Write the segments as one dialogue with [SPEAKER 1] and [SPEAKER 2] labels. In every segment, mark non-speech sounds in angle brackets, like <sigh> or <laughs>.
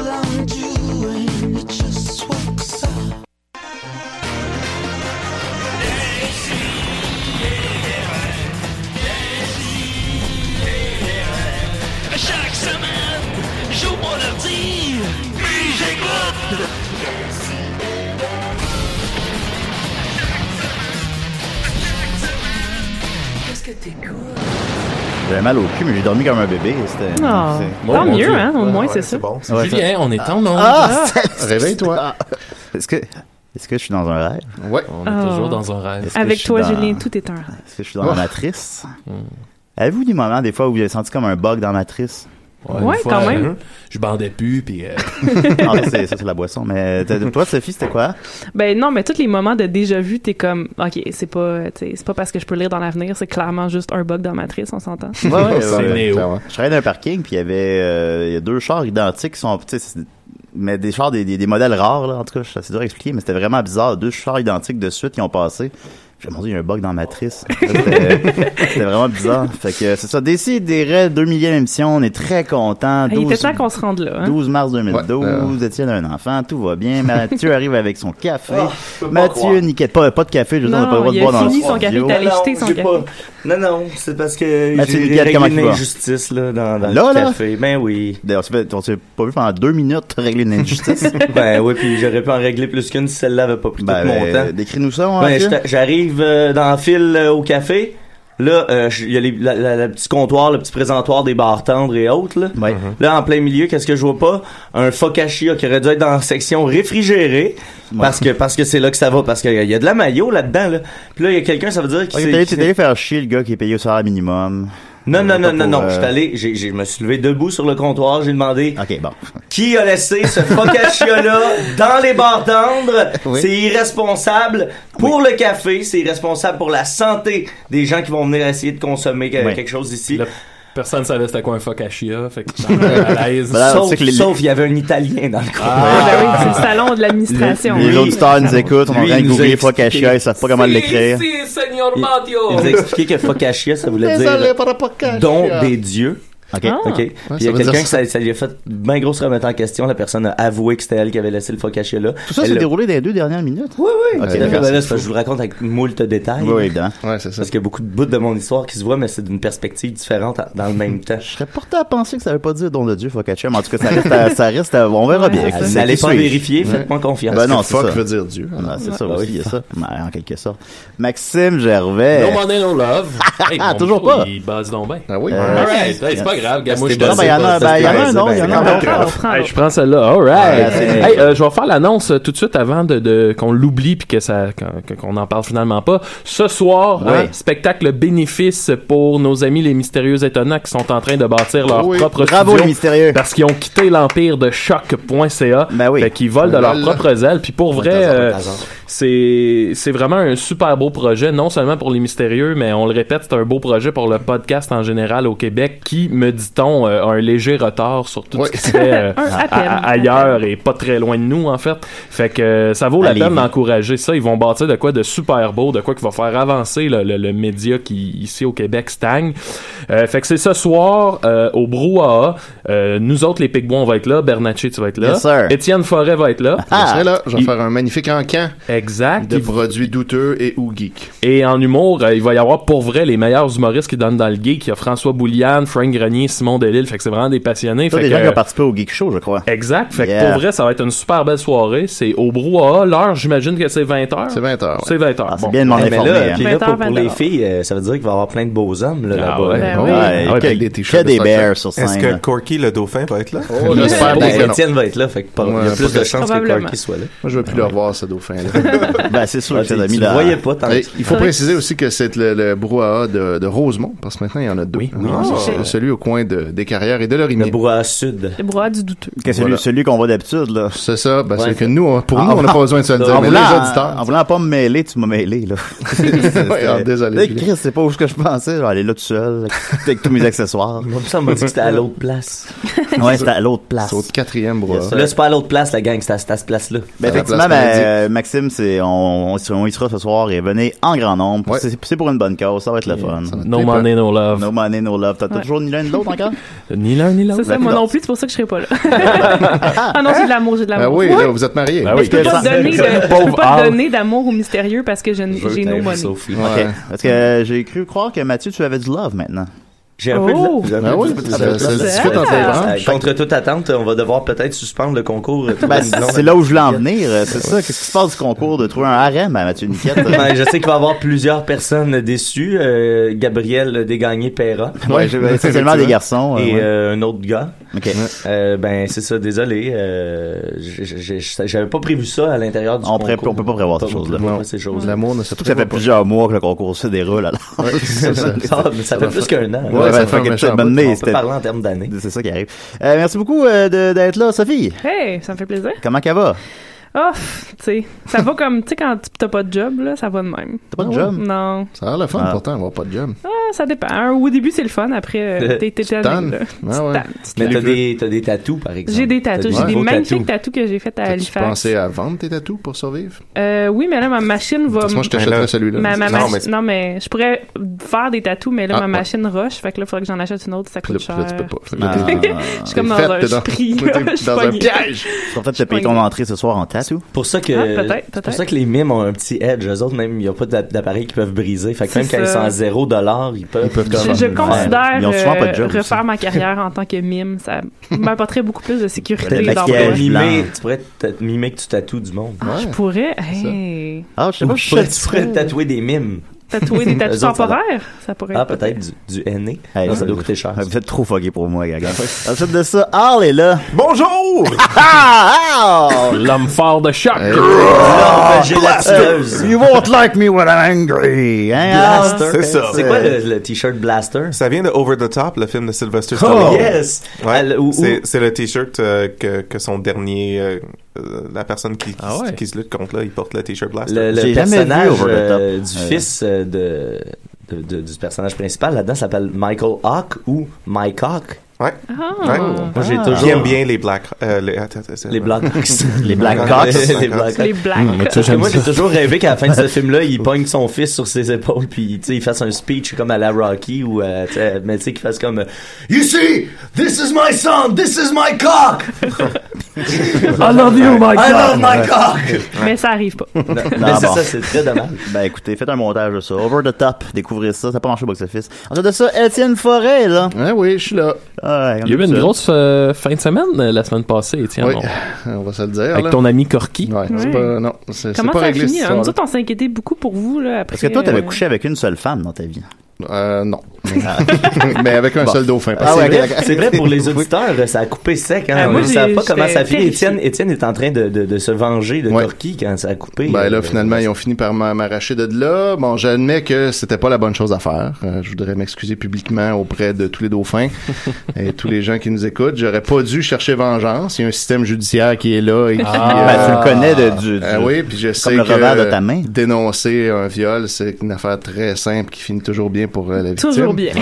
[SPEAKER 1] I'm doing is just walks out.
[SPEAKER 2] Chaque semaine, j'ouvre mon ordi, puis j'écoute.
[SPEAKER 3] J'avais mal au cul, mais j'ai dormi comme un bébé. C'était.
[SPEAKER 4] Ah,
[SPEAKER 3] c'est-
[SPEAKER 4] tant
[SPEAKER 5] mon
[SPEAKER 4] mieux,
[SPEAKER 5] Dieu.
[SPEAKER 4] hein, au
[SPEAKER 5] Ouais,
[SPEAKER 4] moins,
[SPEAKER 5] ouais,
[SPEAKER 4] c'est ça.
[SPEAKER 5] bon, c'est
[SPEAKER 3] Ouais,
[SPEAKER 6] Julien, on est en ondes.
[SPEAKER 3] Ah, c'est-
[SPEAKER 5] Réveille-toi.
[SPEAKER 3] Ah. Est-ce que, est-ce que je suis dans un rêve?
[SPEAKER 5] Ouais.
[SPEAKER 6] On est
[SPEAKER 4] Ah.
[SPEAKER 6] toujours dans un rêve.
[SPEAKER 3] Est-ce que je
[SPEAKER 4] Avec
[SPEAKER 3] suis
[SPEAKER 4] toi,
[SPEAKER 3] dans-
[SPEAKER 4] Julien, tout est un rêve.
[SPEAKER 3] Est-ce que je suis dans la matrice? Avez-vous des moments, des fois, où vous avez senti comme un bug dans la matrice?
[SPEAKER 4] Ouais,
[SPEAKER 6] une
[SPEAKER 4] quand
[SPEAKER 6] euh,
[SPEAKER 4] même.
[SPEAKER 6] Je bandais plus, puis euh,
[SPEAKER 3] Non, ça, Ah, c'est, ça, c'est la boisson. Mais t'as- toi, Sophie, c'était quoi?
[SPEAKER 4] Ben non, mais tous les moments de déjà vu, t'es comme, ok, c'est pas, euh, t'sais, c'est pas parce que je peux lire dans l'avenir, c'est clairement juste un bug dans Matrice, on s'entend. Ah,
[SPEAKER 3] Ouais, <laughs> ouais,
[SPEAKER 5] C'est
[SPEAKER 3] ouais.
[SPEAKER 5] Néo.
[SPEAKER 6] Néo.
[SPEAKER 3] Je travaillais dans un parking, puis il y avait euh, il y a deux chars identiques qui sont, tu sais, c'est- mais des chars, des, des, des modèles rares, là, en tout cas, je- c'est dur à expliquer, mais c'était vraiment bizarre. Deux chars identiques de suite qui ont passé. J'ai demandé, il y a un bug dans la matrice.
[SPEAKER 4] <laughs>
[SPEAKER 3] C'était c'était vraiment bizarre. Fait que c'est ça. D'ici, des raids, deux millième émission, on est très contents.
[SPEAKER 4] Hey, Ah, il était
[SPEAKER 3] 12,
[SPEAKER 4] temps qu'on se rende là. Hein?
[SPEAKER 3] 12 mars 2012, Étienne a un enfant, tout va bien.
[SPEAKER 4] <laughs>
[SPEAKER 3] Mathieu arrive avec son café. Mathieu niquette pas, pas de café, je veux dire, on n'a pas le droit de
[SPEAKER 4] il
[SPEAKER 3] boire
[SPEAKER 4] a
[SPEAKER 3] dans le
[SPEAKER 4] fini son café, il
[SPEAKER 3] studio.
[SPEAKER 4] est allé
[SPEAKER 7] Non,
[SPEAKER 4] jeter son
[SPEAKER 7] j'ai
[SPEAKER 4] café.
[SPEAKER 7] pas- Non, non, c'est parce que
[SPEAKER 3] Mathieu
[SPEAKER 7] j'ai
[SPEAKER 3] Niquette,
[SPEAKER 7] réglé
[SPEAKER 3] comment
[SPEAKER 7] une
[SPEAKER 3] tu vas?
[SPEAKER 7] injustice là, dans,
[SPEAKER 3] Là,
[SPEAKER 7] dans le
[SPEAKER 3] là?
[SPEAKER 7] café. Ben oui.
[SPEAKER 3] <laughs> D'ailleurs, on s'est fait- on s'est pas vu pendant deux minutes <laughs> régler une injustice.
[SPEAKER 7] ben oui, puis j'aurais pu en régler plus qu'une si celle-là avait pas pris
[SPEAKER 3] Ben,
[SPEAKER 7] tout mon
[SPEAKER 3] ben,
[SPEAKER 7] temps.
[SPEAKER 3] décris-nous ça, mon
[SPEAKER 7] Ben,
[SPEAKER 3] Mathieu.
[SPEAKER 7] j'étais- J'arrive euh, dans le fil euh, au café. Là, euh, je- il y a les- la, la- la petit comptoir, le petit présentoir des bars tendres et autres. Là,
[SPEAKER 3] Ouais.
[SPEAKER 7] Là, en plein milieu, qu'est-ce que je vois pas? Un focaccia qui aurait dû être dans la section réfrigérée. Parce que parce que c'est là que ça va. Parce qu'il y a de la maillot là-dedans. Là. Puis là, il y a quelqu'un, ça veut dire
[SPEAKER 3] Ok,
[SPEAKER 7] qu'il
[SPEAKER 3] t'es allé-
[SPEAKER 7] s'est-
[SPEAKER 3] t'es allé faire chier le gars qui est payé au salaire minimum.
[SPEAKER 7] Non, non, non,
[SPEAKER 3] Pas
[SPEAKER 7] non,
[SPEAKER 3] pour,
[SPEAKER 7] non.
[SPEAKER 3] euh,
[SPEAKER 7] Je suis allé, j'ai- j'ai- je me suis levé debout sur le comptoir, j'ai demandé
[SPEAKER 3] Ok, bon.
[SPEAKER 7] qui a laissé ce <laughs> focaccia-là dans les bars tendres. C'est irresponsable pour le café, c'est irresponsable pour la santé des gens qui vont venir essayer de consommer que-
[SPEAKER 3] Oui.
[SPEAKER 7] quelque chose ici.
[SPEAKER 6] là, personne savait c'était quoi un focaccia, fait que
[SPEAKER 3] <laughs>
[SPEAKER 6] j'étais à l'aise.
[SPEAKER 3] Voilà. on
[SPEAKER 7] Sauf
[SPEAKER 3] sait Ben, que les-
[SPEAKER 7] sauf il y avait un Italien dans le coin.
[SPEAKER 4] Ah, ben oui, c'est le salon de l'administration.
[SPEAKER 3] Les auditeurs nous écoutent, on a
[SPEAKER 7] Lui,
[SPEAKER 3] rien
[SPEAKER 7] il nous a
[SPEAKER 3] googlé, pas
[SPEAKER 7] expliqué.
[SPEAKER 3] caché, ils savent pas comment l'écrire.
[SPEAKER 2] Si, Seigneur Mario.
[SPEAKER 7] Il nous a expliqué que focaccia, ça voulait dire don des dieux.
[SPEAKER 3] Ok.
[SPEAKER 4] Ah.
[SPEAKER 7] OK. Puis il y
[SPEAKER 5] ça
[SPEAKER 7] a
[SPEAKER 5] veut
[SPEAKER 7] quelqu'un
[SPEAKER 5] dire
[SPEAKER 7] qui ça, ça lui a fait bien grosse remettre en question. La personne a avoué que c'était elle qui avait laissé le focaccia là.
[SPEAKER 3] Tout ça
[SPEAKER 7] Elle
[SPEAKER 3] s'est
[SPEAKER 7] l'a-
[SPEAKER 3] déroulé dans les deux dernières minutes.
[SPEAKER 7] Oui,
[SPEAKER 3] Ok,
[SPEAKER 7] oui. Tout à fait.
[SPEAKER 3] d'accord,
[SPEAKER 7] Ben
[SPEAKER 3] c'est
[SPEAKER 7] là, c'est parce que je vous raconte avec moult détails.
[SPEAKER 3] Euh, Oui, oui, évidemment.
[SPEAKER 5] Ouais, c'est ça.
[SPEAKER 7] Parce qu'il y a beaucoup de bouts de mon histoire qui se voient, mais c'est d'une perspective différente à- dans le même temps.
[SPEAKER 3] Je serais porté à penser que ça veut pas dire don de Dieu, Focaccia, mais en tout cas, ça reste à, ça reste à- on verra
[SPEAKER 4] Ouais,
[SPEAKER 3] bien.
[SPEAKER 4] c'est ça.
[SPEAKER 3] C'est
[SPEAKER 7] N'allez
[SPEAKER 3] qui
[SPEAKER 7] pas
[SPEAKER 3] suis-je?
[SPEAKER 7] vérifier, faites-moi confiance.
[SPEAKER 3] Ben non, c'est
[SPEAKER 5] Fuck
[SPEAKER 3] ça.
[SPEAKER 5] veut dire Dieu.
[SPEAKER 3] Ah, c'est ça
[SPEAKER 7] Ouais.
[SPEAKER 3] aussi, il y a
[SPEAKER 7] Ouais. <laughs>
[SPEAKER 3] ça. Ben, en quelque sorte. Maxime
[SPEAKER 6] No
[SPEAKER 3] Gervais.
[SPEAKER 6] money, no love.
[SPEAKER 3] <laughs>
[SPEAKER 6] Hey, mon
[SPEAKER 3] Ah, Toujours
[SPEAKER 6] Dieu,
[SPEAKER 3] pas.
[SPEAKER 6] Il base donc bien.
[SPEAKER 5] Ah oui.
[SPEAKER 3] Euh,
[SPEAKER 6] Alright, hey, c'est pas grave, gars, moi je
[SPEAKER 3] Non, ben, il y en a, ben, il y en a un autre, il y en a un
[SPEAKER 4] Ah, On
[SPEAKER 3] autre.
[SPEAKER 4] prend, on prend.
[SPEAKER 8] Hey, je prends celle-là. All right.
[SPEAKER 3] Ouais, c'est-
[SPEAKER 8] Hey, euh, je vais faire l'annonce euh, tout de suite avant de, de- qu'on l'oublie puis que ça qu'on- que- qu'on en parle finalement pas. Ce soir,
[SPEAKER 3] Ouais.
[SPEAKER 8] hein, spectacle bénéfice pour nos amis les mystérieux étonnants qui sont en train de bâtir leur
[SPEAKER 5] Oui.
[SPEAKER 8] propre
[SPEAKER 3] Bravo,
[SPEAKER 8] studio
[SPEAKER 3] les mystérieux.
[SPEAKER 8] parce qu'ils ont quitté l'empire de choc.ca
[SPEAKER 3] Ben oui.
[SPEAKER 8] fait qu'ils volent de
[SPEAKER 5] Oh là
[SPEAKER 8] leurs
[SPEAKER 5] là.
[SPEAKER 8] propres ailes puis pour vrai euh, c'est c'est vraiment un super beau projet non seulement pour les mystérieux mais on le répète c'est un beau projet pour le podcast en général au Québec qui me dit-on euh, a un léger retard sur tout
[SPEAKER 5] Oui.
[SPEAKER 8] ce qui se
[SPEAKER 3] <laughs>
[SPEAKER 8] fait euh,
[SPEAKER 4] Un à
[SPEAKER 8] a- a-
[SPEAKER 4] peine.
[SPEAKER 8] ailleurs et pas très loin de nous en fait fait que euh, ça vaut la
[SPEAKER 3] Allez-y.
[SPEAKER 8] peine d'encourager ça ils vont bâtir de quoi de super beau de quoi qui va faire avancer le, le- le média qui ici au Québec stagne euh, fait que c'est ce soir euh, au Brouhaha euh, nous autres les Picbois on va être là Bernatchez tu vas être là
[SPEAKER 3] Yes, sir.
[SPEAKER 8] Étienne Forêt
[SPEAKER 3] <laughs>
[SPEAKER 8] va être là
[SPEAKER 5] Je
[SPEAKER 3] Ah.
[SPEAKER 5] serai là. Je vais
[SPEAKER 8] Il-
[SPEAKER 5] faire un magnifique encan
[SPEAKER 8] exact
[SPEAKER 5] de
[SPEAKER 8] Ils-
[SPEAKER 5] produits douteux et ou geek.
[SPEAKER 8] et en humour, euh, il va y avoir pour vrai les meilleurs humoristes qui donnent dans le geek. Il y a François Bouliane, Frank Grenier, Simon Delille. Fait que c'est vraiment des passionnés.
[SPEAKER 3] Toi,
[SPEAKER 8] Fait
[SPEAKER 3] des
[SPEAKER 8] que, Eh
[SPEAKER 3] gens qui
[SPEAKER 8] euh,
[SPEAKER 3] ont participé au Geek Show, je crois.
[SPEAKER 8] Exact. Fait
[SPEAKER 3] Yeah.
[SPEAKER 8] que pour vrai, ça va être une super belle soirée. C'est au brouhaha. L'heure, j'imagine que c'est 20h.
[SPEAKER 5] C'est 20 heures.
[SPEAKER 8] C'est 20h.
[SPEAKER 3] Ah, c'est bien de m'en
[SPEAKER 7] Eh, mais
[SPEAKER 3] informer.
[SPEAKER 7] là,
[SPEAKER 3] hein.
[SPEAKER 7] puis là, pour, pour
[SPEAKER 4] 20
[SPEAKER 7] les filles, euh, ça veut dire qu'il va y avoir plein de beaux hommes là,
[SPEAKER 8] Ah
[SPEAKER 7] là-bas.
[SPEAKER 8] ouais.
[SPEAKER 4] Ben
[SPEAKER 8] Ah
[SPEAKER 4] oui.
[SPEAKER 3] Ouais,
[SPEAKER 8] ouais,
[SPEAKER 3] que,
[SPEAKER 5] avec des
[SPEAKER 3] que
[SPEAKER 5] t-shirts
[SPEAKER 3] des
[SPEAKER 5] de
[SPEAKER 3] bears sur
[SPEAKER 9] Est-ce que
[SPEAKER 3] scène.
[SPEAKER 9] Corky le dauphin va être là?
[SPEAKER 5] Oh, J'espère
[SPEAKER 7] Ben,
[SPEAKER 5] bien que non.
[SPEAKER 7] Étienne va être là, fait que pas- il y
[SPEAKER 5] Ouais,
[SPEAKER 7] a plus
[SPEAKER 5] pas
[SPEAKER 7] de
[SPEAKER 5] que-
[SPEAKER 7] chances que
[SPEAKER 4] Probablement.
[SPEAKER 7] Clarky soit là.
[SPEAKER 5] Moi, je veux plus le revoir, ce dauphin-là.
[SPEAKER 3] Ben, c'est sûr
[SPEAKER 7] Ah,
[SPEAKER 3] que
[SPEAKER 7] tu
[SPEAKER 3] ça l'a
[SPEAKER 7] ne
[SPEAKER 3] mis dans...
[SPEAKER 7] voyais pas tant
[SPEAKER 5] Et
[SPEAKER 7] que ça.
[SPEAKER 5] il faut préciser aussi que c'est le, le brouhaha de, de Rosemont, parce que maintenant il y en a deux.
[SPEAKER 6] Oui,
[SPEAKER 5] Hein,
[SPEAKER 6] oui,
[SPEAKER 5] c'est-
[SPEAKER 6] c'est-
[SPEAKER 5] Celui au coin de, des carrières et de
[SPEAKER 7] Le
[SPEAKER 5] l'Orimier.
[SPEAKER 7] brouhaha
[SPEAKER 3] <laughs>
[SPEAKER 7] sud.
[SPEAKER 4] Le bras du douteux.
[SPEAKER 3] Que celui,
[SPEAKER 5] Voilà.
[SPEAKER 3] celui qu'on voit d'habitude, là.
[SPEAKER 5] C'est ça, ben,
[SPEAKER 7] Ouais.
[SPEAKER 5] c'est que nous, on- pour
[SPEAKER 3] Ah,
[SPEAKER 5] nous, on n'a
[SPEAKER 3] ah,
[SPEAKER 5] pas besoin de se le
[SPEAKER 3] En
[SPEAKER 5] dire. Mais les
[SPEAKER 3] voulant, en
[SPEAKER 5] auditeurs,
[SPEAKER 3] voulant pas me mêler, tu m'as mêlé, là.
[SPEAKER 5] Ouais, ah, désolé,
[SPEAKER 3] Hey,
[SPEAKER 5] Philippe.
[SPEAKER 3] Chris, c'est pas où ce que je pensais. Je vais aller là tout seul, avec tous mes accessoires.
[SPEAKER 7] Moi, ça m'a dit que c'était à l'autre place.
[SPEAKER 3] <laughs> ouais, c'était à l'autre place.
[SPEAKER 5] c'est au quatrième brouhaha.
[SPEAKER 7] Là, c'est pas à l'autre place, la gang, c'est à, c'est à cette place-là.
[SPEAKER 3] Ben,
[SPEAKER 5] À la
[SPEAKER 3] effectivement,
[SPEAKER 5] place qu'on a
[SPEAKER 3] ben,
[SPEAKER 5] dit.
[SPEAKER 3] euh, Maxime, c'est, on, on, y- on y sera ce soir et venez en grand nombre.
[SPEAKER 5] Ouais.
[SPEAKER 3] C'est, c'est pour une bonne cause, ça va être le fun.
[SPEAKER 5] ça va être
[SPEAKER 8] No
[SPEAKER 5] très
[SPEAKER 8] money, no love.
[SPEAKER 3] No money, no love. T'as
[SPEAKER 4] Ouais.
[SPEAKER 3] toujours ni l'un ni l'autre encore?
[SPEAKER 8] Ni l'un ni l'autre.
[SPEAKER 4] C'est ça, moi non plus, c'est pour ça que je serais pas là. ah non, j'ai de l'amour, j'ai de
[SPEAKER 5] Ben
[SPEAKER 4] l'amour.
[SPEAKER 5] oui,
[SPEAKER 4] Ouais.
[SPEAKER 5] là, vous êtes mariés.
[SPEAKER 8] Ben
[SPEAKER 4] Mais
[SPEAKER 8] oui.
[SPEAKER 4] je peux pas te donner, de- je peux
[SPEAKER 8] Pauvre
[SPEAKER 4] pas te
[SPEAKER 8] Al.
[SPEAKER 4] donner d'amour au mystérieux parce que j'ai j'ai no money.
[SPEAKER 6] Sophie.
[SPEAKER 5] Ouais.
[SPEAKER 3] Ok. Parce que euh, j'ai cru croire que Mathieu, tu avais du love maintenant.
[SPEAKER 7] J'ai un peu de la-
[SPEAKER 4] Oh.
[SPEAKER 7] j'ai un peu
[SPEAKER 5] Ben oui,
[SPEAKER 7] de-
[SPEAKER 5] ça-
[SPEAKER 7] j'ai un peu de-
[SPEAKER 5] ça se discute
[SPEAKER 4] entre les branches.
[SPEAKER 7] Euh, Contre toute attente, on va devoir peut-être suspendre le concours. euh,
[SPEAKER 3] Ben,
[SPEAKER 7] pour-
[SPEAKER 3] c'est là où je voulais en venir. euh, C'est ça. Qu'est-ce qui se passe du concours de trouver un harem à Mathieu <laughs> Niquette?
[SPEAKER 7] Ben, je sais qu'il va y avoir plusieurs personnes déçues. Euh, Gabriel Dégagné-Perra
[SPEAKER 3] ouais, j'ai- essentiellement des garçons. euh,
[SPEAKER 7] et
[SPEAKER 3] ouais.
[SPEAKER 7] euh, un autre gars.
[SPEAKER 3] Ok.
[SPEAKER 7] Euh, ben, c'est ça, désolé. Euh, j'ai- j'ai- j'ai- J'avais pas prévu ça à l'intérieur du
[SPEAKER 3] On
[SPEAKER 7] concours.
[SPEAKER 3] pré- on peut pas prévoir ces choses-là.
[SPEAKER 7] On peut pas
[SPEAKER 5] Non.
[SPEAKER 7] prévoir ces choses-là.
[SPEAKER 5] L'amour ne se
[SPEAKER 3] Surtout que ça fait plusieurs mois que le concours se déroule, alors.
[SPEAKER 7] <laughs>
[SPEAKER 3] <laughs>
[SPEAKER 5] Ouais, c'est ça.
[SPEAKER 7] Ah, mais ça fait plus qu'un an.
[SPEAKER 5] Ouais, ça fait un
[SPEAKER 3] que
[SPEAKER 5] méchant
[SPEAKER 3] peut-être bonne
[SPEAKER 5] bout.
[SPEAKER 3] année,
[SPEAKER 7] on peut
[SPEAKER 3] c'était-
[SPEAKER 7] parler en termes d'années.
[SPEAKER 3] C'est ça qui arrive. Euh, merci beaucoup euh, de- d'être là, Sophie.
[SPEAKER 4] Hey, ça me fait plaisir.
[SPEAKER 3] Comment ça va?
[SPEAKER 4] Oh, pff, tu sais, ça va comme, tu sais, quand tu- t'as pas de job, là, ça va de même. Ah
[SPEAKER 3] T'as pas de job?
[SPEAKER 4] Non,
[SPEAKER 5] Ça a l'air le fun,
[SPEAKER 3] Ah.
[SPEAKER 5] pourtant, avoir pas de job.
[SPEAKER 4] Ah, ça dépend. Hein, Au début, c'est le fun. Après, euh, t'es t'es
[SPEAKER 5] Tu tannes.
[SPEAKER 4] tanné, là.
[SPEAKER 5] Ah
[SPEAKER 4] Tu
[SPEAKER 5] ouais.
[SPEAKER 4] tannes, tu
[SPEAKER 7] Mais
[SPEAKER 4] tannes.
[SPEAKER 7] t'as des, t'as des tatous, par exemple.
[SPEAKER 4] J'ai des
[SPEAKER 7] T'as
[SPEAKER 4] tatous.
[SPEAKER 5] Ouais.
[SPEAKER 4] J'ai des
[SPEAKER 5] Beaux
[SPEAKER 4] magnifiques tatous que j'ai fait à
[SPEAKER 5] As-tu
[SPEAKER 4] Halifax.
[SPEAKER 5] pensé à vendre tes tatous pour survivre?
[SPEAKER 4] Euh, oui, mais là, ma machine va...
[SPEAKER 5] Parce que moi, je
[SPEAKER 6] Ben
[SPEAKER 5] t'achèterais
[SPEAKER 6] là-
[SPEAKER 5] celui-là.
[SPEAKER 4] Ma, ma
[SPEAKER 6] Non,
[SPEAKER 4] mach-
[SPEAKER 6] mais-
[SPEAKER 4] Non, mais je pourrais faire des tatous, mais là,
[SPEAKER 5] Ah,
[SPEAKER 4] ma
[SPEAKER 5] ouais.
[SPEAKER 4] machine rush. Fait que là, il faudrait que j'en achète une autre, ça
[SPEAKER 5] Puis là,
[SPEAKER 4] coûte
[SPEAKER 5] puis
[SPEAKER 4] cher.
[SPEAKER 5] là, tu peux pas. Fait que là,
[SPEAKER 3] <laughs> Ah,
[SPEAKER 5] t'es-
[SPEAKER 4] Je suis comme dans
[SPEAKER 5] T'es
[SPEAKER 4] un...
[SPEAKER 5] faite,
[SPEAKER 4] Je
[SPEAKER 5] t'es
[SPEAKER 4] prie,
[SPEAKER 5] dans-
[SPEAKER 4] là.
[SPEAKER 5] <laughs> t'es
[SPEAKER 4] Je suis
[SPEAKER 5] dans un
[SPEAKER 4] pognée.
[SPEAKER 5] piège.
[SPEAKER 3] Tu vas peut-être te payer
[SPEAKER 4] pas
[SPEAKER 3] ton entrée ce soir en tatou.
[SPEAKER 7] pour ça que
[SPEAKER 4] Ah, peut-être,
[SPEAKER 7] c'est pour
[SPEAKER 4] peut-être.
[SPEAKER 7] ça que les mimes ont un petit edge eux autres même il n'y a pas d'a- d'appareils qui peuvent briser fait que même
[SPEAKER 4] C'est
[SPEAKER 7] quand ils sont
[SPEAKER 4] ça.
[SPEAKER 7] à zéro dollar ils peuvent,
[SPEAKER 5] peuvent
[SPEAKER 4] Je,
[SPEAKER 7] comme- euh,
[SPEAKER 4] je
[SPEAKER 7] Ouais.
[SPEAKER 4] considère
[SPEAKER 3] Ils ont souvent pas de job
[SPEAKER 4] euh,
[SPEAKER 3] aussi.
[SPEAKER 4] refaire ma carrière en tant que mime. Ça m'apporterait beaucoup plus de sécurité
[SPEAKER 7] Peut-être
[SPEAKER 3] Peut-être
[SPEAKER 4] dans
[SPEAKER 7] qu'il y a
[SPEAKER 3] maquillage.
[SPEAKER 4] le
[SPEAKER 7] mimé,
[SPEAKER 3] blanc.
[SPEAKER 7] tu pourrais te- mimer que tu tatoues du monde
[SPEAKER 4] Je pourrais hey,
[SPEAKER 3] Ah, je sais
[SPEAKER 7] Ou
[SPEAKER 3] pas,
[SPEAKER 7] tu
[SPEAKER 3] je
[SPEAKER 7] pourrais,
[SPEAKER 3] sais
[SPEAKER 7] tu pourrais tatouer des mimes
[SPEAKER 4] tatouer des
[SPEAKER 7] Eux
[SPEAKER 4] tatouages
[SPEAKER 7] autres, ça va.
[SPEAKER 4] temporaires. Ça pourrait
[SPEAKER 7] ah
[SPEAKER 4] être-
[SPEAKER 7] peut-être du, du henné
[SPEAKER 3] Hey,
[SPEAKER 7] Non, ça
[SPEAKER 3] je-
[SPEAKER 7] doit coûter cher
[SPEAKER 3] Ah, Vous êtes trop fucké pour moi, gaga. Ensuite de ça, Al est là.
[SPEAKER 6] Bonjour!
[SPEAKER 3] <laughs> Ah, Al!
[SPEAKER 8] L'homme fort de choc.
[SPEAKER 7] Ah, gélatineuse.
[SPEAKER 3] Euh, You won't like me when I'm angry. Hein, Al?
[SPEAKER 7] Blaster.
[SPEAKER 6] C'est ça.
[SPEAKER 7] c'est quoi le, le t-shirt blaster
[SPEAKER 9] Ça vient de Over the Top, le film de Sylvester
[SPEAKER 7] oh <laughs>
[SPEAKER 9] Stallone.
[SPEAKER 7] yes
[SPEAKER 9] Ouais.
[SPEAKER 7] Elle- Ah, ou- ou-
[SPEAKER 9] C'est, c'est le t-shirt euh, que, que son dernier, euh, euh, la personne qui, qui,
[SPEAKER 8] Ah ouais.
[SPEAKER 9] qui se lutte contre là, il porte le t-shirt blaster.
[SPEAKER 7] le, le
[SPEAKER 3] J'ai jamais vu
[SPEAKER 7] personnage
[SPEAKER 3] Over the Top.
[SPEAKER 7] euh, du
[SPEAKER 3] Euh.
[SPEAKER 7] fils euh, de, de- de- du personnage principal là-dedans s'appelle Michael Hawk ou Mike Hawk
[SPEAKER 9] Ouais.
[SPEAKER 4] Ah.
[SPEAKER 9] Ouais.
[SPEAKER 7] moi j'ai
[SPEAKER 3] Ah.
[SPEAKER 7] toujours
[SPEAKER 9] J'aime bien les Black, euh, les, attends, attends,
[SPEAKER 7] les Black Hawks
[SPEAKER 3] <laughs> Les Black Cox.
[SPEAKER 7] les Black Hawks
[SPEAKER 4] Les blagues.
[SPEAKER 7] Parce que moi, j'ai toujours rêvé qu'à la fin
[SPEAKER 3] <laughs>
[SPEAKER 7] de ce film-là, il pogne son fils sur ses épaules, puis tu sais, il fasse un speech comme à la Rocky, ou euh, tu sais, mais tu sais, qu'il fasse comme euh, You see, this is my son, this is my cock,
[SPEAKER 8] I love you, my
[SPEAKER 7] I love
[SPEAKER 8] God!
[SPEAKER 7] my cock.
[SPEAKER 4] Mais ça arrive pas.
[SPEAKER 7] mais c'est
[SPEAKER 3] bon.
[SPEAKER 7] ça, c'est très dommage.
[SPEAKER 3] Ben écoutez, faites un montage de ça. Over the top, découvrez ça. Ça a pas marché au box-office. Ensuite de ça, Étienne Forêt est là.
[SPEAKER 5] Ah oui, je suis là.
[SPEAKER 3] Ah, ouais,
[SPEAKER 8] Il y a eu une
[SPEAKER 3] ça.
[SPEAKER 8] grosse euh, fin de semaine euh, la semaine passée, tiens.
[SPEAKER 5] Oui, <laughs>
[SPEAKER 8] on-
[SPEAKER 5] on va se le dire.
[SPEAKER 8] Avec
[SPEAKER 5] là.
[SPEAKER 8] ton ami Corky.
[SPEAKER 5] Ouais, c'est
[SPEAKER 4] Ouais.
[SPEAKER 5] pas. Non, c'est c'est
[SPEAKER 4] Comment
[SPEAKER 5] pas
[SPEAKER 4] ça a
[SPEAKER 5] réglé
[SPEAKER 4] fini?
[SPEAKER 5] cette
[SPEAKER 4] hein? Nous autres,
[SPEAKER 5] histoire-là.
[SPEAKER 4] on s'inquiétait beaucoup pour vous. Là, après,
[SPEAKER 3] Parce que toi, t'avais
[SPEAKER 4] euh,
[SPEAKER 3] couché avec une seule femme dans ta vie.
[SPEAKER 5] Euh, non. <laughs> Mais avec un seul dauphin. parce
[SPEAKER 3] Ah
[SPEAKER 5] que
[SPEAKER 3] ouais,
[SPEAKER 5] c'est vrai.
[SPEAKER 3] ok, d'accord.
[SPEAKER 7] C'est vrai pour <laughs> les auditeurs, euh, ça a coupé sec. Hein,
[SPEAKER 4] Ah, moi,
[SPEAKER 7] on ne savait
[SPEAKER 4] j'ai-
[SPEAKER 7] pas comment ça a fini.
[SPEAKER 4] j'étais
[SPEAKER 7] Étienne,
[SPEAKER 4] terrifiée.
[SPEAKER 7] Étienne est en train de, de, de se venger de
[SPEAKER 5] Ouais.
[SPEAKER 7] Corky quand ça a coupé.
[SPEAKER 5] Ben
[SPEAKER 7] Euh,
[SPEAKER 5] là, finalement, ils ont fini par m'a- m'arracher de là. Bon, j'admets que c'était pas la bonne chose à faire. Euh, je voudrais m'excuser publiquement auprès de tous
[SPEAKER 3] <laughs>
[SPEAKER 5] les dauphins et tous les gens qui nous écoutent. J'aurais pas dû chercher vengeance. Il y a un système judiciaire qui est là et qui...
[SPEAKER 3] Ben, tu
[SPEAKER 5] euh,
[SPEAKER 3] le connais de, du, du-
[SPEAKER 5] euh, oui, puis je sais
[SPEAKER 3] le
[SPEAKER 5] que
[SPEAKER 3] revers de ta main.
[SPEAKER 5] dénoncer un viol, c'est une affaire très simple qui finit toujours bien pour euh, la victime.
[SPEAKER 4] Toujours bien.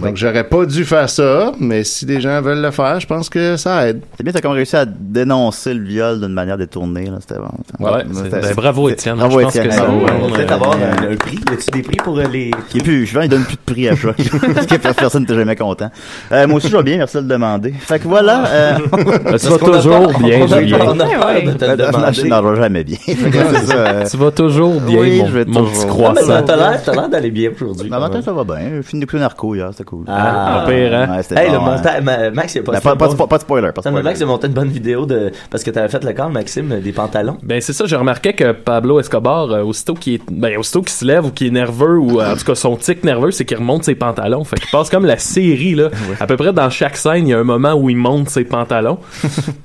[SPEAKER 5] Donc j'aurais pas dû faire ça, mais si des gens veulent le faire, je pense que ça aide.
[SPEAKER 3] C'est bien, t'as comme réussi à dénoncer le viol d'une manière détournée, là. C'était bon.
[SPEAKER 8] Ouais, c'est- ben, bravo, Étienne.
[SPEAKER 3] Bravo,
[SPEAKER 8] Je pense
[SPEAKER 3] Étienne.
[SPEAKER 8] que
[SPEAKER 3] Ah, ouais,
[SPEAKER 8] ça va.
[SPEAKER 3] ouais,
[SPEAKER 7] on va
[SPEAKER 8] euh,
[SPEAKER 7] peut-être avoir <laughs> un, un prix. Y a-tu des prix pour euh, les.
[SPEAKER 3] Et puis, je vais, il donne plus de prix à choc. Parce que personne n'était jamais content. Euh, moi aussi, je vais bien, merci de le demander. Fait que voilà, euh,
[SPEAKER 8] Tu vas toujours bien,
[SPEAKER 7] on a
[SPEAKER 8] Julien.
[SPEAKER 7] on a peur
[SPEAKER 4] Ouais,
[SPEAKER 7] de
[SPEAKER 4] ouais.
[SPEAKER 7] te
[SPEAKER 3] <laughs>
[SPEAKER 7] le
[SPEAKER 3] non, je
[SPEAKER 7] demander.
[SPEAKER 3] n'en vais jamais bien. Fait que c'est ça, euh,
[SPEAKER 8] Tu vas toujours bien,
[SPEAKER 3] Oui,
[SPEAKER 8] mon,
[SPEAKER 3] je vais
[SPEAKER 8] mon
[SPEAKER 3] toujours-
[SPEAKER 8] petit
[SPEAKER 7] Ah, mais
[SPEAKER 8] croissant.
[SPEAKER 7] t'as l'air- T'as l'air d'aller bien aujourd'hui.
[SPEAKER 3] ma matin, ça va bien. Je finis de plus narco hier, c'était cool.
[SPEAKER 7] Ah.
[SPEAKER 3] Ouais, c'était
[SPEAKER 7] Hey,
[SPEAKER 3] bon,
[SPEAKER 7] le
[SPEAKER 3] hein.
[SPEAKER 7] montage. Ma- Max, il a
[SPEAKER 3] Mais
[SPEAKER 7] posté.
[SPEAKER 3] pas,
[SPEAKER 7] une
[SPEAKER 3] pas,
[SPEAKER 7] bonne-
[SPEAKER 3] pas- pas de spoiler. Pas de
[SPEAKER 7] Ça me
[SPEAKER 3] spoiler.
[SPEAKER 7] Max a monté une bonne vidéo de. Parce que t'avais fait le corps, Maxime, des pantalons.
[SPEAKER 8] Ben c'est ça, je remarquais que Pablo Escobar, euh, aussitôt qu'il est, ben, aussitôt qu'il se lève ou qu'il est nerveux ou euh, en tout cas son tic nerveux, c'est qu'il remonte ses pantalons. Fait qu'il passe comme la
[SPEAKER 7] <laughs>
[SPEAKER 8] série là. À peu près dans chaque scène, il y a un moment où il monte
[SPEAKER 7] <laughs>
[SPEAKER 8] ses pantalons.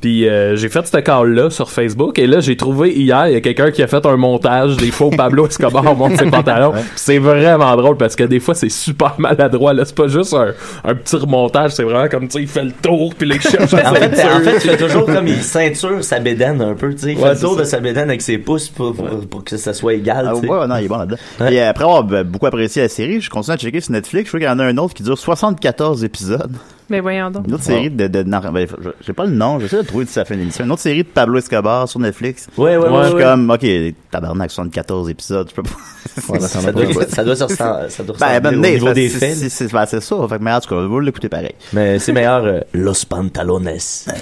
[SPEAKER 8] Puis euh, j'ai fait ce call là sur Facebook et là j'ai trouvé hier il y a quelqu'un qui a fait un montage des fois où Pablo Escobar monte ses pantalons. Puis C'est vraiment drôle parce que des fois c'est super maladroit là. C'est pas juste un, un petit remontage, c'est vraiment comme tu sais il fait le tour
[SPEAKER 7] <laughs>
[SPEAKER 8] puis là, il cherche la
[SPEAKER 7] En fait,
[SPEAKER 8] ceinture.
[SPEAKER 7] en fait, il fait toujours comme il ceinture sa bédaine un peu, tu sais. Il fait
[SPEAKER 8] Ouais,
[SPEAKER 7] le tour
[SPEAKER 8] c'est
[SPEAKER 7] de sa bédaine avec ses pouces pour, pour, pour que ça soit égal,
[SPEAKER 3] Ah,
[SPEAKER 7] tu sais.
[SPEAKER 3] ouais, non, il est bon là-dedans. Et après avoir ben, beaucoup apprécié la série, je continue à checker sur Netflix. Je trouve qu'il y en a un autre qui dure 74 épisodes.
[SPEAKER 4] Mais voyons donc.
[SPEAKER 3] Une autre série de. de, nar- ben, je- J'ai pas le nom, j'essaie de trouver si ça fait une émission. Une autre série de Pablo Escobar sur Netflix.
[SPEAKER 7] Ouais, ouais, ouais,
[SPEAKER 3] Je suis
[SPEAKER 7] ouais.
[SPEAKER 3] comme, ok, tabarnak, 74 épisodes, je peux pas.
[SPEAKER 7] Ça, doit, ça doit se ressembler, ça doit
[SPEAKER 3] Ben,
[SPEAKER 7] ressembler
[SPEAKER 3] ben,
[SPEAKER 7] au
[SPEAKER 3] c'est-
[SPEAKER 7] niveau
[SPEAKER 3] c'est-
[SPEAKER 7] des
[SPEAKER 3] c'est-
[SPEAKER 7] faits.
[SPEAKER 3] c'est- c'est- ben, c'est ça. Fait que, mais en tout cas, vous l'écoutez pareil.
[SPEAKER 7] Mais c'est meilleur euh, Los Pantalones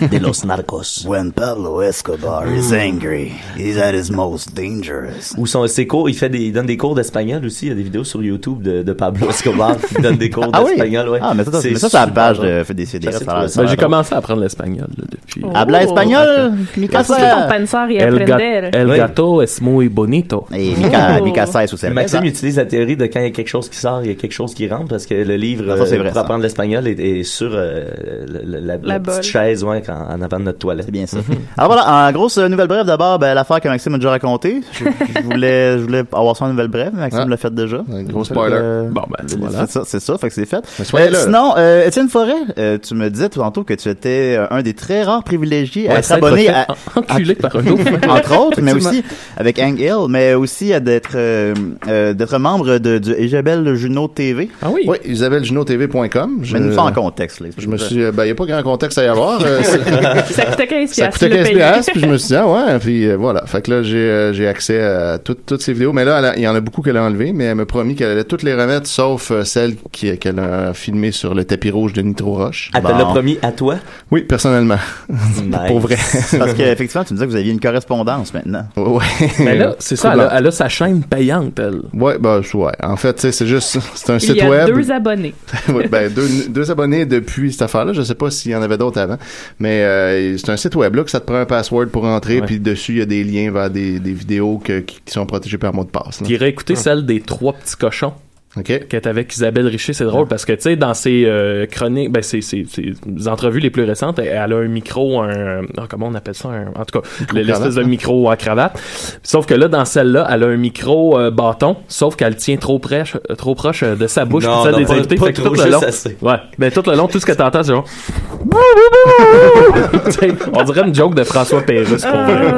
[SPEAKER 7] de los Narcos.
[SPEAKER 3] When Pablo Escobar is angry, he's at his most dangerous.
[SPEAKER 7] Ou son, ses cours, il, fait des, il donne des cours d'espagnol aussi. Il y a des vidéos sur YouTube de, de Pablo Escobar qui donne des cours
[SPEAKER 3] <laughs> Ah oui?
[SPEAKER 7] d'espagnol. Ouais.
[SPEAKER 3] Ah, mais ça,
[SPEAKER 7] C'est
[SPEAKER 3] mais ça, c'est la
[SPEAKER 7] super
[SPEAKER 3] page
[SPEAKER 7] drôle.
[SPEAKER 3] de FDCD.
[SPEAKER 7] Ça, c'est
[SPEAKER 3] ça a l'air-
[SPEAKER 7] cool.
[SPEAKER 3] ça a
[SPEAKER 8] Ben,
[SPEAKER 3] l'air
[SPEAKER 8] j'ai
[SPEAKER 3] drôle.
[SPEAKER 8] commencé à apprendre l'espagnol là, depuis.
[SPEAKER 3] Habla espagnol, mi
[SPEAKER 4] Parce que Ah, ton
[SPEAKER 3] casa.
[SPEAKER 4] penseur y
[SPEAKER 8] El, ga-
[SPEAKER 4] apprendre.
[SPEAKER 8] el
[SPEAKER 7] Oui.
[SPEAKER 8] gato es muy bonito.
[SPEAKER 3] Et mi ca-
[SPEAKER 4] Oh.
[SPEAKER 3] mi casa es su cerveza.
[SPEAKER 7] Maxime utilise la théorie de quand il y a quelque chose qui sort, il y a quelque chose qui rentre parce que le livre
[SPEAKER 3] Ah, ça, c'est
[SPEAKER 7] euh,
[SPEAKER 3] vrai,
[SPEAKER 7] pour
[SPEAKER 3] ça.
[SPEAKER 7] apprendre l'espagnol est, est sur euh, le- le- la, la
[SPEAKER 4] bolle.
[SPEAKER 7] petite chaise ouais, quand- en avant de notre toilette.
[SPEAKER 3] C'est bien ça. Alors voilà, en grosse euh, nouvelle brève d'abord, ben, l'affaire que Maxime a déjà racontée. Je, je voulais, je voulais avoir ça en nouvelle brève, mais Maxime
[SPEAKER 5] Ah.
[SPEAKER 3] l'a fait déjà.
[SPEAKER 5] Un gros spoiler.
[SPEAKER 3] Euh,
[SPEAKER 8] Bon, ben, voilà.
[SPEAKER 3] C'est ça, c'est ça, fait que c'est fait.
[SPEAKER 5] Mais soyez
[SPEAKER 3] Euh,
[SPEAKER 5] là, là.
[SPEAKER 3] sinon, euh, Étienne Forêt, euh, tu me disais tout tantôt que tu étais euh, un des très rares privilégiés à être abonné à,
[SPEAKER 8] Ah. Enculé par un autre.
[SPEAKER 3] <laughs> entre autres, mais aussi avec Ang Hill, mais aussi à d'être euh, euh, d'être membre de, du Isabelle Junot TV.
[SPEAKER 8] Ah oui?
[SPEAKER 5] Oui, isabelleginotv.com. Je
[SPEAKER 3] Je mets une fois en contexte. Là,
[SPEAKER 5] Je me suis, euh, ben, il n'y a pas grand contexte à y avoir. euh,
[SPEAKER 4] <laughs>
[SPEAKER 5] c'est-
[SPEAKER 4] Ça coûtait 15
[SPEAKER 5] ça coûtait 15 piastres, puis je me suis dit, ah ouais, puis euh, voilà. Fait que là, j'ai, euh, j'ai accès à toutes, toutes ces vidéos. Mais là, elle a- il y en a beaucoup qu'elle a enlevées, mais elle m'a promis qu'elle allait toutes les remettre, sauf euh, celles qui- qu'elle a filmées sur le tapis rouge de Nitro Roche.
[SPEAKER 7] Elle te
[SPEAKER 3] Bon.
[SPEAKER 7] l'a promis
[SPEAKER 3] <laughs>
[SPEAKER 7] à toi. Ben,
[SPEAKER 5] Oui, personnellement. Pour vrai.
[SPEAKER 3] <laughs> Parce qu'effectivement, tu me disais que vous aviez une correspondance maintenant.
[SPEAKER 5] <laughs> ouais.
[SPEAKER 8] Mais là, c'est ça, elle
[SPEAKER 5] Troublant.
[SPEAKER 8] a, elle a sa chaîne payante, elle.
[SPEAKER 5] Ouais, ben, je- ouais. En fait, tu sais, c'est juste, c'est un
[SPEAKER 4] Il
[SPEAKER 5] site
[SPEAKER 4] y a
[SPEAKER 5] web.
[SPEAKER 4] deux abonnés.
[SPEAKER 5] <laughs> Ouais, ben, deux, deux abonnés depuis cette affaire-là. Je sais pas s'il y en avait d'autres avant. Mais euh, c'est un site web là que ça te prend un password pour entrer,
[SPEAKER 8] Ouais.
[SPEAKER 5] puis dessus, il y a des liens vers des, des vidéos que- qui, qui sont protégées par mot de passe. là.
[SPEAKER 8] Puis réécouter celle des trois petits cochons
[SPEAKER 5] OK?
[SPEAKER 8] qui est avec Isabelle Richer, c'est drôle parce que, tu sais, dans ses euh, chroniques, ben, ses, ses- ses entrevues les plus récentes, elle, elle a un micro, un. ah, comment on appelle ça? un- en tout cas, l'espèce de
[SPEAKER 5] hein?
[SPEAKER 8] micro à cravate. Sauf que là, dans celle-là, elle a un micro euh, bâton, sauf qu'elle le tient trop proche, euh, trop proche euh, de sa bouche,
[SPEAKER 7] Non,
[SPEAKER 8] puis celle
[SPEAKER 7] non,
[SPEAKER 8] des
[SPEAKER 7] pas-
[SPEAKER 8] invités.
[SPEAKER 7] pas
[SPEAKER 8] Fait que
[SPEAKER 7] trop,
[SPEAKER 8] tout le
[SPEAKER 7] juste
[SPEAKER 8] long,
[SPEAKER 7] assez.
[SPEAKER 8] Ouais, mais tout le long, tout ce que t'entends, c'est genre. <laughs> Tu sais, on dirait une joke de François Pérusse pour vrai.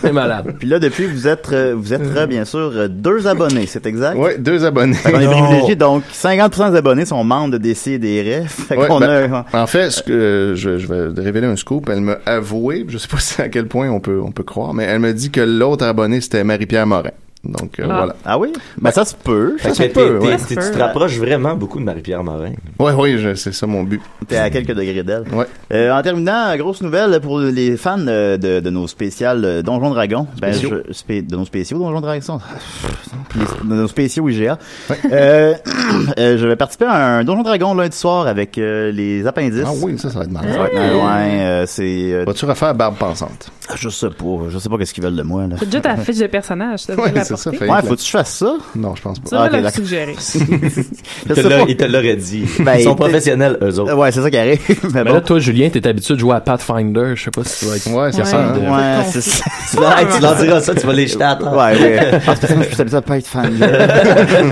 [SPEAKER 8] C'est malade.
[SPEAKER 3] Puis là, depuis, vous êtes, euh, vous êtes euh, bien sûr euh, deux abonnés, c'est exact?
[SPEAKER 5] Ouais, deux abonnés.
[SPEAKER 3] On Ben,
[SPEAKER 5] <laughs>
[SPEAKER 3] est privilégiés, donc 50% des abonnés sont membres de DC et des RF. Fait
[SPEAKER 5] Ouais,
[SPEAKER 3] qu'on
[SPEAKER 5] ben,
[SPEAKER 3] a...
[SPEAKER 5] En fait, ce que, euh, je, je vais révéler un scoop. Elle m'a avoué, je sais pas si à quel point on peut, on peut croire, mais elle me dit que l'autre abonné, c'était Marie-Pierre Morin. Donc, euh,
[SPEAKER 4] Ah.
[SPEAKER 5] voilà.
[SPEAKER 3] Ah oui? Ben ça se peut.
[SPEAKER 7] Fait que
[SPEAKER 5] Ça
[SPEAKER 7] t'es-
[SPEAKER 5] se peut,
[SPEAKER 7] t'es-
[SPEAKER 5] ouais.
[SPEAKER 7] t'es- tu te rapproches vraiment beaucoup de Marie-Pierre Morin.
[SPEAKER 5] Ouais, oui, je- c'est ça mon but.
[SPEAKER 3] T'es à quelques degrés d'elle.
[SPEAKER 5] Ouais.
[SPEAKER 3] Euh, en terminant, grosse nouvelle pour les fans euh, de, de nos spéciales euh, Donjons Dragons. Ben,
[SPEAKER 5] Spéciaux.
[SPEAKER 3] je- spé- de nos spéciaux Donjons Dragons. Les- de nos spéciaux IGA. Euh, <clears throat> euh, je vais participer à un Donjon Dragon lundi soir avec euh, les appendices.
[SPEAKER 5] Ah oui, ça, ça va être
[SPEAKER 3] Ça
[SPEAKER 5] marrant.
[SPEAKER 3] va être loin, euh, c'est... euh,
[SPEAKER 5] Vas-tu refaire Barbe Pensante?
[SPEAKER 3] je sais pas. Je sais pas qu'est-ce qu'ils veulent de moi, là.
[SPEAKER 4] C'est déjà ta fiche de personnage. Tu devrais
[SPEAKER 5] Ouais, c'est ça.
[SPEAKER 4] l'apporter.
[SPEAKER 5] fait
[SPEAKER 3] Ouais,
[SPEAKER 5] que-
[SPEAKER 3] faut que je fasse ça.
[SPEAKER 5] Non, je pense pas.
[SPEAKER 4] Ça, je
[SPEAKER 3] Ah, ok,
[SPEAKER 4] vais la
[SPEAKER 3] d'accord.
[SPEAKER 4] suggérer.
[SPEAKER 3] Je
[SPEAKER 7] Il te
[SPEAKER 3] sais
[SPEAKER 7] l'a-
[SPEAKER 3] pas.
[SPEAKER 7] il te l'aurait dit.
[SPEAKER 3] <laughs> Ben,
[SPEAKER 7] Ils sont
[SPEAKER 3] il-
[SPEAKER 7] professionnels, eux autres.
[SPEAKER 3] Ouais, c'est ça qui arrive. <laughs> Mais
[SPEAKER 8] Mais
[SPEAKER 3] bon.
[SPEAKER 8] là, toi, Julien, t'es habitué de jouer à Pathfinder. Je sais pas si tu vas être.
[SPEAKER 5] Ouais, c'est
[SPEAKER 4] Ouais.
[SPEAKER 5] ça. hein.
[SPEAKER 4] Ouais.
[SPEAKER 3] Ouais,
[SPEAKER 4] Ton
[SPEAKER 3] c'est
[SPEAKER 4] fils.
[SPEAKER 3] ça.
[SPEAKER 7] Tu, leur- hey, tu leur diras ça, tu vas les hein. jeter à terre. <laughs>
[SPEAKER 3] Ouais, ouais. Ah, c'est parce que je suis habitué à pas être fan.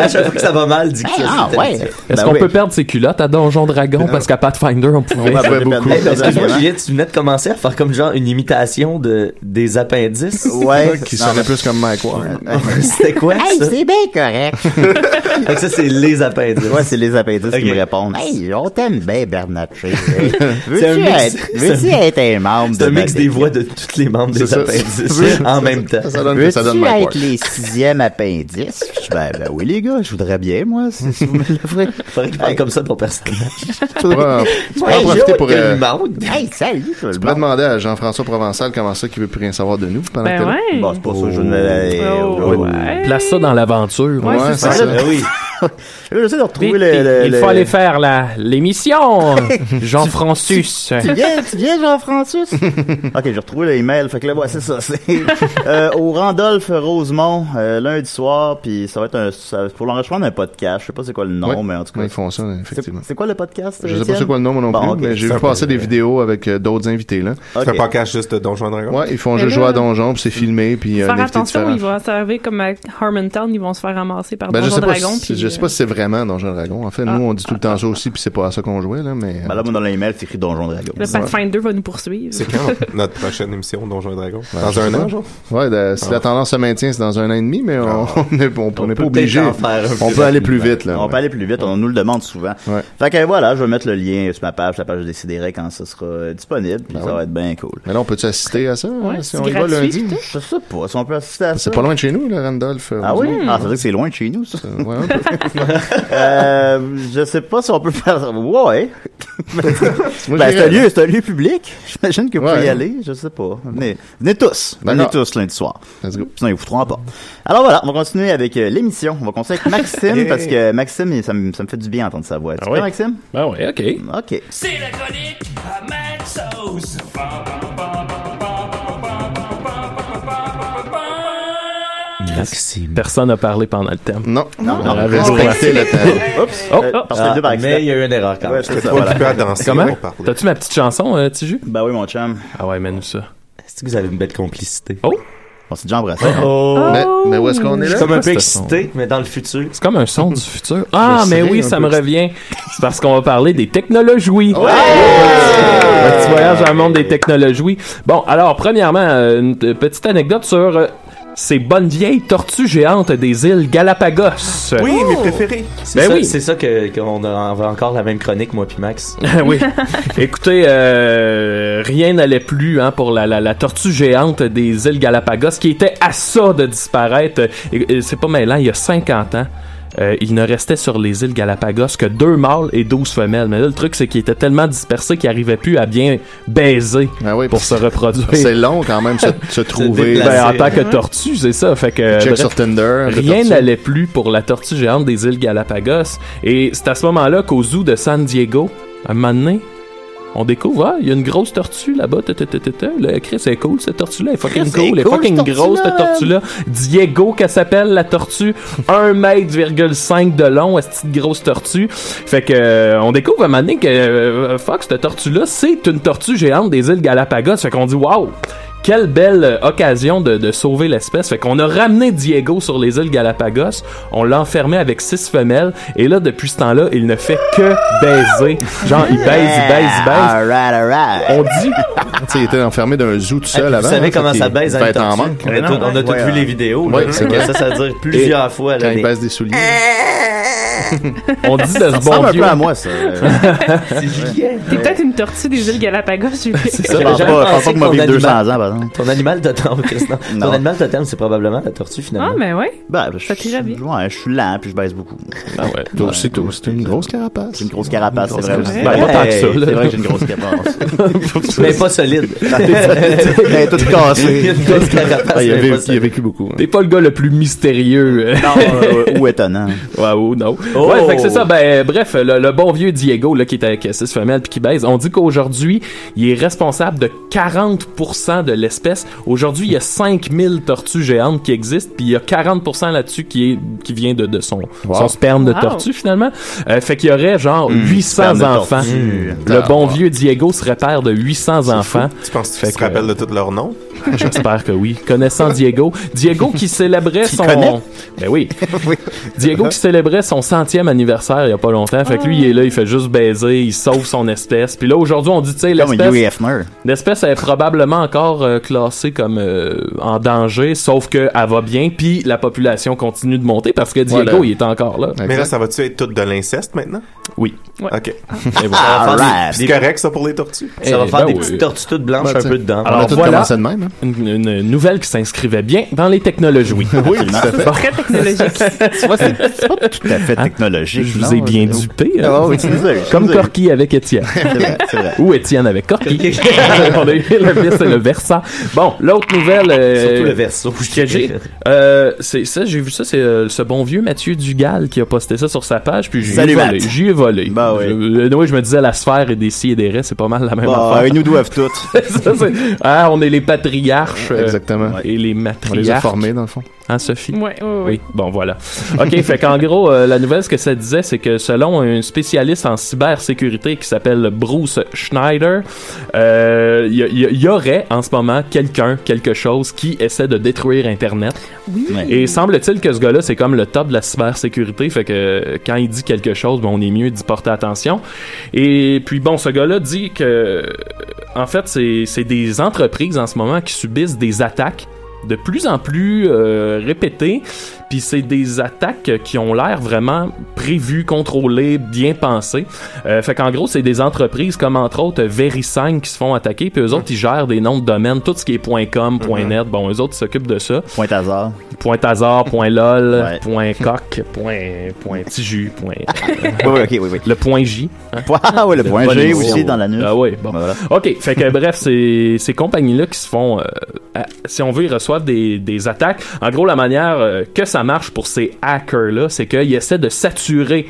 [SPEAKER 7] à chaque fois que ça va mal, dis que ça,
[SPEAKER 3] Ah,
[SPEAKER 7] c'est-
[SPEAKER 3] ouais.
[SPEAKER 8] Est-ce
[SPEAKER 3] Ben
[SPEAKER 8] qu'on
[SPEAKER 3] oui.
[SPEAKER 8] peut perdre ses culottes à Donjon Dragon parce qu'à Pathfinder, on pouvait.
[SPEAKER 3] Ouais,
[SPEAKER 5] beaucoup.
[SPEAKER 3] beaucoup.
[SPEAKER 7] Hey, ben, Excuse-moi, Julien, tu venais de commencer à faire comme genre une imitation de, des appendices.
[SPEAKER 3] Ouais.
[SPEAKER 5] Qui
[SPEAKER 3] Non,
[SPEAKER 5] sonnait
[SPEAKER 3] mais-
[SPEAKER 5] plus comme Mike Ward.
[SPEAKER 7] <laughs> C'était quoi ça?
[SPEAKER 3] bien correct.
[SPEAKER 7] Fait que ça, c'est les appendices.
[SPEAKER 3] Ouais, c'est les appendices
[SPEAKER 7] Ok.
[SPEAKER 3] qui me répondent. Hey, on t'aime bien, Bernatchez. Veux-tu
[SPEAKER 7] C'est un mix.
[SPEAKER 3] être, veux-tu être un membre
[SPEAKER 7] C'est
[SPEAKER 3] de
[SPEAKER 7] un mix
[SPEAKER 3] notre
[SPEAKER 7] des
[SPEAKER 3] équipe?
[SPEAKER 7] voix de tous les membres des
[SPEAKER 5] ça.
[SPEAKER 7] appendices en même temps.
[SPEAKER 5] Ça, ça donne, ça donne
[SPEAKER 3] Veux-tu
[SPEAKER 5] Mike
[SPEAKER 3] être
[SPEAKER 5] Ward.
[SPEAKER 3] les sixièmes appendices? Je dis, ben, ben oui, les gars, je voudrais bien, moi, si, si vous me l'offrez.
[SPEAKER 7] Faudrait que tu parles comme ça de ton personnage.
[SPEAKER 5] Tu pourras- tu pourras en
[SPEAKER 7] Hey,
[SPEAKER 5] profiter
[SPEAKER 7] Joe,
[SPEAKER 5] pour...
[SPEAKER 7] quel
[SPEAKER 5] euh,
[SPEAKER 7] monde.
[SPEAKER 3] Hey, salut, tout le
[SPEAKER 5] Tu pourrais
[SPEAKER 3] monde.
[SPEAKER 5] demander à Jean-François Provençal comment ça qu'il veut plus rien savoir de nous pendant que
[SPEAKER 4] Ben
[SPEAKER 5] t'es là.
[SPEAKER 4] ouais.
[SPEAKER 3] Bon, c'est pas ça, je ne
[SPEAKER 4] Oh, ouais.
[SPEAKER 8] Place ça dans l'aventure.
[SPEAKER 4] Ouais,
[SPEAKER 5] Ouais,
[SPEAKER 4] c'est
[SPEAKER 3] <laughs>
[SPEAKER 4] ça.
[SPEAKER 5] c'est ça.
[SPEAKER 7] Ben oui.
[SPEAKER 3] J'essaie de retrouver
[SPEAKER 8] Vite,
[SPEAKER 3] le, le-
[SPEAKER 8] il
[SPEAKER 3] le-
[SPEAKER 8] faut aller faire la
[SPEAKER 3] <laughs>
[SPEAKER 8] l'émission. Jean-Francis.
[SPEAKER 3] Tu viens, tu viens, Jean-François? <laughs> ok, j'ai retrouvé l'email. Fait que là, ouais, c'est ça. C'est euh, au Randolph Rosemont, euh, lundi soir, puis ça va être un, ça- pour l'enregistrement d'un podcast. Je sais pas c'est quoi le nom,
[SPEAKER 5] Ouais.
[SPEAKER 3] mais en tout cas.
[SPEAKER 5] Ouais, ils font ça, effectivement.
[SPEAKER 3] C'est quoi le podcast?
[SPEAKER 5] Je sais pas
[SPEAKER 3] Étienne?
[SPEAKER 5] c'est quoi le nom non
[SPEAKER 3] Bon,
[SPEAKER 5] plus,
[SPEAKER 3] ok.
[SPEAKER 5] mais j'ai vu
[SPEAKER 9] Ça
[SPEAKER 5] passer
[SPEAKER 9] peut-
[SPEAKER 5] des vidéos avec euh, d'autres invités là.
[SPEAKER 9] C'est un
[SPEAKER 3] Ok.
[SPEAKER 9] podcast juste de Donjons et Dragons.
[SPEAKER 5] Ouais, ils font
[SPEAKER 4] Mais
[SPEAKER 5] juste
[SPEAKER 4] là- hmm.
[SPEAKER 5] jouer à donjon, puis c'est filmé, puis euh,
[SPEAKER 4] Faire
[SPEAKER 5] l'invité
[SPEAKER 4] attention,
[SPEAKER 5] différent.
[SPEAKER 4] ils vont s'arriver comme à Harmontown, ils vont se faire ramasser par
[SPEAKER 5] Ben, je
[SPEAKER 4] Donjon
[SPEAKER 5] sais pas,
[SPEAKER 4] Dragon.
[SPEAKER 5] si,
[SPEAKER 4] puis,
[SPEAKER 5] je sais pas
[SPEAKER 4] euh, Ah.
[SPEAKER 5] si c'est vraiment Donjon Dragon. En fait, nous on dit tout le temps ça aussi, puis c'est pas à ça qu'on jouait là, mais.
[SPEAKER 3] Ben là, moi, dans l'email, c'est écrit Donjon Dragon.
[SPEAKER 4] euh, Le Pathfinder va nous poursuivre. <laughs>
[SPEAKER 9] C'est quand notre prochaine émission Donjons et Dragons
[SPEAKER 5] Ouais,
[SPEAKER 9] Dans
[SPEAKER 5] je
[SPEAKER 9] un
[SPEAKER 5] sais
[SPEAKER 9] an,
[SPEAKER 5] pas.
[SPEAKER 9] genre
[SPEAKER 5] Ouais, de- si la tendance se maintient, c'est dans un an et demi, mais <laughs> on n'est on, n'est
[SPEAKER 3] Ah. peut
[SPEAKER 5] pas obligé.
[SPEAKER 3] peut-être en faire un
[SPEAKER 5] On
[SPEAKER 3] plus
[SPEAKER 5] peut aller plus
[SPEAKER 3] rapidement.
[SPEAKER 5] vite là.
[SPEAKER 3] On peut aller plus vite, on nous le demande souvent.
[SPEAKER 5] Ouais.
[SPEAKER 3] Fait que voilà, je vais mettre le lien sur ma page, la page Décidéré quand ce sera euh, disponible, puis
[SPEAKER 5] Ben
[SPEAKER 3] ça
[SPEAKER 5] oui.
[SPEAKER 3] va être bien cool.
[SPEAKER 5] Mais là, on peut-tu assister à ça
[SPEAKER 4] Ouais,
[SPEAKER 5] hein, si
[SPEAKER 4] c'est
[SPEAKER 5] on y va
[SPEAKER 4] gratuit,
[SPEAKER 5] lundi?
[SPEAKER 4] peut-être.
[SPEAKER 3] Je sais pas si on peut assister à ça.
[SPEAKER 5] Ben, C'est pas loin de chez nous, là, Randolph.
[SPEAKER 3] Ah oui?
[SPEAKER 4] Hmm.
[SPEAKER 3] Ah, ça veut dire que c'est loin de chez nous, ça.
[SPEAKER 5] Euh, ouais, un peu.
[SPEAKER 3] Euh, je sais pas si on peut <laughs> faire ça. Ouais.
[SPEAKER 5] Moi,
[SPEAKER 3] Ben, c'est un
[SPEAKER 5] j'irais.
[SPEAKER 3] lieu, c'est un lieu public. <laughs> J'imagine que vous
[SPEAKER 5] Ouais.
[SPEAKER 3] pouvez y aller. Je sais pas. Venez, venez tous. Venez
[SPEAKER 5] D'accord.
[SPEAKER 3] tous lundi soir.
[SPEAKER 5] Let's go.
[SPEAKER 3] Sinon, ils vous foutront pas. Alors voilà, on va continuer avec euh, l'émission. On va continuer avec Maxime,
[SPEAKER 5] <laughs>
[SPEAKER 3] parce que Maxime, il- ça me, ça me fait du bien d'entendre sa voix. Tu
[SPEAKER 8] ouais?
[SPEAKER 3] vois, Maxime?
[SPEAKER 8] Ben ouais, ok.
[SPEAKER 3] OK.
[SPEAKER 2] C'est la chronique à Mad Sauce. Bam, bam, bam, bam, bam, bam, bam, bam, bam, bam, bam, bam, bam.
[SPEAKER 8] Personne n'a parlé pendant le thème.
[SPEAKER 5] Non,
[SPEAKER 3] Non,
[SPEAKER 5] on
[SPEAKER 3] non.
[SPEAKER 5] avait
[SPEAKER 3] On
[SPEAKER 5] respecté le
[SPEAKER 3] <laughs>
[SPEAKER 5] temps.
[SPEAKER 3] Oups.
[SPEAKER 8] Oh,
[SPEAKER 3] Euh,
[SPEAKER 8] oh.
[SPEAKER 3] parce que les deux, par
[SPEAKER 7] Ah, mais euh, il
[SPEAKER 3] accident.
[SPEAKER 7] y a eu une erreur quand même.
[SPEAKER 3] Ouais, c'est ça,
[SPEAKER 9] Toi,
[SPEAKER 3] voilà.
[SPEAKER 9] tu peux à danser
[SPEAKER 8] Comment?
[SPEAKER 9] pour parler.
[SPEAKER 8] T'as-tu ma petite chanson, euh, Tiju?
[SPEAKER 3] Ben oui, mon chum.
[SPEAKER 8] Ah ouais, mène ça.
[SPEAKER 7] Est-ce que vous avez une belle complicité?
[SPEAKER 3] On s'est déjà embrassé. hein?
[SPEAKER 7] Oh!
[SPEAKER 5] Mais, mais Ben, où est-ce qu'on est
[SPEAKER 7] Je
[SPEAKER 5] là?
[SPEAKER 7] suis <laughs> comme un peu
[SPEAKER 8] Quoi,
[SPEAKER 7] excité, mais dans le futur.
[SPEAKER 8] C'est comme un son du futur. <laughs> Ah,
[SPEAKER 5] Je
[SPEAKER 8] mais
[SPEAKER 5] sais,
[SPEAKER 8] oui,
[SPEAKER 5] un
[SPEAKER 8] ça
[SPEAKER 5] peu.
[SPEAKER 8] me revient. C'est parce qu'on va parler des technologies. Un petit voyage dans le monde des technologies. Bon, alors, premièrement, euh, une t- petite anecdote sur euh, ces bonnes vieilles tortues géantes des îles Galapagos.
[SPEAKER 9] Oui, mes préférés.
[SPEAKER 7] C'est
[SPEAKER 8] Ben
[SPEAKER 7] ça-
[SPEAKER 8] oui.
[SPEAKER 7] C'est ça que- qu'on a, on va encore la même chronique, moi puis Max.
[SPEAKER 8] <laughs> oui. Écoutez, euh, rien n'allait plus hein, pour la, la- la tortue géante des îles Galapagos qui était à ça de disparaître. Et- et C'est pas mêlant, il y a 50 ans. euh, il ne restait sur les îles Galapagos que deux mâles et 12 femelles. Mais là, le truc, c'est qu'ils étaient tellement dispersés qu'ils n'arrivaient plus à bien baiser
[SPEAKER 5] Ah oui,
[SPEAKER 8] pour se
[SPEAKER 5] C'est
[SPEAKER 8] reproduire.
[SPEAKER 5] long quand même se, se trouver.
[SPEAKER 7] déplacer.
[SPEAKER 8] Ben, en
[SPEAKER 7] c'est-
[SPEAKER 8] tant que tortue, c'est ça. Fait que,
[SPEAKER 5] Check
[SPEAKER 8] Ben, euh, bref,
[SPEAKER 5] sur Tinder. de
[SPEAKER 8] Rien
[SPEAKER 5] tortue.
[SPEAKER 8] n'allait plus pour la tortue géante des îles Galapagos. Et c'est à ce moment-là qu'au zoo de San Diego, un moment donné, on découvre, ah, il y a une grosse tortue là-bas. ta, ta, ta, ta, ta. Là, Chris, elle est cool, cette tortue-là. Elle est fucking
[SPEAKER 3] Chris, elle est
[SPEAKER 8] cool, elle est
[SPEAKER 3] cool,
[SPEAKER 8] fucking
[SPEAKER 3] cette
[SPEAKER 8] grosse, cette
[SPEAKER 3] tortue-là,
[SPEAKER 8] tortue-là. Diego, qu'elle s'appelle, la tortue. 1m,5 de long, cette petite grosse tortue. Fait que, euh, on découvre à un moment donné que, euh, fuck, cette tortue-là, c'est une tortue géante des îles Galapagos. Fait qu'on dit, waouh! Quelle belle euh, occasion de, de sauver l'espèce. Fait qu'on a ramené Diego sur les îles Galapagos, on l'a enfermé avec six femelles, et là, depuis ce temps-là, il ne fait que baiser. Genre, il baise, il baise, il baise.
[SPEAKER 3] Alright, alright.
[SPEAKER 8] On dit,
[SPEAKER 5] Tu sais, il était enfermé d'un zoo tout
[SPEAKER 7] Ah,
[SPEAKER 5] seul
[SPEAKER 7] puis
[SPEAKER 5] avant.
[SPEAKER 7] Vous savez
[SPEAKER 5] hein,
[SPEAKER 7] comment
[SPEAKER 5] fait
[SPEAKER 7] ça
[SPEAKER 5] qu'il
[SPEAKER 7] baisse
[SPEAKER 5] devait
[SPEAKER 7] à
[SPEAKER 5] être en manque.
[SPEAKER 7] On
[SPEAKER 8] Ben
[SPEAKER 7] a tout- on a tous
[SPEAKER 3] Ouais,
[SPEAKER 7] vu
[SPEAKER 3] ouais.
[SPEAKER 7] les vidéos.
[SPEAKER 5] Ouais,
[SPEAKER 7] là.
[SPEAKER 5] c'est vrai.
[SPEAKER 7] Ça, ça dure plusieurs fois.
[SPEAKER 5] Quand
[SPEAKER 7] Là,
[SPEAKER 5] il
[SPEAKER 7] des-
[SPEAKER 5] baisse des souliers.
[SPEAKER 4] Euh.
[SPEAKER 8] on dit de
[SPEAKER 3] Ça
[SPEAKER 8] ce
[SPEAKER 3] ressemble
[SPEAKER 8] Oh, bon
[SPEAKER 3] un
[SPEAKER 8] vieux.
[SPEAKER 3] peu à moi, ça. Euh,
[SPEAKER 4] T'es peut-être une tortue des îles Galapagos, Julien.
[SPEAKER 3] Je
[SPEAKER 7] J'avais
[SPEAKER 3] pense
[SPEAKER 7] jamais
[SPEAKER 3] pas, je pense
[SPEAKER 7] pensé
[SPEAKER 3] pas que moi
[SPEAKER 7] qu'on
[SPEAKER 3] vivre
[SPEAKER 7] allait
[SPEAKER 3] 200 ans,
[SPEAKER 7] mal-
[SPEAKER 3] par exemple.
[SPEAKER 7] Ton animal totem, Chris, non.
[SPEAKER 3] Non.
[SPEAKER 7] Ton animal totem, c'est probablement la tortue,
[SPEAKER 4] Ah,
[SPEAKER 7] finalement.
[SPEAKER 4] mais ouais.
[SPEAKER 3] Ben, je,
[SPEAKER 4] Ça t'irait bien.
[SPEAKER 3] Ouais, je suis lent, puis je baisse beaucoup.
[SPEAKER 8] Ah ouais.
[SPEAKER 5] Toi aussi, toi aussi, t'as une grosse carapace.
[SPEAKER 3] J'ai une grosse carapace, c'est vrai.
[SPEAKER 8] carapace.
[SPEAKER 3] Ben,
[SPEAKER 8] Ben,
[SPEAKER 7] pas tant que ça,
[SPEAKER 3] hey,
[SPEAKER 8] là.
[SPEAKER 3] C'est vrai que j'ai une grosse carapace.
[SPEAKER 7] Mais
[SPEAKER 5] <laughs>
[SPEAKER 7] pas solide.
[SPEAKER 5] Ah,
[SPEAKER 7] <laughs>
[SPEAKER 3] Elle est toute
[SPEAKER 7] Il y a
[SPEAKER 3] cassée.
[SPEAKER 7] une grosse carapace,
[SPEAKER 5] Ah, il, a vé-
[SPEAKER 7] mais pas
[SPEAKER 5] il a
[SPEAKER 7] solide.
[SPEAKER 5] vécu beaucoup. hein.
[SPEAKER 8] T'es pas le gars le plus mystérieux. euh,
[SPEAKER 3] Non, euh, <laughs> ou étonnant.
[SPEAKER 8] Ouais, ou non.
[SPEAKER 7] Oh!
[SPEAKER 8] Ouais, fait que c'est ça. Ben, euh, bref, le, le bon vieux Diego, là, qui est avec euh, six femelles puis qui baise, on dit qu'aujourd'hui, il est responsable de 40% de l'espèce. Aujourd'hui, il y a 5000 tortues géantes qui existent puis il y a 40% là-dessus qui est, qui vient de, de son,
[SPEAKER 5] Wow.
[SPEAKER 8] son sperme de
[SPEAKER 4] Wow.
[SPEAKER 8] tortue, finalement. Euh, fait qu'il y aurait genre 800
[SPEAKER 3] Mmh. sperme de
[SPEAKER 8] enfants.
[SPEAKER 3] tortue.
[SPEAKER 8] Le bon vieux Diego serait père de 800 enfants.
[SPEAKER 9] Tu penses que tu
[SPEAKER 8] Fait
[SPEAKER 9] te
[SPEAKER 8] que-
[SPEAKER 9] rappelles de tous leurs noms?
[SPEAKER 8] <laughs> J'espère que oui. Connaissant Diego, Diego qui célébrait son
[SPEAKER 3] connais?
[SPEAKER 8] ben oui. Diego qui célébrait son centième anniversaire il y a pas longtemps. Fait que lui il est là, il fait juste baiser, il sauve son espèce. Puis là aujourd'hui on dit tu sais
[SPEAKER 3] Comme un
[SPEAKER 8] l'espèce,
[SPEAKER 3] Hugh Hefner.
[SPEAKER 8] l'espèce est probablement encore euh, classée comme euh, en danger, sauf que elle va bien. Puis la population continue de monter parce que Diego
[SPEAKER 5] Voilà.
[SPEAKER 8] il est encore là.
[SPEAKER 9] Mais là,
[SPEAKER 5] Exact.
[SPEAKER 9] ça va-tu être tout de l'inceste maintenant?
[SPEAKER 8] Oui.
[SPEAKER 4] Ouais.
[SPEAKER 9] OK.
[SPEAKER 8] Et voilà.
[SPEAKER 3] Alright.
[SPEAKER 9] C'est correct, ça, pour les tortues?
[SPEAKER 7] Ça va
[SPEAKER 8] Eh,
[SPEAKER 7] faire
[SPEAKER 8] ben
[SPEAKER 7] des
[SPEAKER 8] oui.
[SPEAKER 7] petites tortues toutes blanches
[SPEAKER 5] Ben,
[SPEAKER 7] un peu dedans.
[SPEAKER 5] On a
[SPEAKER 8] Alors
[SPEAKER 5] tout
[SPEAKER 8] voilà.
[SPEAKER 5] commencé de même. hein.
[SPEAKER 8] une, une nouvelle qui s'inscrivait bien dans les technologies. Oui,
[SPEAKER 3] Absolument.
[SPEAKER 8] <laughs>
[SPEAKER 5] fait.
[SPEAKER 8] Bon,
[SPEAKER 4] Très
[SPEAKER 8] <laughs>
[SPEAKER 4] technologique.
[SPEAKER 3] Tu vois, c'est c'est pas tout à fait
[SPEAKER 8] Hein?
[SPEAKER 3] technologique.
[SPEAKER 8] je vous
[SPEAKER 3] non,
[SPEAKER 8] ai bien
[SPEAKER 3] c'est-
[SPEAKER 8] dupé. hein.
[SPEAKER 3] Ah oui, c'est vrai.
[SPEAKER 8] Comme
[SPEAKER 3] c'est vrai.
[SPEAKER 8] Corky avec Étienne.
[SPEAKER 3] C'est vrai, c'est vrai.
[SPEAKER 8] Ou Étienne avec Corky. <laughs> On a eu le vice et le versant. Bon, l'autre nouvelle. euh,
[SPEAKER 7] Surtout le verso.
[SPEAKER 8] que j'ai, euh, c'est ça, j'ai vu ça, c'est euh, ce bon vieux Mathieu Dugal qui a posté ça sur sa page, puis j'y ai
[SPEAKER 3] Salut,
[SPEAKER 8] volé.
[SPEAKER 3] Matt.
[SPEAKER 8] J'y ai volé.
[SPEAKER 3] Ben oui.
[SPEAKER 8] Je, euh, oui, je me disais, la sphère et des si et des restes, c'est pas mal la <laughs> même
[SPEAKER 3] Bah,
[SPEAKER 8] affaire.
[SPEAKER 3] ils nous doivent toutes.
[SPEAKER 8] <laughs> Ça, c'est- ah, on est les patriarches euh,
[SPEAKER 5] Exactement.
[SPEAKER 8] et les
[SPEAKER 5] On les a
[SPEAKER 8] matriarches.
[SPEAKER 5] formés, dans le fond. Ah
[SPEAKER 8] Hein, Sophie?
[SPEAKER 4] Ouais, ouais, ouais.
[SPEAKER 8] Oui, bon voilà. OK, fait <laughs> qu'en gros, euh, la nouvelle, ce que ça disait, c'est que selon un spécialiste en cybersécurité qui s'appelle Bruce Schneider, euh, il y, a- il y a- il y aurait en ce moment quelqu'un, quelque chose qui essaie de détruire Internet.
[SPEAKER 3] Ouais.
[SPEAKER 8] Et semble-t-il que ce gars-là, c'est comme le top de la cybersécurité, fait que euh, quand il dit quelque chose, ben, on est mieux d'y porter attention. Et puis bon, ce gars-là dit que, euh, en fait, c'est c'est des entreprises en ce moment qui subissent des attaques de plus en plus euh, répétées, puis c'est des attaques qui ont l'air vraiment prévues, contrôlées, bien pensées. Euh, fait qu'en gros, c'est des entreprises comme entre autres VeriSign qui se font attaquer, puis eux autres, ils gèrent des noms de domaines, tout ce qui est .com, .net, bon, eux autres ils s'occupent de ça
[SPEAKER 3] Point hasard.
[SPEAKER 8] point hasard, point lol,
[SPEAKER 3] Ouais.
[SPEAKER 8] point coq, point, point tiju, point, euh,
[SPEAKER 3] Oui, oui, ok, oui, oui.
[SPEAKER 8] le point J.
[SPEAKER 3] Ah ouais, le point
[SPEAKER 8] Bonne
[SPEAKER 3] G
[SPEAKER 8] émission.
[SPEAKER 3] aussi dans la nuit.
[SPEAKER 8] Ah oui, bon.
[SPEAKER 3] Voilà.
[SPEAKER 8] OK, fait que bref, ces, ces compagnies-là qui se font, euh, à- si on veut, ils reçoivent des, des attaques. En gros, la manière euh, que ça marche pour ces hackers-là, c'est qu'ils essaient de saturer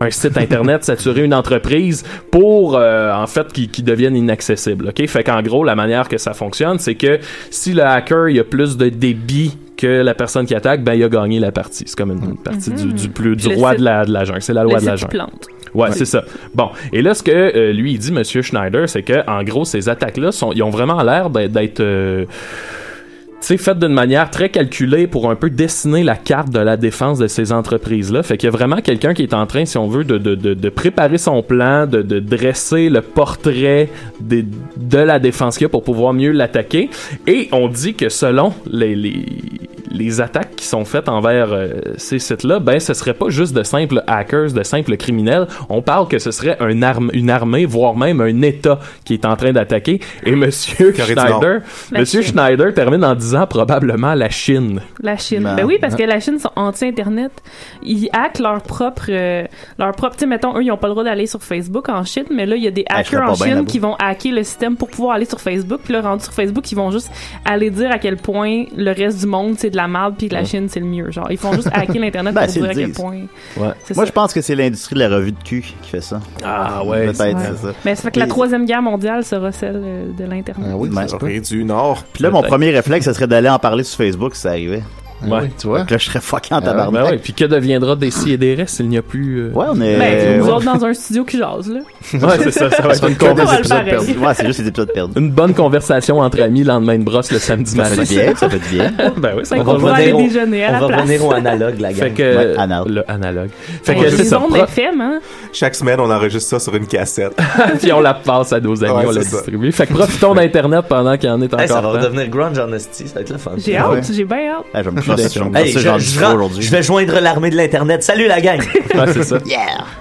[SPEAKER 8] un site internet, <laughs> saturer une entreprise pour euh, en fait qui, qui deviennent inaccessibles. OK, fait qu'en gros la manière que ça fonctionne, c'est que si le hacker il a plus de débit que la personne qui attaque, ben il a gagné la partie. C'est comme une, une partie du, du plus du
[SPEAKER 4] Mhm. Le
[SPEAKER 8] roi
[SPEAKER 4] site-
[SPEAKER 8] de la de la jungle, c'est la loi
[SPEAKER 4] Le
[SPEAKER 8] de la
[SPEAKER 4] site qui
[SPEAKER 8] jungle.
[SPEAKER 4] plante.
[SPEAKER 8] Ouais, c'est ça. Bon, et là, ce que euh, lui il dit, Monsieur Schneider, c'est que en gros, ces attaques-là, sont, ils ont vraiment l'air d'être, d'être, euh, tu sais, faites d'une manière très calculée pour un peu dessiner la carte de la défense de ces entreprises-là. Fait qu'il y a vraiment quelqu'un qui est en train, si on veut, de, de, de, de préparer son plan, de, de dresser le portrait des- de la défense qu'il y a pour pouvoir mieux l'attaquer. Et on dit que selon les, les, les attaques qui sont faites envers euh, ces sites-là, ben ce serait pas juste de simples hackers, de simples criminels. On parle que ce serait un arme, une armée, voire même un État qui est en train d'attaquer. Et <laughs> Monsieur
[SPEAKER 9] Corée du Nord.
[SPEAKER 8] Schneider,
[SPEAKER 4] La
[SPEAKER 8] Monsieur
[SPEAKER 4] Chine.
[SPEAKER 8] Schneider termine en disant probablement la Chine.
[SPEAKER 4] La Chine.
[SPEAKER 3] Ben,
[SPEAKER 4] Ben, oui, parce que la Chine sont anti-Internet. Ils hackent leur propre. euh, leur propre. Tu sais, mettons, eux, ils n'ont pas le droit d'aller sur Facebook en Chine, mais là, il y a des
[SPEAKER 3] Ah, je serais
[SPEAKER 4] hackers
[SPEAKER 3] pas
[SPEAKER 4] en
[SPEAKER 3] bien
[SPEAKER 4] Chine
[SPEAKER 3] là-bas.
[SPEAKER 4] qui vont hacker le système pour pouvoir aller sur Facebook. Puis là, rendu sur Facebook, ils vont juste aller dire à quel point le reste du monde, c'est de la merde, puis que la Chine, c'est le mieux. Genre, ils font juste hacker l'Internet
[SPEAKER 3] Ben,
[SPEAKER 4] pour
[SPEAKER 3] s'ils
[SPEAKER 4] dire à quel
[SPEAKER 3] disent.
[SPEAKER 4] point.
[SPEAKER 8] Ouais.
[SPEAKER 4] C'est
[SPEAKER 3] Moi,
[SPEAKER 4] ça.
[SPEAKER 3] je pense que c'est l'industrie de la revue de cul qui fait ça.
[SPEAKER 8] Ah
[SPEAKER 3] Peut-être,
[SPEAKER 4] Ouais.
[SPEAKER 3] c'est ça.
[SPEAKER 4] Mais ça fait que la
[SPEAKER 3] Et-
[SPEAKER 4] Troisième Guerre mondiale sera celle euh, de l'Internet.
[SPEAKER 5] Ah oui, ça
[SPEAKER 3] Ouais.
[SPEAKER 5] se peut.
[SPEAKER 9] Corée du Nord.
[SPEAKER 3] Puis là, mon
[SPEAKER 8] Peut-être.
[SPEAKER 3] premier réflexe, ce serait d'aller en parler sur Facebook si ça arrivait.
[SPEAKER 5] Ah oui, Tu vois?
[SPEAKER 3] Donc là, je serais fucking en
[SPEAKER 8] Ben
[SPEAKER 3] tabarnak.
[SPEAKER 8] ouais, puis que deviendra des si et des restes s'il n'y a plus. euh,
[SPEAKER 3] Ouais, on est.
[SPEAKER 4] Ben, nous
[SPEAKER 3] ouais.
[SPEAKER 4] autres dans un studio qui jase, là.
[SPEAKER 8] <laughs> Ouais, c'est ça, ça va être une,
[SPEAKER 5] Que
[SPEAKER 4] On
[SPEAKER 8] con-
[SPEAKER 4] va
[SPEAKER 5] des
[SPEAKER 4] le
[SPEAKER 5] épisodes
[SPEAKER 4] faire,
[SPEAKER 5] perdus.
[SPEAKER 3] Ouais, c'est juste des épisodes
[SPEAKER 8] <laughs>
[SPEAKER 3] perdus.
[SPEAKER 8] une bonne conversation entre amis le lendemain de brosse le samedi
[SPEAKER 3] Ça
[SPEAKER 8] matin.
[SPEAKER 3] fait du bien, ça fait du bien.
[SPEAKER 8] <laughs> Ben oui, ça
[SPEAKER 4] Fait
[SPEAKER 8] va
[SPEAKER 4] qu'on pourra aller
[SPEAKER 7] revenir au-
[SPEAKER 4] déjeuner à
[SPEAKER 7] On
[SPEAKER 4] la
[SPEAKER 7] va
[SPEAKER 4] place.
[SPEAKER 7] revenir au analogue, la
[SPEAKER 8] Fait
[SPEAKER 7] gang.
[SPEAKER 8] que
[SPEAKER 3] Ouais, analogue.
[SPEAKER 8] le analogue. Fait
[SPEAKER 4] Ouais,
[SPEAKER 8] que c'est
[SPEAKER 4] les
[SPEAKER 8] ça.
[SPEAKER 4] ondes
[SPEAKER 8] propre,
[SPEAKER 4] FM, hein.
[SPEAKER 9] Chaque semaine, on enregistre ça sur une cassette.
[SPEAKER 8] puis on la passe à nos amis,
[SPEAKER 9] Ouais,
[SPEAKER 8] on la
[SPEAKER 9] c'est ça.
[SPEAKER 8] distribue. Fait que profitons d'Internet pendant qu'il y en est encore.
[SPEAKER 7] Hey, Eh, ça va
[SPEAKER 8] temps.
[SPEAKER 7] redevenir grunge en esti, ça va être le fun.
[SPEAKER 4] J'ai
[SPEAKER 3] Ouais.
[SPEAKER 4] hâte, j'ai bien hâte.
[SPEAKER 3] Ah, je vais me crosser, je vais me
[SPEAKER 7] Hey,
[SPEAKER 3] crosser,
[SPEAKER 7] je,
[SPEAKER 3] j'en
[SPEAKER 7] je
[SPEAKER 3] dis
[SPEAKER 7] rentre-
[SPEAKER 3] trop aujourd'hui.
[SPEAKER 7] je vais joindre l'armée de l'Internet. Salut la gang!
[SPEAKER 8] Ouais, c'est ça.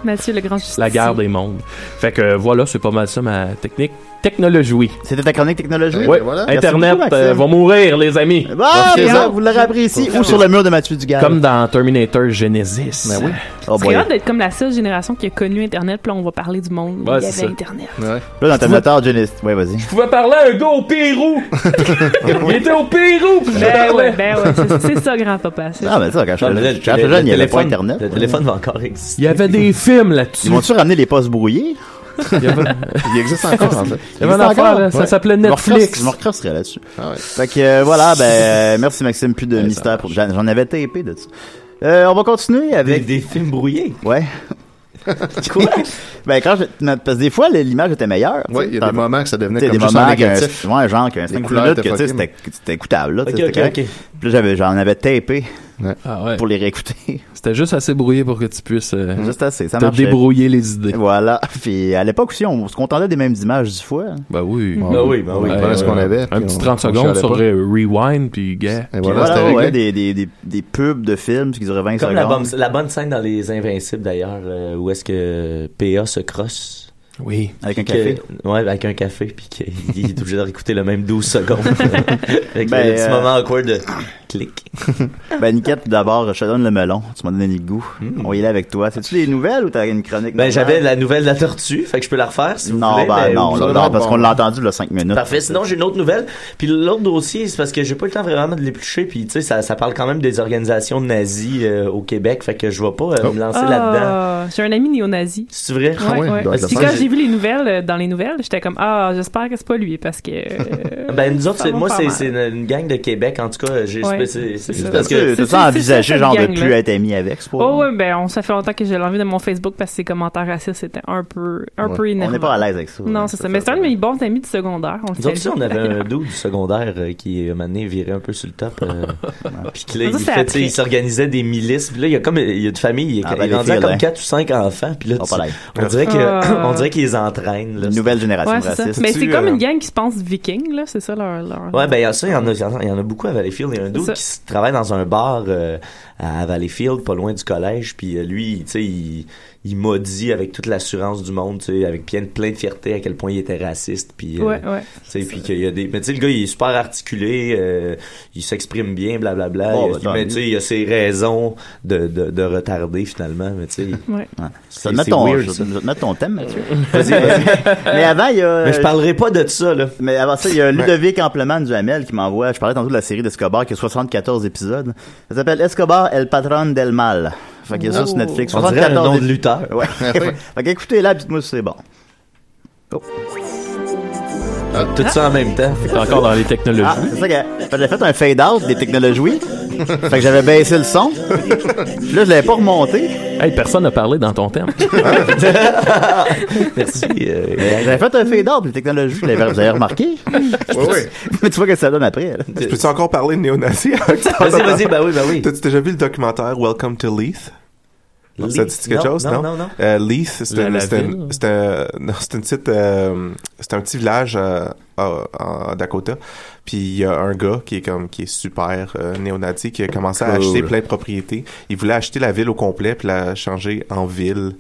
[SPEAKER 4] Mathieu, le grand justicier.
[SPEAKER 8] La guerre des mondes. Fait que euh, voilà, c'est pas mal ça ma technique. Technologie. oui.
[SPEAKER 3] C'était ta chronique technologique?
[SPEAKER 8] Ouais,
[SPEAKER 5] voilà.
[SPEAKER 3] Merci
[SPEAKER 8] Internet
[SPEAKER 3] beaucoup,
[SPEAKER 8] euh,
[SPEAKER 3] Maxime.
[SPEAKER 8] va mourir, les amis.
[SPEAKER 3] Ah,
[SPEAKER 5] Profitez-en.
[SPEAKER 3] bien, vous l'aurez appris ici ou sur le mur de Mathieu Dugal.
[SPEAKER 8] Comme dans Terminator Genesis.
[SPEAKER 5] Euh, Ben oui.
[SPEAKER 3] Oh
[SPEAKER 4] C'est
[SPEAKER 3] boy.
[SPEAKER 4] hâte d'être comme la seule génération qui a connu Internet, puis là, on va parler du monde. où
[SPEAKER 8] Ouais,
[SPEAKER 4] Il y
[SPEAKER 8] c'est
[SPEAKER 4] avait
[SPEAKER 8] ça.
[SPEAKER 4] Internet.
[SPEAKER 5] Ouais.
[SPEAKER 3] Là, dans Terminator, Genesis. Ouais, vas-y.
[SPEAKER 8] Je pouvais parler à un gars
[SPEAKER 5] <laughs>
[SPEAKER 8] au Pérou. Il était au Pérou, puis je
[SPEAKER 4] Ben ouais,
[SPEAKER 8] parlais.
[SPEAKER 4] ben ouais, c'est- c'est ça, grand-papa. c'est-
[SPEAKER 3] Non, mais ça, quand
[SPEAKER 7] Non, mais là,
[SPEAKER 3] j'étais
[SPEAKER 7] le-
[SPEAKER 3] quand
[SPEAKER 7] le-
[SPEAKER 3] j'étais jeune, il
[SPEAKER 7] le
[SPEAKER 3] n'y avait pas
[SPEAKER 7] téléphone-
[SPEAKER 3] Internet.
[SPEAKER 7] Le téléphone va encore exister.
[SPEAKER 8] Il y avait des films là-dessus.
[SPEAKER 3] Ils vont-tu ramener les postes brouillés?
[SPEAKER 8] Il y avait,
[SPEAKER 5] Il existe encore, en fait.
[SPEAKER 8] il y avait une
[SPEAKER 3] existe
[SPEAKER 8] affaire,
[SPEAKER 3] encore?
[SPEAKER 8] là, ça
[SPEAKER 3] Ouais.
[SPEAKER 8] s'appelait
[SPEAKER 3] Je me recrosse-
[SPEAKER 8] Netflix.
[SPEAKER 3] Je me recrosserai là-dessus.
[SPEAKER 5] Ah ouais.
[SPEAKER 3] Fait que euh, voilà, ben, euh, merci Maxime, plus de
[SPEAKER 8] Ouais, ça
[SPEAKER 3] mystère pour. J'en j'en avais tapé de ça. Euh, on va continuer
[SPEAKER 7] Avec
[SPEAKER 3] avec.
[SPEAKER 7] <laughs> des films brouillés.
[SPEAKER 3] Ouais.
[SPEAKER 7] Quoi?
[SPEAKER 3] Ben, quand je... ma- Parce que des fois, le- l'image était meilleure. tu
[SPEAKER 5] Ouais,
[SPEAKER 3] sais.
[SPEAKER 5] il y a des
[SPEAKER 3] Tandis-
[SPEAKER 5] moments que ça devenait
[SPEAKER 3] tu sais,
[SPEAKER 5] comme
[SPEAKER 3] des
[SPEAKER 5] juste
[SPEAKER 3] moments
[SPEAKER 5] un
[SPEAKER 3] qu'un
[SPEAKER 5] négatif.
[SPEAKER 3] ouais, genre qu'un 5
[SPEAKER 5] couleurs
[SPEAKER 3] minutes que
[SPEAKER 5] étaient
[SPEAKER 3] tu sais,
[SPEAKER 5] fuckées, mais-
[SPEAKER 3] c'était c'était écoutable là, tu sais,
[SPEAKER 7] Ok,
[SPEAKER 3] c'était
[SPEAKER 7] ok,
[SPEAKER 3] correct.
[SPEAKER 7] ok.
[SPEAKER 3] Puis là, j'avais j'en avais tapé
[SPEAKER 8] <laughs> Ah ouais.
[SPEAKER 3] pour les réécouter. <laughs>
[SPEAKER 8] C'était juste assez brouillé pour que tu puisses euh,
[SPEAKER 5] Mm.
[SPEAKER 3] Juste assez, ça
[SPEAKER 8] te
[SPEAKER 3] marchait.
[SPEAKER 8] débrouiller les idées.
[SPEAKER 3] Voilà, puis à l'époque aussi on se contentait des mêmes images dix fois. hein.
[SPEAKER 8] Bah oui.
[SPEAKER 7] Ben oui, ben oui.
[SPEAKER 5] Ouais. prenait ce qu'on avait,
[SPEAKER 8] Un
[SPEAKER 5] puis
[SPEAKER 8] petit
[SPEAKER 5] on-
[SPEAKER 8] 30
[SPEAKER 5] on
[SPEAKER 8] secondes
[SPEAKER 5] chialait
[SPEAKER 8] sur
[SPEAKER 5] pas.
[SPEAKER 8] euh, Rewind, puis gars.
[SPEAKER 5] Et
[SPEAKER 3] Puis
[SPEAKER 5] voilà,
[SPEAKER 3] voilà,
[SPEAKER 5] c'était
[SPEAKER 3] ouais,
[SPEAKER 5] réglé.
[SPEAKER 3] des, des, des, des pubs de films qui duraient 20
[SPEAKER 7] Comme
[SPEAKER 3] secondes.
[SPEAKER 7] la bonne, la bonne scène dans Les Invincibles, d'ailleurs, euh, où est-ce que PA se crosse.
[SPEAKER 6] Oui.
[SPEAKER 3] avec un
[SPEAKER 7] Que-
[SPEAKER 3] café.
[SPEAKER 7] ouais, avec un café, puis qu'il <laughs> est obligé de réécouter le même 12 secondes. avec
[SPEAKER 3] Ben,
[SPEAKER 7] le petit
[SPEAKER 3] euh,
[SPEAKER 7] moment awkward de clic.
[SPEAKER 3] Ben, Niquette, d'abord, je te donne le melon. Tu m'as donné le goût. On y est avec toi. C'est-tu des nouvelles ou t'as une chronique?
[SPEAKER 7] Hmm. Ben,
[SPEAKER 3] normale?
[SPEAKER 7] j'avais la nouvelle de la tortue, fait que je peux la refaire si vous
[SPEAKER 3] Non,
[SPEAKER 7] voulez.
[SPEAKER 3] ben,
[SPEAKER 7] mais-
[SPEAKER 3] non, là,
[SPEAKER 7] ou-
[SPEAKER 5] non,
[SPEAKER 3] non, parce
[SPEAKER 5] bon.
[SPEAKER 3] qu'on l'a entendu, le 5 minutes.
[SPEAKER 7] Parfait. Sinon, j'ai une autre nouvelle. Puis l'autre dossier, c'est parce que j'ai pas eu le temps vraiment de l'éplucher. Puis tu sais, ça, ça parle quand même des organisations nazies euh, au Québec. Fait que je vais pas euh,
[SPEAKER 5] Oh.
[SPEAKER 7] me lancer là-dedans.
[SPEAKER 4] Ah, J'ai un ami néo-nazi.
[SPEAKER 7] C'est vrai?
[SPEAKER 5] Ah ouais, il doit être
[SPEAKER 4] Puis
[SPEAKER 5] le
[SPEAKER 4] quand
[SPEAKER 5] fun.
[SPEAKER 4] j'ai vu les nouvelles, euh, dans les nouvelles, j'étais comme Ah, j'espère que c'est pas lui parce que.
[SPEAKER 8] <laughs>
[SPEAKER 4] euh,
[SPEAKER 7] Ben nous autres,
[SPEAKER 4] ça
[SPEAKER 7] c'est-
[SPEAKER 4] va
[SPEAKER 7] moi
[SPEAKER 4] pas
[SPEAKER 7] c'est
[SPEAKER 4] mal.
[SPEAKER 7] c'est une, une gang de Québec. En tout cas, j'ai
[SPEAKER 4] Ouais,
[SPEAKER 7] c'est- c'est-
[SPEAKER 4] c'est ça.
[SPEAKER 7] parce que
[SPEAKER 3] Tu t'as
[SPEAKER 4] C'est- c'est-
[SPEAKER 3] ça
[SPEAKER 4] c'est
[SPEAKER 3] envisagé,
[SPEAKER 4] cette
[SPEAKER 3] genre, de
[SPEAKER 4] gang-là.
[SPEAKER 3] plus être ami avec, c'est pas
[SPEAKER 4] Oh ouais, ben on, ça fait longtemps que j'ai l'envie de mon Facebook parce que ces commentaires racistes étaient un peu, un
[SPEAKER 5] Ouais.
[SPEAKER 4] peu
[SPEAKER 3] On
[SPEAKER 4] énervants.
[SPEAKER 3] n'est pas à l'aise avec ça.
[SPEAKER 4] Non, c'est ça. Mais c'est un de mes bons amis du secondaire. On le
[SPEAKER 7] Nous autres, aussi,
[SPEAKER 4] salue.
[SPEAKER 7] on avait un dos du secondaire euh, qui, euh, un moment donné, virait un peu sur le top. euh, puis que
[SPEAKER 4] Ça,
[SPEAKER 7] là, il,
[SPEAKER 4] c'est
[SPEAKER 7] fait,
[SPEAKER 4] après.
[SPEAKER 7] tu sais, il s'organisait des milices. Puis là, il y a comme il y a une famille, il est
[SPEAKER 3] Ah, ben,
[SPEAKER 7] il est
[SPEAKER 3] les
[SPEAKER 7] rendu à
[SPEAKER 3] filles,
[SPEAKER 7] comme
[SPEAKER 3] hein.
[SPEAKER 7] 4 ou 5 enfants. Puis là,
[SPEAKER 3] On
[SPEAKER 7] tu-
[SPEAKER 3] pas à l'aise.
[SPEAKER 7] on dirait que
[SPEAKER 4] Euh.
[SPEAKER 7] on dirait qu'ils les entraînent. Là,
[SPEAKER 3] Une nouvelle génération
[SPEAKER 4] Ouais, c'est ça.
[SPEAKER 3] raciste.
[SPEAKER 4] Mais
[SPEAKER 9] Tu,
[SPEAKER 4] c'est comme
[SPEAKER 9] euh,
[SPEAKER 4] une gang qui se pense viking, là. C'est ça leur. leur...
[SPEAKER 7] Ouais, ben, il y a ça, il y en a, il y en a- il y en a beaucoup à Valleyfield. Il y a un dude
[SPEAKER 4] ça.
[SPEAKER 7] qui s- travaille dans un bar euh, à Valleyfield, pas loin du collège, puis euh, lui, tu sais, il, il maudit avec toute l'assurance du monde, tu sais, avec plein, plein de fierté à quel point il était raciste, puis... euh,
[SPEAKER 4] Ouais, ouais.
[SPEAKER 7] tu sais, puis qu'il y a des... Mais tu sais, le gars, il est super articulé, euh, il s'exprime bien, blablabla,
[SPEAKER 3] Bon,
[SPEAKER 7] il-
[SPEAKER 3] ben, tant
[SPEAKER 7] mais
[SPEAKER 3] mieux.
[SPEAKER 7] tu sais, il a ses raisons de, de, de retarder, finalement, mais tu sais...
[SPEAKER 4] Ouais.
[SPEAKER 3] Ça
[SPEAKER 7] c'est-
[SPEAKER 3] note
[SPEAKER 7] c'est
[SPEAKER 3] ton,
[SPEAKER 7] weird,
[SPEAKER 3] je-
[SPEAKER 7] ça.
[SPEAKER 3] je- note ton thème, Mathieu. Vas-y, vas-y.
[SPEAKER 7] <laughs>
[SPEAKER 3] Mais avant, il y a.
[SPEAKER 7] Mais je parlerai pas de ça, là.
[SPEAKER 3] Mais avant ça, il y a Ludovic Ampleman du Hamel qui m'envoie. Je parlais tantôt de la série d'Escobar qui a 74 épisodes. Ça s'appelle Escobar, El Patron del Mal. Fait qu'il y a ça
[SPEAKER 4] Wow.
[SPEAKER 3] sur Netflix.
[SPEAKER 7] Oh. On dirait un
[SPEAKER 3] 74
[SPEAKER 7] nom de
[SPEAKER 3] épisodes.
[SPEAKER 7] lutteur.
[SPEAKER 3] Ben
[SPEAKER 7] <laughs>
[SPEAKER 3] Ouais. fait qu'écoutez là, dites-moi si c'est bon.
[SPEAKER 7] Tout ça en
[SPEAKER 3] <laughs>
[SPEAKER 7] même temps.
[SPEAKER 8] T'es encore dans les technologies.
[SPEAKER 3] Ah, c'est ça que fait que j'avais fait un fade-out des technologies. fait que j'avais baissé le son. Puis là, je l'avais pas remonté.
[SPEAKER 5] Ah.
[SPEAKER 8] Hey, personne n'a parlé dans
[SPEAKER 5] <laughs>
[SPEAKER 8] ton thème.
[SPEAKER 7] Merci. euh,
[SPEAKER 3] J'avais fait un fade-out des technologies. Je l'avais- Vous avez remarqué?
[SPEAKER 5] Oui, oui.
[SPEAKER 3] <laughs> Mais tu vois que ça donne après. là.
[SPEAKER 9] Je peux-tu encore parler de néo-nazi?
[SPEAKER 7] Vas-y, vas-y, bah oui, bah oui.
[SPEAKER 9] T'as-tu déjà vu le documentaire Welcome to Leith?
[SPEAKER 7] Leith.
[SPEAKER 9] Ça te dit quelque
[SPEAKER 7] Non,
[SPEAKER 9] chose,
[SPEAKER 7] non,
[SPEAKER 9] non?
[SPEAKER 7] non, non.
[SPEAKER 9] Euh, Leith, c'est
[SPEAKER 8] La-
[SPEAKER 9] un,
[SPEAKER 8] la
[SPEAKER 9] c'est un-
[SPEAKER 8] ville.
[SPEAKER 9] c'est un- non, c'est une petite, euh, c'est un petit village euh, à- en Dakota. Puis il y a un gars qui est comme qui est super euh, néo-nazi qui a commencé à
[SPEAKER 5] Cool.
[SPEAKER 9] acheter plein de propriétés. Il voulait acheter la ville au complet puis la changer en ville.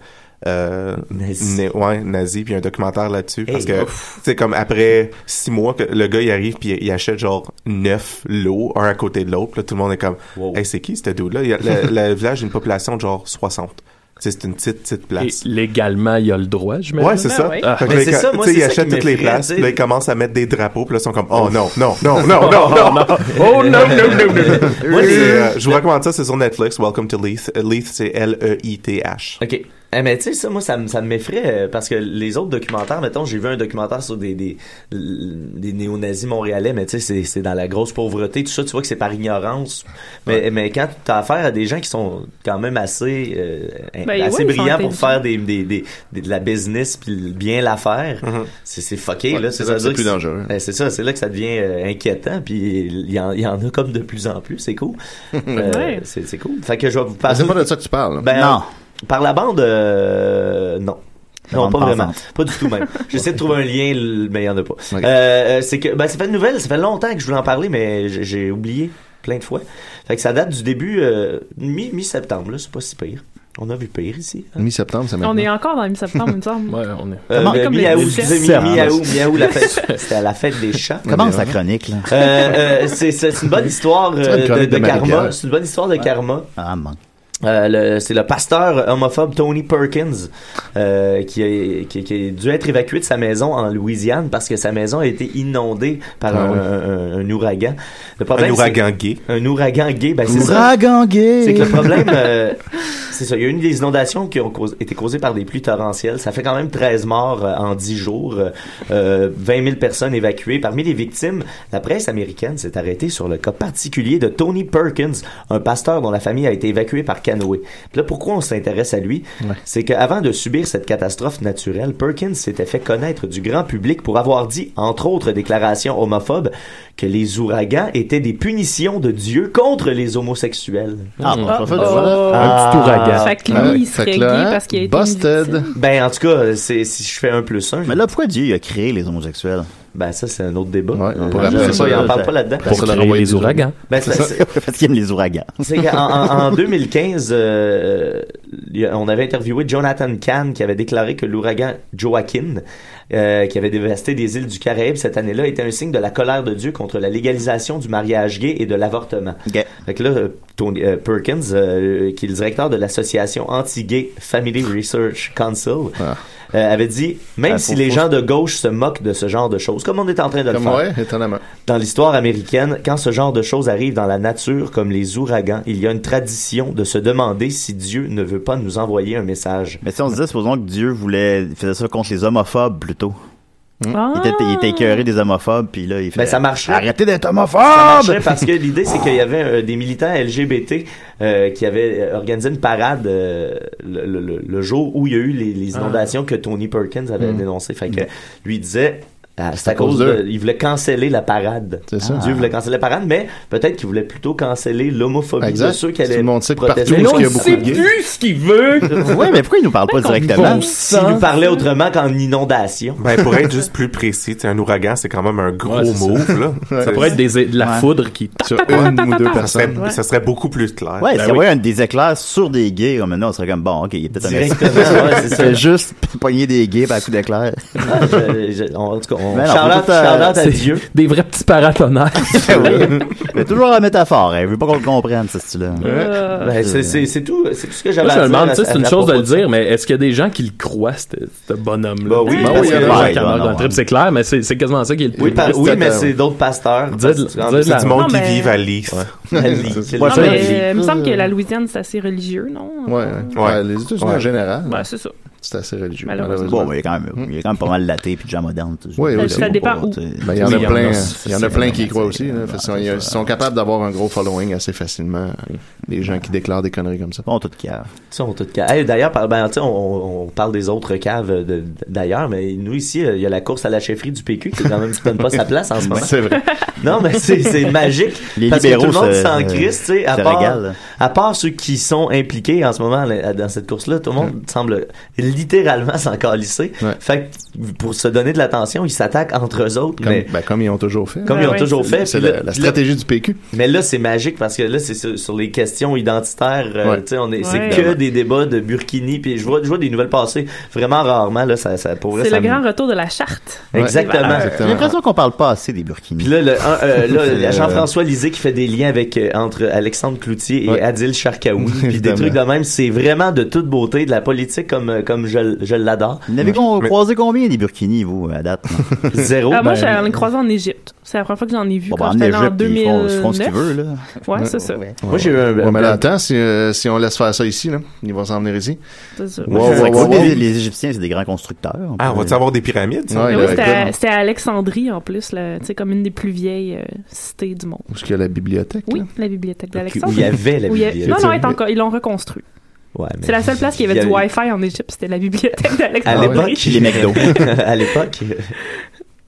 [SPEAKER 9] Euh,
[SPEAKER 7] Nazi.
[SPEAKER 9] né- ouais, nazi, puis il y a un documentaire là-dessus. parce
[SPEAKER 7] Hey.
[SPEAKER 9] que, c'est comme après six mois, que le gars, il arrive, puis il achète genre neuf lots, un à côté de l'autre. Puis là, tout le monde est comme,
[SPEAKER 7] Wow.
[SPEAKER 9] Hey, c'est qui ce dude-là? Il y a- Le, le village a une population de genre 60. Tu sais, C'est une petite, petite
[SPEAKER 8] Et
[SPEAKER 9] place.
[SPEAKER 8] légalement, il y a le droit, je
[SPEAKER 9] Ouais, c'est
[SPEAKER 4] Ah
[SPEAKER 9] ça.
[SPEAKER 4] ouais.
[SPEAKER 9] Fait que
[SPEAKER 7] Mais
[SPEAKER 9] là,
[SPEAKER 7] c'est
[SPEAKER 9] quand-
[SPEAKER 7] ça, moi,
[SPEAKER 9] tu
[SPEAKER 7] c'est
[SPEAKER 9] sais, ils
[SPEAKER 7] ça qui
[SPEAKER 9] achètent toutes les
[SPEAKER 7] m'effraie,
[SPEAKER 9] places,
[SPEAKER 7] tu sais.
[SPEAKER 9] puis là, ils commencent à mettre des drapeaux, puis là, ils sont comme, oh non, non, non, non, non, non.
[SPEAKER 8] Oh non, non, non, non.
[SPEAKER 9] Moi, c'est, euh, je vous recommande ça, c'est sur Netflix, Welcome to Leith. Leith, c'est E L-E-I-T-H.
[SPEAKER 7] OK. Eh, mais tu sais, ça, moi, ça, me- ça m'effraie euh, parce que les autres documentaires, mettons, j'ai vu un documentaire sur des, des, l- des néo-nazis montréalais, mais tu sais, c'est- c'est dans la grosse pauvreté, tout ça, tu vois que c'est par ignorance. Mais, mais quand tu as affaire à des gens qui sont quand même assez, euh,
[SPEAKER 4] Ben,
[SPEAKER 7] assez
[SPEAKER 4] ouais, ils sont
[SPEAKER 7] brillants pour
[SPEAKER 4] intelligents.
[SPEAKER 7] faire des, des, des, des- de la business puis bien la faire, c'est c'est fucké,
[SPEAKER 5] Mm-hmm. Ouais,
[SPEAKER 7] là.
[SPEAKER 5] c'est
[SPEAKER 7] ça
[SPEAKER 5] là que
[SPEAKER 7] veut
[SPEAKER 5] c'est plus
[SPEAKER 7] dire que
[SPEAKER 5] dangereux.
[SPEAKER 7] Ben, c'est ça, c'est là que ça devient euh, inquiétant, puis il y, en, il y en a comme de plus en plus,
[SPEAKER 5] <laughs>
[SPEAKER 7] c'est cool. Euh,
[SPEAKER 4] Ouais.
[SPEAKER 7] C'est c'est cool. Fait que je vais vous
[SPEAKER 5] Ah,
[SPEAKER 7] parler
[SPEAKER 5] C'est pas de ça que tu parles.
[SPEAKER 7] ben,
[SPEAKER 3] Non.
[SPEAKER 7] Par la bande, euh, non.
[SPEAKER 3] La
[SPEAKER 7] Non,
[SPEAKER 3] bande
[SPEAKER 7] pas vraiment.
[SPEAKER 3] pensante.
[SPEAKER 7] Pas du tout même. J'essaie de trouver un lien, l- mais il n'y en a pas.
[SPEAKER 5] Ok.
[SPEAKER 7] Euh, euh, c'est que, ben, ça fait une nouvelle, ça fait longtemps que je voulais en parler, mais j- j'ai oublié plein de fois. Fait que ça date du début, euh, mi- mi-septembre, là, c'est pas si pire. On a vu pire ici. hein.
[SPEAKER 5] Mi-septembre, ça
[SPEAKER 4] On
[SPEAKER 5] maintenant.
[SPEAKER 4] est encore dans le mi-septembre, il me semble.
[SPEAKER 8] Ouais, on est.
[SPEAKER 7] Euh,
[SPEAKER 3] Comment-
[SPEAKER 7] ben,
[SPEAKER 4] comme le
[SPEAKER 7] mi-août,
[SPEAKER 4] 17.
[SPEAKER 7] excusez, mi- mi-août, mi-août, la fête. C'était à la fête des chats.
[SPEAKER 3] Commence ta chronique, là.
[SPEAKER 7] Euh, euh, c'est c'est une bonne histoire euh,
[SPEAKER 5] C'est une
[SPEAKER 7] de,
[SPEAKER 5] chronique
[SPEAKER 7] de
[SPEAKER 5] de
[SPEAKER 7] karma.
[SPEAKER 5] Marie-Pierre.
[SPEAKER 7] C'est une bonne histoire de karma.
[SPEAKER 3] Ah, man.
[SPEAKER 7] Euh, le- c'est le pasteur homophobe Tony Perkins euh, qui, a, qui, qui a dû être évacué de sa maison en Louisiane parce que sa maison a été inondée par un, un- un ouragan. Le
[SPEAKER 9] Ah Un
[SPEAKER 7] problème, c'est-
[SPEAKER 9] ouragan gay.
[SPEAKER 7] Un ouragan gay, ben c'est ça.
[SPEAKER 3] Ouragan gay.
[SPEAKER 7] C'est que le problème, euh, c'est ça. Il y a eu une des inondations qui ont causé- été causées par des pluies torrentielles. Ça fait quand même 13 morts euh, en 10 jours, euh, euh, 20 000 personnes évacuées. Parmi les victimes, la presse américaine s'est arrêtée sur le cas particulier de Tony Perkins, un pasteur dont la famille a été évacuée par canoë. Puis là, pourquoi on s'intéresse à lui? C'est qu'avant de subir cette catastrophe naturelle, Perkins s'était fait connaître du grand public pour avoir dit, entre autres déclarations homophobes, que les ouragans étaient des punitions de Dieu contre les homosexuels.
[SPEAKER 3] Ah, bon, je vais faire du
[SPEAKER 4] Oh.
[SPEAKER 3] voilà. Ah.
[SPEAKER 5] Ah.
[SPEAKER 8] Un petit ouragan.
[SPEAKER 4] Fait que lui,
[SPEAKER 5] Ouais,
[SPEAKER 4] il
[SPEAKER 5] fait
[SPEAKER 4] serait
[SPEAKER 5] que là,
[SPEAKER 4] gay parce qu'il a été. une
[SPEAKER 5] Busted.
[SPEAKER 4] victime.
[SPEAKER 7] Ben, en tout cas, c'est, si je fais un plus un.
[SPEAKER 3] Mais là, pourquoi Dieu il a créé les homosexuels? <laughs>
[SPEAKER 7] Ben, ça, c'est un autre débat.
[SPEAKER 5] Ouais, on
[SPEAKER 7] Euh,
[SPEAKER 5] pourrait
[SPEAKER 7] je
[SPEAKER 5] appeler
[SPEAKER 7] sais
[SPEAKER 5] ça,
[SPEAKER 7] pas, il en
[SPEAKER 3] ça,
[SPEAKER 7] parle
[SPEAKER 3] ça-
[SPEAKER 7] pas là-dedans.
[SPEAKER 8] pour
[SPEAKER 5] Ça, leur
[SPEAKER 8] créer
[SPEAKER 5] envoyer
[SPEAKER 8] les
[SPEAKER 5] des
[SPEAKER 8] ouragans.
[SPEAKER 7] Ben, ça- c'est-
[SPEAKER 3] Parce qu'il aime les ouragans.
[SPEAKER 7] C'est qu'en en- en 2015, euh, il y a- on avait interviewé Jonathan Kahn qui avait déclaré que l'ouragan Joaquin, euh, qui avait dévasté des îles du Caraïbe cette année-là, était un signe de la colère de Dieu contre la légalisation du mariage gay et de l'avortement.
[SPEAKER 3] Ok.
[SPEAKER 7] Fait que là, euh, Tony euh, Perkins, euh, qui est le directeur de l'association anti-gay Family Research Council,
[SPEAKER 5] Ah.
[SPEAKER 7] euh, avait dit même
[SPEAKER 3] Ah,
[SPEAKER 7] si
[SPEAKER 3] faut-
[SPEAKER 7] les
[SPEAKER 3] faut-
[SPEAKER 7] gens de gauche se moquent de ce genre de choses, comme on est en train de
[SPEAKER 5] Comme
[SPEAKER 7] le faire
[SPEAKER 5] ouais, étonnamment.
[SPEAKER 7] dans l'histoire américaine, quand ce genre de choses arrive dans la nature, comme les ouragans, il y a une tradition de se demander si Dieu ne veut pas nous envoyer un message.
[SPEAKER 3] Mais si on se disait, supposons que Dieu voulait, il faisait ça contre les homophobes plutôt. Il était, il était écœuré des homophobes, puis là, il fait.
[SPEAKER 7] Ben, ça marcherait.
[SPEAKER 3] Arrêtez d'être
[SPEAKER 5] Ah,
[SPEAKER 7] Ça
[SPEAKER 3] homophobe!
[SPEAKER 5] ben.
[SPEAKER 7] marchait parce que l'idée, c'est qu'il y avait euh, des militants LGBT euh, qui avaient euh, organisé une parade euh, le, le- le- le jour où il y a eu les, les
[SPEAKER 5] Ah.
[SPEAKER 7] inondations que Tony Perkins
[SPEAKER 5] Mm.
[SPEAKER 7] avait dénoncées. Fait que lui disait... ah, c'est à cause de... Il voulait canceller la parade.
[SPEAKER 5] C'est ça. Ah.
[SPEAKER 7] Dieu voulait canceller la parade, mais peut-être qu'il voulait plutôt canceller l'homophobie de
[SPEAKER 5] Exact.
[SPEAKER 7] ceux qui allaient
[SPEAKER 5] Tout le monde sait que partout
[SPEAKER 7] protester.
[SPEAKER 8] Mais
[SPEAKER 5] où
[SPEAKER 8] là,
[SPEAKER 5] il y a
[SPEAKER 8] on
[SPEAKER 5] beaucoup de
[SPEAKER 8] sait
[SPEAKER 5] gays.
[SPEAKER 8] plus ce qu'il veut.
[SPEAKER 3] <laughs>
[SPEAKER 5] <laughs>
[SPEAKER 3] Ouais, mais pourquoi il nous parle pas directement?
[SPEAKER 8] Bon
[SPEAKER 7] S'il
[SPEAKER 8] sang.
[SPEAKER 7] nous parlait autrement qu'en inondation.
[SPEAKER 9] Ben, pour être juste plus précis, tu sais, un ouragan, c'est quand même un gros
[SPEAKER 8] Ouais, c'est ça.
[SPEAKER 9] move, là.
[SPEAKER 8] Ça pourrait être des- de la
[SPEAKER 3] Ouais.
[SPEAKER 8] foudre qui
[SPEAKER 5] Sur une ou deux
[SPEAKER 9] Ça serait,
[SPEAKER 5] personnes.
[SPEAKER 9] ça serait beaucoup plus clair.
[SPEAKER 3] Ouais,
[SPEAKER 8] Ben
[SPEAKER 3] s'il y avait
[SPEAKER 8] oui.
[SPEAKER 3] un des éclairs sur des gays, comme maintenant, on serait comme bon, ok, il est peut-être un <laughs>
[SPEAKER 7] Directement, ouais, c'est
[SPEAKER 3] Il
[SPEAKER 7] ça.
[SPEAKER 3] fait juste pogner des gays par coup
[SPEAKER 7] <laughs>
[SPEAKER 3] d'éclair.
[SPEAKER 7] Ah, je- je- on- en tout cas, on
[SPEAKER 3] Ben non,
[SPEAKER 7] shout out-
[SPEAKER 3] faut tout, euh,
[SPEAKER 7] shout out à
[SPEAKER 3] <laughs>
[SPEAKER 8] c'est-
[SPEAKER 7] Dieu.
[SPEAKER 8] des vrais petits paratonnerres.
[SPEAKER 7] Ben
[SPEAKER 3] Mais toujours la métaphore, hein. Il veut pas qu'on le comprenne, ce style-là.
[SPEAKER 4] Euh,
[SPEAKER 7] Ben, c'est- c'est c'est tout, c'est tout ce que j'avais
[SPEAKER 8] Moi,
[SPEAKER 7] à
[SPEAKER 8] je
[SPEAKER 7] dire.
[SPEAKER 8] me demande, tu sais,
[SPEAKER 7] à-
[SPEAKER 8] c'est
[SPEAKER 7] à
[SPEAKER 8] une chose de le
[SPEAKER 7] propos
[SPEAKER 8] dire, mais est-ce qu'il y a des gens qui le croient, ce ce bonhomme-là?
[SPEAKER 7] Bah oui,
[SPEAKER 8] Ben
[SPEAKER 7] parce
[SPEAKER 8] il y a
[SPEAKER 7] que-
[SPEAKER 8] des gens
[SPEAKER 3] Ouais,
[SPEAKER 8] qui en
[SPEAKER 3] non,
[SPEAKER 8] meurent
[SPEAKER 3] non,
[SPEAKER 8] dans le trip,
[SPEAKER 3] ouais.
[SPEAKER 8] c'est clair, mais c'est c'est quasiment ça qui est le plus
[SPEAKER 7] Oui, par-
[SPEAKER 8] triste.
[SPEAKER 7] oui, mais c'est d'autres pasteurs.
[SPEAKER 8] Dis de-
[SPEAKER 7] Parce que-
[SPEAKER 8] dis de la-
[SPEAKER 9] Du monde
[SPEAKER 4] Non,
[SPEAKER 9] qui
[SPEAKER 4] mais-
[SPEAKER 9] vivent à l'Ice.
[SPEAKER 8] <laughs>
[SPEAKER 7] Alice.
[SPEAKER 3] Ouais,
[SPEAKER 4] non,
[SPEAKER 3] ça,
[SPEAKER 4] mais,
[SPEAKER 3] il-
[SPEAKER 4] euh, il me semble que la Louisiane, c'est assez religieux, non?
[SPEAKER 5] Ouais, ouais. Ouais, les États-Unis en
[SPEAKER 9] Ouais.
[SPEAKER 5] général,
[SPEAKER 4] Ben, c'est ça.
[SPEAKER 5] c'est assez religieux.
[SPEAKER 4] Malheureusement.
[SPEAKER 5] malheureusement.
[SPEAKER 3] Bon, mais il est quand même, il est quand même pas mal laté puis déjà moderne. tu sais.
[SPEAKER 5] Oui, oui, Ça-
[SPEAKER 4] ça dépend où.
[SPEAKER 3] tu sais.
[SPEAKER 5] Ben, il y en
[SPEAKER 8] Oui,
[SPEAKER 5] a
[SPEAKER 8] il y en
[SPEAKER 5] plein,
[SPEAKER 8] a,
[SPEAKER 5] il y en a
[SPEAKER 3] c'est-
[SPEAKER 5] plein qui y croient
[SPEAKER 3] c'est-
[SPEAKER 5] aussi. là. Fait que
[SPEAKER 3] ouais,
[SPEAKER 5] ils-
[SPEAKER 3] c'est
[SPEAKER 5] ils
[SPEAKER 3] ça.
[SPEAKER 5] sont capables d'avoir un gros following assez facilement. Les gens qui déclarent des conneries comme ça.
[SPEAKER 3] Bon, tout cave.
[SPEAKER 7] Tu sais, on tout ca- Hey, d'ailleurs, par- ben, tu sais, on, on parle des autres caves euh, de- d'ailleurs, mais nous ici, euh, il y a la course à la chefferie du PQ qui quand même qui donne pas sa place
[SPEAKER 8] <laughs>
[SPEAKER 7] en ce moment.
[SPEAKER 5] C'est vrai.
[SPEAKER 7] Non, mais c'est c'est magique.
[SPEAKER 3] Les
[SPEAKER 7] parce
[SPEAKER 3] libéraux, euh,
[SPEAKER 7] que tout le monde
[SPEAKER 3] ça-
[SPEAKER 7] s'en crisse, tu sais, à
[SPEAKER 3] ça
[SPEAKER 7] part,
[SPEAKER 3] régale.
[SPEAKER 7] à part ceux qui sont impliqués en ce moment là, dans cette course-là, tout le monde semble littéralement <laughs> s'en calisser.
[SPEAKER 5] Ouais.
[SPEAKER 7] Fait que pour se donner de l'attention, ils s'attaquent entre eux autres,
[SPEAKER 5] Comme,
[SPEAKER 7] mais
[SPEAKER 5] ben, comme ils ont toujours fait.
[SPEAKER 7] comme
[SPEAKER 4] Ben
[SPEAKER 7] ils ont
[SPEAKER 4] ouais.
[SPEAKER 7] toujours fait.
[SPEAKER 5] C'est
[SPEAKER 7] puis
[SPEAKER 5] la,
[SPEAKER 7] là-
[SPEAKER 5] la
[SPEAKER 7] puis là-
[SPEAKER 5] stratégie du PQ.
[SPEAKER 7] mais là, c'est magique parce que là, c'est sur, sur les questions identitaires. euh,
[SPEAKER 5] Ouais.
[SPEAKER 7] tu sais, on est,
[SPEAKER 4] Ouais.
[SPEAKER 7] c'est que des débats de Burkini. Puis je vois, je vois des nouvelles passer vraiment rarement. Là, ça, ça pour vrai,
[SPEAKER 4] C'est
[SPEAKER 7] ça
[SPEAKER 4] le
[SPEAKER 7] me-
[SPEAKER 4] grand retour de la charte.
[SPEAKER 7] Exactement.
[SPEAKER 3] J'ai l'impression qu'on parle pas assez des Burkinis.
[SPEAKER 7] Puis là, le, un,
[SPEAKER 3] C'est,
[SPEAKER 7] euh, là, le-
[SPEAKER 3] euh,
[SPEAKER 7] Jean-François Lisée qui fait des liens avec euh, entre Alexandre Cloutier et
[SPEAKER 5] Ouais.
[SPEAKER 7] Adil Sharkawi, puis des
[SPEAKER 5] Évidemment.
[SPEAKER 7] trucs de même. C'est vraiment de toute beauté de la politique comme euh, comme je, je l'adore.
[SPEAKER 3] Vous n'avez qu'on croisé combien des Burkinis, vous, à date? non?
[SPEAKER 7] Zéro.
[SPEAKER 4] Ah, moi, je suis
[SPEAKER 7] ben,
[SPEAKER 4] allée le croiser en Égypte. C'est la première fois que j'en ai vu
[SPEAKER 3] Bon, ben,
[SPEAKER 4] quand
[SPEAKER 3] en
[SPEAKER 4] j'étais en
[SPEAKER 3] Égypte, ils font- ils font ce qu'ils
[SPEAKER 4] 2009.
[SPEAKER 3] veulent, là.
[SPEAKER 4] Ouais, c'est ça.
[SPEAKER 7] moi, j'ai eu un,
[SPEAKER 5] Ouais, mais
[SPEAKER 7] un-
[SPEAKER 5] là, attends, si, euh, si on laisse faire ça ici, là, ils vont s'en venir ici.
[SPEAKER 4] c'est ça.
[SPEAKER 5] Ouais, ouais,
[SPEAKER 3] C'est
[SPEAKER 5] ouais,
[SPEAKER 3] cool,
[SPEAKER 5] ouais.
[SPEAKER 3] Les, les Égyptiens, c'est des grands constructeurs. euh,
[SPEAKER 9] Ah, on va-tu avoir des pyramides, ça?
[SPEAKER 5] Ouais,
[SPEAKER 4] Mais
[SPEAKER 5] là,
[SPEAKER 4] oui, c'était à-
[SPEAKER 5] écoute,
[SPEAKER 4] c'était à Alexandrie, en plus, là, tu sais, comme une des plus vieilles euh, cités du monde.
[SPEAKER 5] Où est-ce qu'il y a la bibliothèque?
[SPEAKER 4] Oui, <laughs>
[SPEAKER 5] là?
[SPEAKER 4] la bibliothèque
[SPEAKER 7] où il y
[SPEAKER 4] d'Alexandrie.
[SPEAKER 7] avait la
[SPEAKER 4] Où il y a-
[SPEAKER 7] bibliothèque.
[SPEAKER 4] Non, non, elle est encore- ils l'ont reconstruit.
[SPEAKER 7] Ouais, mais-
[SPEAKER 4] C'est la seule place qui
[SPEAKER 7] Il
[SPEAKER 4] avait
[SPEAKER 7] y
[SPEAKER 4] du
[SPEAKER 7] avait-
[SPEAKER 4] Wi-Fi en Égypte, c'était la bibliothèque
[SPEAKER 7] À
[SPEAKER 5] Ah ouais.
[SPEAKER 4] d'Alexandrie.
[SPEAKER 7] l'époque, les McDo. <laughs> à l'époque, euh,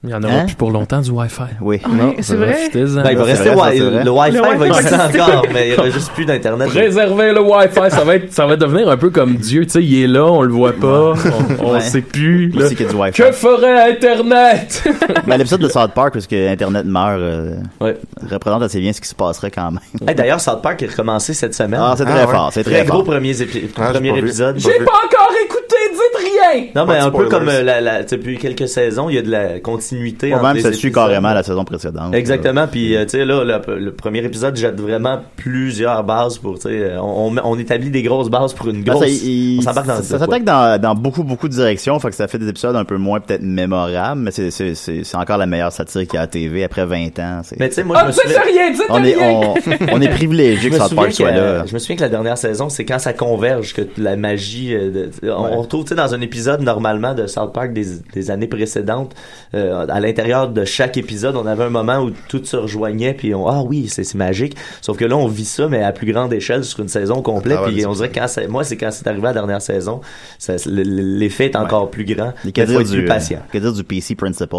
[SPEAKER 8] Il y en aura
[SPEAKER 3] Hein?
[SPEAKER 8] plus pour longtemps du Wi-Fi.
[SPEAKER 3] Oui.
[SPEAKER 4] <laughs> Ouais, c'est vrai.
[SPEAKER 8] Profitez-en.
[SPEAKER 7] ben, il va
[SPEAKER 3] c'est
[SPEAKER 7] rester
[SPEAKER 3] vrai, ça,
[SPEAKER 7] wi-
[SPEAKER 3] c'est vrai.
[SPEAKER 7] le Wi-Fi
[SPEAKER 4] Le
[SPEAKER 7] va
[SPEAKER 4] Wi-Fi
[SPEAKER 7] exister
[SPEAKER 4] va exister.
[SPEAKER 7] encore, mais il y aura juste plus d'internet.
[SPEAKER 8] Préservez le Wi-Fi, ça va être, ça va devenir un peu comme Dieu, tu sais, il est là, on le voit pas, on, on
[SPEAKER 3] Ouais.
[SPEAKER 8] sait plus.
[SPEAKER 3] Moi
[SPEAKER 8] là.
[SPEAKER 3] aussi qu'il y a du Wi-Fi.
[SPEAKER 8] Que
[SPEAKER 3] <laughs>
[SPEAKER 8] ferait Internet? <laughs>
[SPEAKER 3] Ben, l'épisode de South Park, où est-ce que Internet meurt, euh,
[SPEAKER 7] Ouais.
[SPEAKER 3] représente assez bien ce qui se passerait quand même.
[SPEAKER 7] Hey, D'ailleurs, South Park est recommencé cette semaine.
[SPEAKER 3] Ah, c'est
[SPEAKER 9] Ah,
[SPEAKER 3] très
[SPEAKER 9] ouais.
[SPEAKER 3] fort, c'est
[SPEAKER 7] très,
[SPEAKER 3] très, fort.
[SPEAKER 7] gros premier, épi-
[SPEAKER 9] Ah, j'ai
[SPEAKER 7] premier
[SPEAKER 9] pas vu.
[SPEAKER 7] épisode.
[SPEAKER 9] J'ai pas
[SPEAKER 8] encore écouté, dites rien!
[SPEAKER 7] Non, mais
[SPEAKER 9] Pas de
[SPEAKER 7] un peu
[SPEAKER 9] spoilers.
[SPEAKER 7] comme euh, la, la, tu sais, depuis quelques saisons, il y a de la continuité.
[SPEAKER 3] Moi,
[SPEAKER 7] entre
[SPEAKER 3] même,
[SPEAKER 7] les
[SPEAKER 3] ça suit
[SPEAKER 7] épisodes.
[SPEAKER 3] carrément la saison précédente.
[SPEAKER 7] Exactement. Puis, euh, tu sais, là, le, le premier épisode jette vraiment plusieurs bases pour, tu sais, euh, on, on- on établit des grosses bases pour une
[SPEAKER 3] Ben,
[SPEAKER 7] grosse.
[SPEAKER 3] ça, il-
[SPEAKER 7] on s'embarque dans
[SPEAKER 3] ça-
[SPEAKER 7] le-
[SPEAKER 3] ça s'attaque dans, dans beaucoup beaucoup de directions, fait que ça fait des épisodes un peu moins peut-être mémorables, mais c'est c'est c'est c'est encore la meilleure satire qu'il y a à TV après 20 ans. c'est-
[SPEAKER 7] Mais tu sais, moi,
[SPEAKER 4] Ah,
[SPEAKER 7] je me souviens.
[SPEAKER 8] rien, dites
[SPEAKER 3] on est
[SPEAKER 7] <laughs>
[SPEAKER 3] on, on est privilégié
[SPEAKER 7] Je
[SPEAKER 3] que
[SPEAKER 7] me,
[SPEAKER 3] South
[SPEAKER 7] souviens
[SPEAKER 3] Park
[SPEAKER 7] que,
[SPEAKER 3] soit là.
[SPEAKER 7] euh, je me souviens que la dernière saison, c'est quand ça converge que la magie. euh, de- on, on retrouve, tu sais, dans un épisode normalement de South Park des, des années précédentes, euh, à l'intérieur de chaque épisode, on avait un moment où tout se rejoignait, puis on ah oui, c'est c'est magique. Sauf que là, on vit ça, mais à plus grande échelle sur une saison complète.
[SPEAKER 5] Ah ouais,
[SPEAKER 7] puis
[SPEAKER 5] c'est
[SPEAKER 7] on dirait que quand c'est- moi, c'est quand c'est arrivé à la dernière saison, ça- l- l- l'effet est encore plus grand.
[SPEAKER 3] <laughs> Et
[SPEAKER 7] Il
[SPEAKER 3] que
[SPEAKER 7] faut
[SPEAKER 3] dire
[SPEAKER 7] être
[SPEAKER 3] du euh,
[SPEAKER 7] plus patient.
[SPEAKER 3] que dire du PC Principle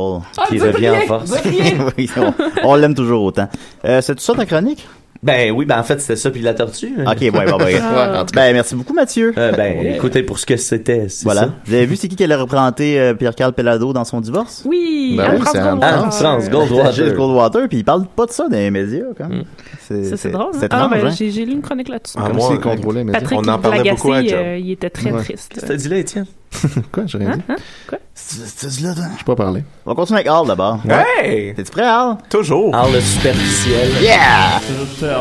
[SPEAKER 7] Qui revient en force.
[SPEAKER 3] <laughs> Oui, on, on l'aime toujours autant. Euh, c'est tout ça ta chronique
[SPEAKER 7] Ben oui, ben en fait, c'était ça, puis la tortue. hein.
[SPEAKER 3] Ok, ouais, bon, ouais.
[SPEAKER 5] <laughs> Ah, en tout cas.
[SPEAKER 3] Ben, merci beaucoup, Mathieu.
[SPEAKER 7] Euh, ben écoutez, pour ce que c'était, c'est
[SPEAKER 3] Voilà.
[SPEAKER 7] ça.
[SPEAKER 3] Vous avez vu c'est qui qui allait représenter euh, Pierre-Carl Pelado dans son divorce?
[SPEAKER 4] Oui,
[SPEAKER 5] Ben
[SPEAKER 4] Anne
[SPEAKER 5] oui,
[SPEAKER 4] France
[SPEAKER 5] c'est Anne
[SPEAKER 4] Goldwater.
[SPEAKER 7] Anne
[SPEAKER 3] <laughs>
[SPEAKER 7] France
[SPEAKER 3] Gilles
[SPEAKER 7] Goldwater.
[SPEAKER 3] Coldwater, puis il parle pas de ça dans les médias, quand même.
[SPEAKER 4] Ça, c'est drôle. hein?
[SPEAKER 3] C'est
[SPEAKER 4] Ah,
[SPEAKER 3] étrange,
[SPEAKER 4] ben,
[SPEAKER 3] hein?
[SPEAKER 4] j'ai j'ai lu une chronique là-dessus.
[SPEAKER 9] Ah,
[SPEAKER 5] Comme
[SPEAKER 9] moi,
[SPEAKER 5] s'il contrôlait, mais
[SPEAKER 4] Patrick
[SPEAKER 9] on en parlait
[SPEAKER 4] Lagacé,
[SPEAKER 9] beaucoup à Job.
[SPEAKER 4] euh, il était très
[SPEAKER 5] Ouais.
[SPEAKER 4] triste.
[SPEAKER 7] T'as dit là, Étienne?
[SPEAKER 5] quoi, j'ai
[SPEAKER 4] Hein?
[SPEAKER 5] rien dit.
[SPEAKER 3] C'est- c'est- c'est là, hein?
[SPEAKER 5] Je pas parlé.
[SPEAKER 3] On va continuer avec Al d'abord.
[SPEAKER 9] Hey!
[SPEAKER 3] T'es-tu prêt, Al?
[SPEAKER 9] Toujours!
[SPEAKER 7] Ah, le superficiel.
[SPEAKER 3] Yeah!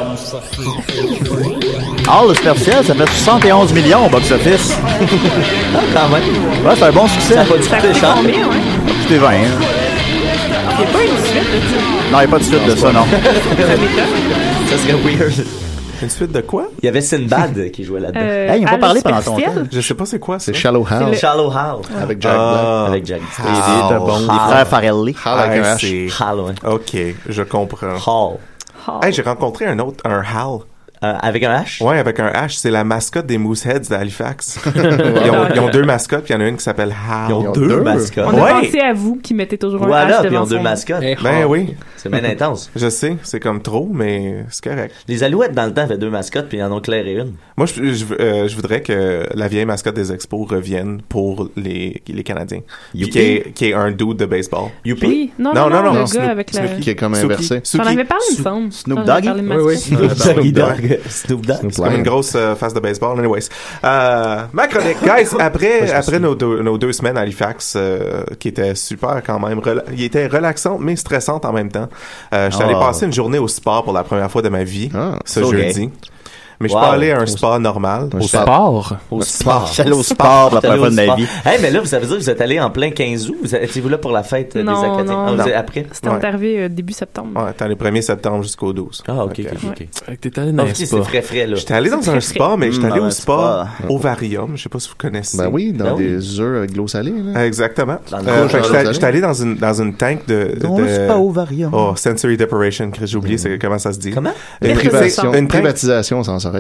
[SPEAKER 3] Al le superficiel, ça fait 71 millions au box-office.
[SPEAKER 7] Ah, quand même.
[SPEAKER 3] Ouais, c'est un bon succès.
[SPEAKER 7] Ça va du
[SPEAKER 4] Ça
[SPEAKER 7] coûter
[SPEAKER 4] coûtait
[SPEAKER 7] cher.
[SPEAKER 4] combien, ouais?
[SPEAKER 3] C'était 20. hein.
[SPEAKER 4] Il n'y a pas une suite, là,
[SPEAKER 3] Non, il n'y a pas de suite de ça, non.
[SPEAKER 7] Ça serait weird.
[SPEAKER 9] Une suite de quoi?
[SPEAKER 7] Il y avait Sinbad qui jouait
[SPEAKER 4] tu
[SPEAKER 7] là-dedans.
[SPEAKER 4] sais.
[SPEAKER 3] Hey, ils m'ont
[SPEAKER 4] Al
[SPEAKER 3] pas parlé pendant
[SPEAKER 4] Superficiel.
[SPEAKER 3] longtemps.
[SPEAKER 9] Je sais pas c'est quoi, ça.
[SPEAKER 5] C'est Shallow House
[SPEAKER 7] Shallow Hal.
[SPEAKER 5] avec Jack Black.
[SPEAKER 9] Ah.
[SPEAKER 7] Avec Jack.
[SPEAKER 3] Les,
[SPEAKER 9] Ah,
[SPEAKER 3] les frères Farelli.
[SPEAKER 5] Hal avec un
[SPEAKER 9] Ah,
[SPEAKER 5] H.
[SPEAKER 9] c'est-
[SPEAKER 7] Hal, ouais.
[SPEAKER 9] Ok, je comprends.
[SPEAKER 7] Hall.
[SPEAKER 4] Hall.
[SPEAKER 9] Hey, j'ai rencontré un autre, un Hal.
[SPEAKER 7] Euh, avec un H?
[SPEAKER 9] Ouais, avec un H. C'est la mascotte des Mooseheads d'Halifax. ils, ont, ils ont deux mascottes, puis il y en a une qui s'appelle Hal.
[SPEAKER 7] Ils ont
[SPEAKER 5] ont
[SPEAKER 7] deux,
[SPEAKER 5] deux.
[SPEAKER 7] mascottes.
[SPEAKER 4] On a
[SPEAKER 9] Ouais.
[SPEAKER 4] pensé à vous qui mettez toujours un
[SPEAKER 7] Voilà,
[SPEAKER 4] H
[SPEAKER 7] puis ils ont
[SPEAKER 4] devant
[SPEAKER 7] deux
[SPEAKER 4] son nom.
[SPEAKER 7] mascottes.
[SPEAKER 9] Ben oui,
[SPEAKER 7] C'est bien intense.
[SPEAKER 9] je sais, c'est comme trop, mais c'est correct.
[SPEAKER 7] Les Alouettes, dans le temps, avaient deux mascottes, puis ils en ont clairé une.
[SPEAKER 9] Moi, je, je, euh, je voudrais que la vieille mascotte des expos revienne pour les, les Canadiens. Puis Qui est, qui est un dude de baseball.
[SPEAKER 7] Youpi.
[SPEAKER 4] Oui, non,
[SPEAKER 9] Non,
[SPEAKER 4] non,
[SPEAKER 9] non,
[SPEAKER 4] non,
[SPEAKER 9] non,
[SPEAKER 4] le
[SPEAKER 9] Snoop-
[SPEAKER 4] gars avec la...
[SPEAKER 9] Snoopy.
[SPEAKER 5] qui est comme
[SPEAKER 9] Suki.
[SPEAKER 5] inversé.
[SPEAKER 9] Suki.
[SPEAKER 4] T'en avais parlé, il me
[SPEAKER 9] Su-
[SPEAKER 4] semble.
[SPEAKER 3] Snoop
[SPEAKER 4] T'en avais
[SPEAKER 3] Doggy?
[SPEAKER 4] parlé,
[SPEAKER 6] Oui,
[SPEAKER 4] Mathieu.
[SPEAKER 6] oui.
[SPEAKER 3] Doggy Dogg.
[SPEAKER 7] Snoop Dogg.
[SPEAKER 9] C'est comme une grosse euh, face de baseball. Anyways. Euh, ma
[SPEAKER 4] <laughs>
[SPEAKER 9] chronique. Guys, après, après nos, deux, nos deux semaines à Halifax, euh, qui étaient super quand même, rela- il était relaxante mais stressante en même temps. Euh, je suis allé
[SPEAKER 3] Oh.
[SPEAKER 9] passer une journée au sport pour la première fois de ma vie,
[SPEAKER 5] Ah,
[SPEAKER 9] ce
[SPEAKER 7] so gay.
[SPEAKER 9] jeudi. Mais je suis
[SPEAKER 7] Wow.
[SPEAKER 9] pas allé à un spa normal.
[SPEAKER 5] Un
[SPEAKER 9] Au
[SPEAKER 5] spa.
[SPEAKER 9] spa.
[SPEAKER 8] Sport.
[SPEAKER 7] Au sport.
[SPEAKER 3] J'allais au sport pour la première fois de ma vie.
[SPEAKER 7] Hey, mais là, vous savez dire que vous êtes allé en plein 15 août. Vous étiez-vous là pour la fête euh,
[SPEAKER 4] Non,
[SPEAKER 7] des Acadiens?
[SPEAKER 4] non.
[SPEAKER 7] Ah, vous
[SPEAKER 4] Non.
[SPEAKER 7] êtes- après?
[SPEAKER 4] C'était
[SPEAKER 9] Ouais.
[SPEAKER 4] arrivé euh, début septembre.
[SPEAKER 9] Ouais, t'as le 1er septembre jusqu'au 12.
[SPEAKER 7] Ah, ok,
[SPEAKER 9] Ok.
[SPEAKER 7] ok, ok.
[SPEAKER 8] Fait que T'es allé dans
[SPEAKER 7] Ok,
[SPEAKER 8] un
[SPEAKER 7] c'est
[SPEAKER 8] spa.
[SPEAKER 7] frais, frais, là.
[SPEAKER 9] J'étais allé dans
[SPEAKER 4] C'est
[SPEAKER 9] un
[SPEAKER 4] très
[SPEAKER 9] spa, mais
[SPEAKER 7] <laughs>
[SPEAKER 9] j'étais
[SPEAKER 3] Mm,
[SPEAKER 9] allé
[SPEAKER 7] Ah,
[SPEAKER 3] un
[SPEAKER 9] au
[SPEAKER 3] spa.
[SPEAKER 9] spa Ovarium. Je sais pas si vous connaissez.
[SPEAKER 5] Ben oui, dans
[SPEAKER 7] Ben oui.
[SPEAKER 5] des œufs avec de l'eau salée. là.
[SPEAKER 9] Ah, Exactement.
[SPEAKER 7] Dans le
[SPEAKER 9] Euh,
[SPEAKER 5] gauche,
[SPEAKER 9] fait que
[SPEAKER 5] dans
[SPEAKER 9] J'étais
[SPEAKER 5] les
[SPEAKER 9] j'étais allé dans une, dans une tank de... de-
[SPEAKER 3] Non,
[SPEAKER 9] de-
[SPEAKER 3] c'est pas au variant.
[SPEAKER 9] Oh, sensory deprivation, que j'ai oublié c'est comment ça se dit.
[SPEAKER 7] Comment?
[SPEAKER 5] Une
[SPEAKER 4] Une
[SPEAKER 5] Hmm. privation,
[SPEAKER 4] privation-
[SPEAKER 5] une
[SPEAKER 9] tank-
[SPEAKER 5] privatisation sensorielle.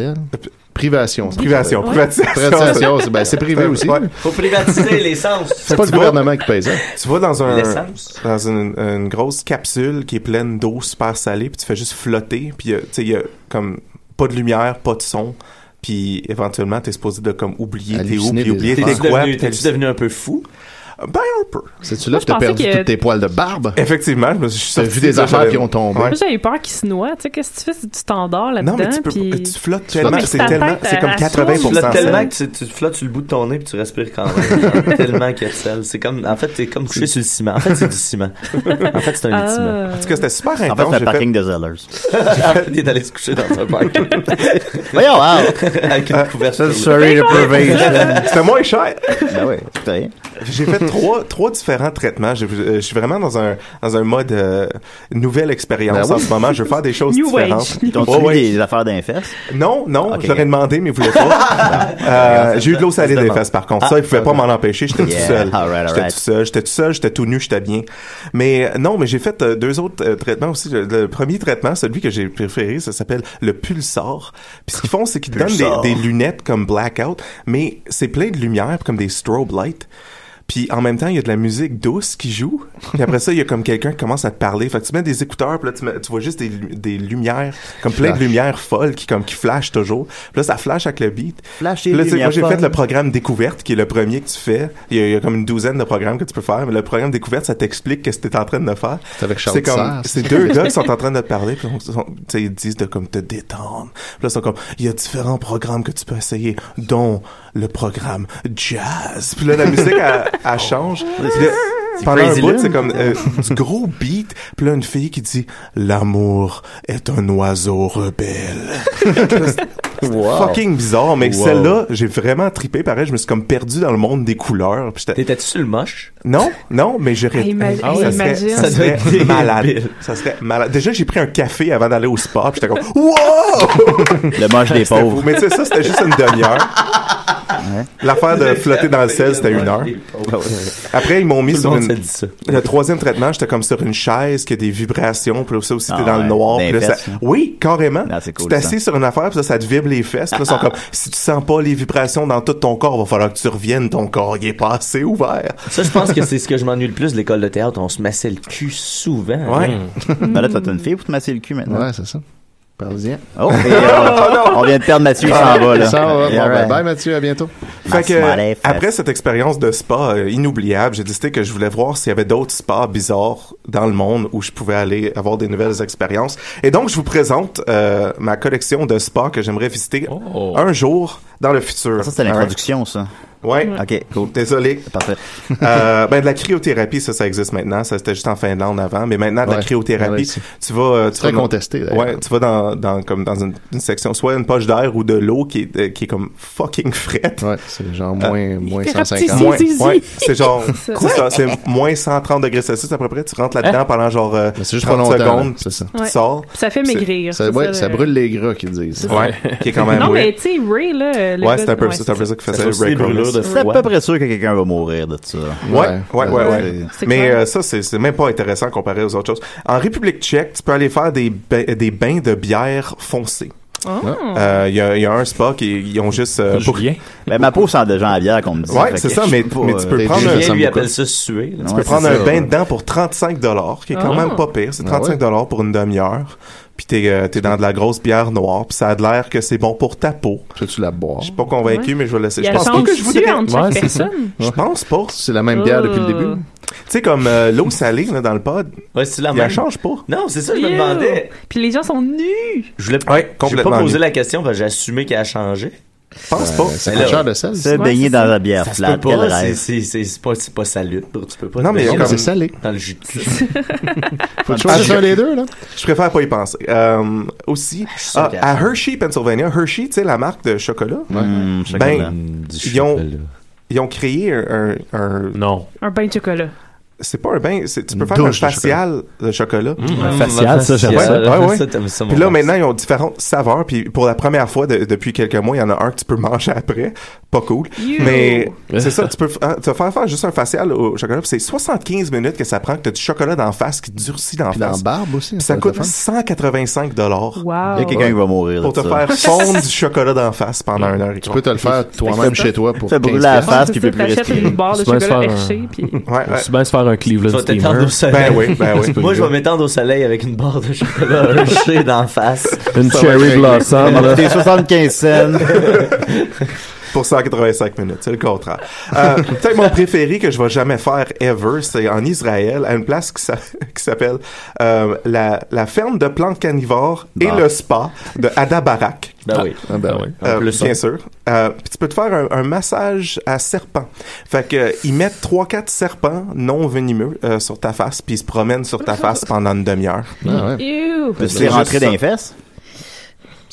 [SPEAKER 5] Privation.
[SPEAKER 9] Privation, privatisation.
[SPEAKER 5] Privatisation, c'est- ben, c'est privé aussi.
[SPEAKER 9] Ouais.
[SPEAKER 7] Faut privatiser l'essence.
[SPEAKER 5] C'est pas le
[SPEAKER 9] Tu vois-
[SPEAKER 5] gouvernement qui paye ça.
[SPEAKER 9] <laughs> Tu vas dans un
[SPEAKER 7] L'essence.
[SPEAKER 9] dans une, une grosse capsule qui est pleine d'eau super salée, puis tu fais juste flotter, puis euh, tu sais il y a comme pas de lumière, pas de son, puis éventuellement t'es supposé de comme oublier t'es où,
[SPEAKER 5] Halluciner
[SPEAKER 9] puis
[SPEAKER 5] des
[SPEAKER 9] oublier t'es
[SPEAKER 7] T'es-tu
[SPEAKER 9] quoi,
[SPEAKER 7] devenu,
[SPEAKER 9] puis t'es
[SPEAKER 7] t'es-tu devenu un peu fou?
[SPEAKER 9] ben un peu.
[SPEAKER 5] C'est-tu
[SPEAKER 4] Moi,
[SPEAKER 5] là que
[SPEAKER 4] je
[SPEAKER 5] t'as
[SPEAKER 4] pensais
[SPEAKER 5] perdu
[SPEAKER 4] que-
[SPEAKER 5] tous tes poils de barbe?
[SPEAKER 9] Effectivement, je me suis je suis
[SPEAKER 5] T'as
[SPEAKER 9] sorti
[SPEAKER 5] vu des
[SPEAKER 9] de-
[SPEAKER 5] affaires
[SPEAKER 9] j'avais-
[SPEAKER 5] qui ont tombé.
[SPEAKER 9] Ouais.
[SPEAKER 4] Moi, j'avais peur qu'il se noie. Tu sais, qu'est-ce que tu fais si tu t'endors
[SPEAKER 9] Non mais
[SPEAKER 4] là-dedans?
[SPEAKER 9] tu peux,
[SPEAKER 4] puis-
[SPEAKER 9] tu flottes tellement,
[SPEAKER 4] mais
[SPEAKER 9] c'est
[SPEAKER 4] ta
[SPEAKER 9] tellement,
[SPEAKER 4] tête,
[SPEAKER 9] c'est comme
[SPEAKER 4] elle
[SPEAKER 9] 80
[SPEAKER 7] Tu
[SPEAKER 4] Pour
[SPEAKER 7] flottes tellement
[SPEAKER 9] sel.
[SPEAKER 7] que tu, tu flottes sur le bout de ton nez puis tu respires quand
[SPEAKER 9] <laughs>
[SPEAKER 7] même. hein, tellement qu'il y a de sel. C'est comme, en fait, t'es comme couché sur le ciment. En fait, c'est du ciment. En fait, c'est un lit de ciment.
[SPEAKER 4] Ah.
[SPEAKER 9] En tout cas, c'était super
[SPEAKER 3] En fait,
[SPEAKER 9] intense.
[SPEAKER 3] c'est le
[SPEAKER 9] j'ai fait-
[SPEAKER 3] parking de Zellers.
[SPEAKER 7] En fait, t'es allé se coucher dans un parc
[SPEAKER 3] Voyons, ah.
[SPEAKER 9] <laughs>
[SPEAKER 3] Al!
[SPEAKER 7] avec
[SPEAKER 9] Ah,
[SPEAKER 7] une couverture.
[SPEAKER 3] Sensory <laughs> deprivation.
[SPEAKER 9] <laughs> C'était moins cher.
[SPEAKER 3] Ben oui, tout à fait.
[SPEAKER 9] J'ai fait trois, trois différents traitements. Je, je suis vraiment dans un, dans un mode euh, nouvelle expérience
[SPEAKER 5] Ben
[SPEAKER 9] en
[SPEAKER 5] oui.
[SPEAKER 9] ce moment. Je veux faire des choses
[SPEAKER 4] New Age.
[SPEAKER 9] différentes.
[SPEAKER 3] Ils t'ont
[SPEAKER 9] Ouais, ouais.
[SPEAKER 3] des affaires d'infest.
[SPEAKER 9] Non, non,
[SPEAKER 3] Ok.
[SPEAKER 9] je leur ai demandé, mais ils voulaient pas. Euh, j'ai eu de l'eau salée des fesses, par contre. Ça, ils pouvaient pas m'en empêcher. J'étais
[SPEAKER 3] Yeah,
[SPEAKER 9] tout seul.
[SPEAKER 3] alright,
[SPEAKER 9] J'étais
[SPEAKER 3] alright.
[SPEAKER 9] tout seul. J'étais tout seul. J'étais tout nu. J'étais bien. Mais euh, non, mais j'ai fait euh, deux autres euh, traitements aussi. Le, le premier traitement, celui que j'ai préféré, ça s'appelle le pulsar. Puis ce qu'ils font, c'est qu'ils te donnent
[SPEAKER 3] Pulsar.
[SPEAKER 9] des, des lunettes comme blackout, mais c'est plein de lumière, comme des strobe lights. Puis en même temps, il y a de la musique douce qui joue. Puis après ça, il y a comme quelqu'un qui commence à te parler. Fait que tu mets des écouteurs, puis là, tu, mets- tu vois juste des, lu- des lumières, comme plein de
[SPEAKER 5] Flash.
[SPEAKER 9] lumières folles qui comme qui flashent toujours. Puis là, ça flash avec le beat.
[SPEAKER 3] Flash
[SPEAKER 9] Puis
[SPEAKER 3] et
[SPEAKER 9] là, tu sais,
[SPEAKER 3] lumière
[SPEAKER 9] moi, j'ai
[SPEAKER 3] folle.
[SPEAKER 9] fait le programme découverte, qui est le premier que tu fais. Il y, a, il y a comme une douzaine de programmes que tu peux faire, mais le programme découverte, ça t'explique qu'est-ce que t'es en train de faire.
[SPEAKER 5] C'est avec Charles
[SPEAKER 9] C'est comme,
[SPEAKER 5] Sartre.
[SPEAKER 9] c'est deux gars qui sont en train de te parler, puis on- sont- tu sais, ils disent de comme te détendre. Puis là, ils sont comme, il y a différents programmes que tu peux essayer, dont le programme jazz. Puis là, la musique, elle, elle change. Puis là, pendant un
[SPEAKER 3] Crazy
[SPEAKER 9] bout,
[SPEAKER 3] Lune.
[SPEAKER 9] c'est comme euh, du gros beat. Puis là, une fille qui dit « L'amour est un oiseau rebelle ». Fucking bizarre, mais
[SPEAKER 5] Wow.
[SPEAKER 9] celle-là, j'ai vraiment tripé. Pareil, je me suis comme perdu dans le monde des couleurs. Puis j'étais-
[SPEAKER 7] T'étais-tu sur le moche?
[SPEAKER 9] non, non, mais j'ai
[SPEAKER 4] Hey, ima-
[SPEAKER 9] ça
[SPEAKER 4] hey,
[SPEAKER 9] serait,
[SPEAKER 4] Ah, imagine.
[SPEAKER 9] ça
[SPEAKER 7] Ça doit
[SPEAKER 9] serait
[SPEAKER 7] être débile.
[SPEAKER 9] malade. Ça serait malade. Déjà, j'ai pris un café avant d'aller au spa, puis j'étais comme wow.
[SPEAKER 3] Le moche
[SPEAKER 9] <laughs>
[SPEAKER 3] des
[SPEAKER 9] C'était fou.
[SPEAKER 3] pauvres.
[SPEAKER 9] Mais tu sais, ça, c'était juste une demi-heure. L'affaire de flotter dans le sel, c'était une heure. Après, ils m'ont mis
[SPEAKER 7] Ah Tout le
[SPEAKER 9] sur
[SPEAKER 7] monde se
[SPEAKER 9] une,
[SPEAKER 7] dit ça.
[SPEAKER 9] le troisième traitement, j'étais comme sur une chaise qui a des vibrations, puis là, ça aussi t'es
[SPEAKER 3] Ah
[SPEAKER 9] dans le
[SPEAKER 3] ouais,
[SPEAKER 9] noir,
[SPEAKER 3] des
[SPEAKER 9] puis là, ça-
[SPEAKER 3] fesses, hein?
[SPEAKER 9] oui, carrément.
[SPEAKER 3] Ah, c'est cool, Ah.
[SPEAKER 9] tu t'assis sur une affaire, puis là, ça te vibre les fesses, puis là, ils sont comme si tu sens pas les vibrations dans tout ton corps, va falloir que tu reviennes, ton corps il est pas assez ouvert.
[SPEAKER 7] Ça, je pense que c'est ce que je m'ennuie le plus de l'école de théâtre. On se massait le cul souvent.
[SPEAKER 9] Ouais.
[SPEAKER 3] Ben là, t'as une fille pour te masser le cul maintenant.
[SPEAKER 5] Ouais, c'est ça. Parlez-y.
[SPEAKER 3] Oh, et, euh,
[SPEAKER 9] <laughs>
[SPEAKER 3] on vient de perdre Mathieu, il s'en va, là.
[SPEAKER 5] Ça va. Bon,
[SPEAKER 3] Yeah,
[SPEAKER 5] ben,
[SPEAKER 3] right.
[SPEAKER 5] bye Mathieu, à bientôt.
[SPEAKER 3] Ma
[SPEAKER 9] Fait que,
[SPEAKER 3] smiley face.
[SPEAKER 9] après cette expérience de spa euh, inoubliable, j'ai décidé que je voulais voir s'il y avait d'autres spas bizarres dans le monde où je pouvais aller avoir des nouvelles expériences. Et donc, je vous présente euh, ma collection de spas que j'aimerais visiter
[SPEAKER 8] Oh.
[SPEAKER 9] un jour dans le futur.
[SPEAKER 3] Ça, c'était l'introduction, ça.
[SPEAKER 9] Un- Ouais.
[SPEAKER 3] OK, cool.
[SPEAKER 9] Oh, Désolé.
[SPEAKER 3] Parfait.
[SPEAKER 9] Euh, ben de la cryothérapie, ça, ça existe maintenant. Ça c'était juste en Finlande avant, mais maintenant de la
[SPEAKER 5] Ouais. Ouais, ouais,
[SPEAKER 9] cryothérapie,
[SPEAKER 5] c'est-
[SPEAKER 9] tu vas, euh, tu
[SPEAKER 5] Très
[SPEAKER 9] vas dans-
[SPEAKER 5] contesté, d'ailleurs.
[SPEAKER 9] Ouais, tu vas dans, dans comme dans une, une section, soit une poche d'air ou de l'eau qui est, euh, qui est comme fucking frette.
[SPEAKER 5] Ouais, c'est genre moins, moins
[SPEAKER 4] Thérapie,
[SPEAKER 5] 150.
[SPEAKER 4] si.
[SPEAKER 9] <laughs> Moins- ouais, c'est
[SPEAKER 4] <laughs>
[SPEAKER 9] genre,
[SPEAKER 4] Ça.
[SPEAKER 9] c'est ça, c'est moins 130 degrés Celsius à peu près. Tu rentres là-dedans pendant genre euh,
[SPEAKER 5] Mais c'est juste pas
[SPEAKER 9] 30
[SPEAKER 5] longtemps,
[SPEAKER 9] secondes,
[SPEAKER 5] là, c'est ça.
[SPEAKER 9] tu
[SPEAKER 4] Hein? Ouais.
[SPEAKER 9] sors,
[SPEAKER 4] Ça euh, fait
[SPEAKER 9] C'est-
[SPEAKER 4] maigrir.
[SPEAKER 5] Ça,
[SPEAKER 4] c'est
[SPEAKER 5] ouais,
[SPEAKER 4] le-
[SPEAKER 5] ça brûle les gras qu'ils disent.
[SPEAKER 9] ouais, qui est quand même
[SPEAKER 4] Non, mais
[SPEAKER 9] weird.
[SPEAKER 4] tu sais, Ray, là. le
[SPEAKER 9] Ouais,
[SPEAKER 4] gars-
[SPEAKER 9] c'est un peu,
[SPEAKER 4] ouais,
[SPEAKER 9] c'est un peu ça qui faisait
[SPEAKER 7] C'est aussi
[SPEAKER 9] Ray
[SPEAKER 7] des brûlures
[SPEAKER 9] Kronis.
[SPEAKER 7] de
[SPEAKER 3] C'est à
[SPEAKER 7] froid.
[SPEAKER 3] peu près sûr que quelqu'un va mourir de ça.
[SPEAKER 9] Ouais, ouais, ouais, ouais.
[SPEAKER 3] Ouais.
[SPEAKER 4] C'est
[SPEAKER 9] Mais
[SPEAKER 4] clair.
[SPEAKER 9] euh, ça, c'est c'est même pas intéressant comparé aux autres choses. En République tchèque, tu peux aller faire des, ba- des bains de bière foncée.
[SPEAKER 4] Oh.
[SPEAKER 9] Euh, Il y, a, il y a un spa qui ils ont juste... euh, pour-
[SPEAKER 6] Julien.
[SPEAKER 3] Ben, ma peau sent déjà la bière, qu'on me dit.
[SPEAKER 9] Ouais,
[SPEAKER 3] Fait
[SPEAKER 9] c'est
[SPEAKER 3] que
[SPEAKER 9] ça,
[SPEAKER 3] je
[SPEAKER 9] mais-
[SPEAKER 3] sais pas,
[SPEAKER 9] mais tu
[SPEAKER 3] euh,
[SPEAKER 9] peux
[SPEAKER 3] t'es-
[SPEAKER 9] prendre
[SPEAKER 5] déjà-
[SPEAKER 9] un-
[SPEAKER 5] ça
[SPEAKER 7] Julien,
[SPEAKER 5] me
[SPEAKER 7] lui,
[SPEAKER 5] coûte.
[SPEAKER 7] appelle ça suer. là.
[SPEAKER 9] Tu
[SPEAKER 3] Ouais,
[SPEAKER 9] peux prendre
[SPEAKER 3] c'est
[SPEAKER 9] un
[SPEAKER 3] ça,
[SPEAKER 9] bain
[SPEAKER 3] ouais. Ben
[SPEAKER 9] dedans pour 35 dollars, qui est quand
[SPEAKER 4] Ah.
[SPEAKER 9] même pas pire. C'est
[SPEAKER 5] Ah
[SPEAKER 9] 35 dollars pour une demi-heure. Puis t'es euh, t'es dans de la grosse bière noire. Puis ça a de l'air que c'est bon pour ta peau.
[SPEAKER 5] Peux-tu la boire?
[SPEAKER 9] Je suis pas convaincu, mais je vais laisser.
[SPEAKER 4] Il y
[SPEAKER 9] Je
[SPEAKER 4] a
[SPEAKER 9] pense pas que je vous
[SPEAKER 4] change-tu
[SPEAKER 9] dirais.
[SPEAKER 4] entre chaque
[SPEAKER 6] Ouais, c'est ça.
[SPEAKER 4] personne?
[SPEAKER 9] Je pense pas. Tu
[SPEAKER 5] C'est la même bière depuis le début?
[SPEAKER 9] sais, comme euh, l'eau salée là, dans le pod,
[SPEAKER 7] Ouais,
[SPEAKER 4] Ah
[SPEAKER 7] c'est la
[SPEAKER 9] il la
[SPEAKER 7] même.
[SPEAKER 9] change pas.
[SPEAKER 7] Non, c'est ça, <laughs> je me
[SPEAKER 4] Ew.
[SPEAKER 7] demandais.
[SPEAKER 4] Puis les gens sont nus.
[SPEAKER 7] Je voulais
[SPEAKER 9] Ouais,
[SPEAKER 7] j'ai pas
[SPEAKER 9] complètement.
[SPEAKER 7] posé
[SPEAKER 9] nul.
[SPEAKER 7] la question parce que j'ai assumé qu'elle a changé.
[SPEAKER 9] Je pense
[SPEAKER 5] Euh,
[SPEAKER 9] pas.
[SPEAKER 5] ça
[SPEAKER 7] Mais
[SPEAKER 5] coûte
[SPEAKER 7] là,
[SPEAKER 5] cher de sel.
[SPEAKER 3] Se baigner dans la bière flat, quel
[SPEAKER 7] pas, c'est-
[SPEAKER 3] rêve.
[SPEAKER 7] c'est c'est- c'est pas, c'est pas salubre, tu peux pas.
[SPEAKER 9] Non,
[SPEAKER 7] te
[SPEAKER 9] mais
[SPEAKER 7] baigner
[SPEAKER 9] comme-
[SPEAKER 5] C'est salé.
[SPEAKER 7] dans le jus de cul.
[SPEAKER 5] Faut choisir
[SPEAKER 9] je-
[SPEAKER 5] un des deux, là.
[SPEAKER 9] Je préfère pas y penser. Euh, aussi,
[SPEAKER 7] suis sûr
[SPEAKER 9] ah,
[SPEAKER 7] qu'elle
[SPEAKER 9] à
[SPEAKER 7] change.
[SPEAKER 9] Hershey, Pennsylvania, Hershey, tu sais, la marque de chocolat,
[SPEAKER 3] Hum, je sais
[SPEAKER 9] Ben,
[SPEAKER 3] pas.
[SPEAKER 9] ils ont- ils ont créé un... un- un-
[SPEAKER 6] Non.
[SPEAKER 4] Un bain de chocolat.
[SPEAKER 9] c'est pas un bain, c'est- tu peux
[SPEAKER 5] Une
[SPEAKER 9] faire un
[SPEAKER 5] douche de
[SPEAKER 9] facial de chocolat.
[SPEAKER 4] Mmh.
[SPEAKER 6] Un facial, ça, j'aime
[SPEAKER 9] ça. Ouais, ouais.
[SPEAKER 7] Ça, t'aimes ça, mon
[SPEAKER 9] Puis là,
[SPEAKER 7] gars.
[SPEAKER 9] maintenant, ils ont différentes saveurs. Puis pour la première fois de- depuis quelques mois, il y en a un que tu peux <laughs> manger après. Pas cool.
[SPEAKER 4] You.
[SPEAKER 9] Mais c'est ça, tu peux f- hein, tu vas faire faire juste un facial au chocolat. puis c'est 75 minutes que ça prend que tu as du chocolat d'en face qui durcit d'en
[SPEAKER 5] Puis dans la
[SPEAKER 9] face.
[SPEAKER 5] barbe aussi.
[SPEAKER 9] Puis ça
[SPEAKER 5] va être
[SPEAKER 9] coûte
[SPEAKER 5] le fun.
[SPEAKER 9] 185 dollars
[SPEAKER 4] Wow.
[SPEAKER 3] Il y a quelqu'un qui va mourir
[SPEAKER 9] pour
[SPEAKER 3] de
[SPEAKER 9] te
[SPEAKER 3] ça. <laughs>
[SPEAKER 9] faire fondre du chocolat d'en face pendant une heure et
[SPEAKER 5] Tu peux te le faire toi-même chez toi pour
[SPEAKER 3] Fait
[SPEAKER 5] 15
[SPEAKER 3] brûler la
[SPEAKER 5] piastres.
[SPEAKER 4] Ouais,
[SPEAKER 3] face,
[SPEAKER 4] c'est
[SPEAKER 3] puis
[SPEAKER 4] ça,
[SPEAKER 3] il peut plus
[SPEAKER 4] T'achètes
[SPEAKER 3] respirer.
[SPEAKER 4] une barre de
[SPEAKER 6] Tu vas se
[SPEAKER 4] chocolat
[SPEAKER 6] faire un-
[SPEAKER 4] Hershé,
[SPEAKER 9] <laughs>
[SPEAKER 4] puis
[SPEAKER 9] Ouais, ouais.
[SPEAKER 6] Tu bien se faire un
[SPEAKER 7] Tu
[SPEAKER 6] Cleveland
[SPEAKER 7] vas
[SPEAKER 6] Steamer.
[SPEAKER 7] t'étendre au soleil.
[SPEAKER 9] Ben oui, ben oui.
[SPEAKER 7] Moi, je vais m'étendre au soleil avec une barre de chocolat rushée d'en face.
[SPEAKER 6] Une
[SPEAKER 5] Ça va être
[SPEAKER 6] Cherry Blossom, là.
[SPEAKER 3] T'es 75 cents.
[SPEAKER 9] pour 185 minutes. C'est le contraire. Euh, <laughs> peut-être mon préféré que je vais jamais faire ever, c'est en Israël, à une place qui s'a- <laughs> qui s'appelle euh, la, la ferme de plantes carnivores et
[SPEAKER 3] Bah.
[SPEAKER 9] le spa de Adabarak.
[SPEAKER 7] Ben oui.
[SPEAKER 5] Ah, ben oui.
[SPEAKER 9] Euh,
[SPEAKER 7] le
[SPEAKER 9] bien sûr. Euh, puis tu peux te faire un, un massage à serpent. Fait que euh, ils mettent trois quatre serpents non venimeux euh, sur ta face, puis ils se promènent
[SPEAKER 3] <laughs>
[SPEAKER 9] sur ta face pendant une demi-heure.
[SPEAKER 5] Ah, ouais.
[SPEAKER 4] Ew.
[SPEAKER 3] Tu t'es rentré dans les fesses?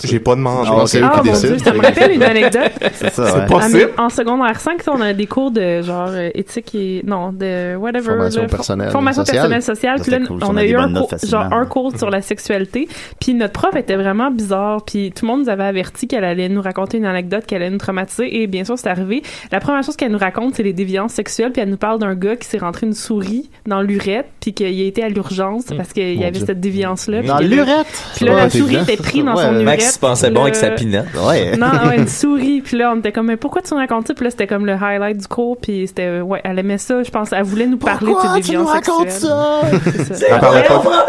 [SPEAKER 9] J'ai pas demandé.
[SPEAKER 5] Je pense que c'est eux
[SPEAKER 4] Ah
[SPEAKER 5] qui
[SPEAKER 4] mon dieu,
[SPEAKER 5] décident.
[SPEAKER 4] ça me rappelle <laughs> une anecdote.
[SPEAKER 3] C'est ça,
[SPEAKER 9] C'est
[SPEAKER 3] ouais.
[SPEAKER 4] À
[SPEAKER 9] possible.
[SPEAKER 4] mes- Ah, en secondaire 5, on a des cours de genre euh, éthique et non de whatever
[SPEAKER 5] Formation
[SPEAKER 4] là, for-
[SPEAKER 5] personnelle,
[SPEAKER 4] formation
[SPEAKER 5] sociale.
[SPEAKER 4] personnelle sociale.
[SPEAKER 3] Ça,
[SPEAKER 4] Puis là,
[SPEAKER 3] c'est cool,
[SPEAKER 4] on
[SPEAKER 3] on
[SPEAKER 4] a
[SPEAKER 3] a des
[SPEAKER 4] eu un
[SPEAKER 3] bonnes notes
[SPEAKER 4] cours,
[SPEAKER 3] facilement.
[SPEAKER 4] genre un cours sur la sexualité. Puis notre prof était vraiment bizarre. Puis tout le monde nous avait averti qu'elle allait nous raconter une anecdote, qu'elle allait nous traumatiser. Et bien sûr, c'est arrivé. La première chose qu'elle nous raconte, c'est les déviances sexuelles. Puis elle nous parle d'un gars qui s'est rentré une souris dans l'urette, puis qu'il a été à l'urgence
[SPEAKER 3] Hum.
[SPEAKER 4] parce qu'il y avait cette déviance là.
[SPEAKER 3] Dans l'urette?
[SPEAKER 4] Puis là,
[SPEAKER 5] Ouais,
[SPEAKER 4] la
[SPEAKER 5] t'es
[SPEAKER 4] souris
[SPEAKER 5] dedans.
[SPEAKER 4] était prise dans son
[SPEAKER 3] Ouais.
[SPEAKER 4] urette.
[SPEAKER 7] Max pensait
[SPEAKER 4] Le-
[SPEAKER 7] bon avec sa pinette.
[SPEAKER 3] Ouais.
[SPEAKER 4] non, ouais, une souris. Puis là, on était comme, mais pourquoi tu nous racontes ça? Puis là, c'était comme le highlight du cours. Puis c'était, euh, ouais, elle aimait ça. Je pense, elle voulait nous <laughs> parler de ces déviances sexuelles.
[SPEAKER 3] ça?
[SPEAKER 4] C'est ça.
[SPEAKER 9] Elle parlait pas- Ah,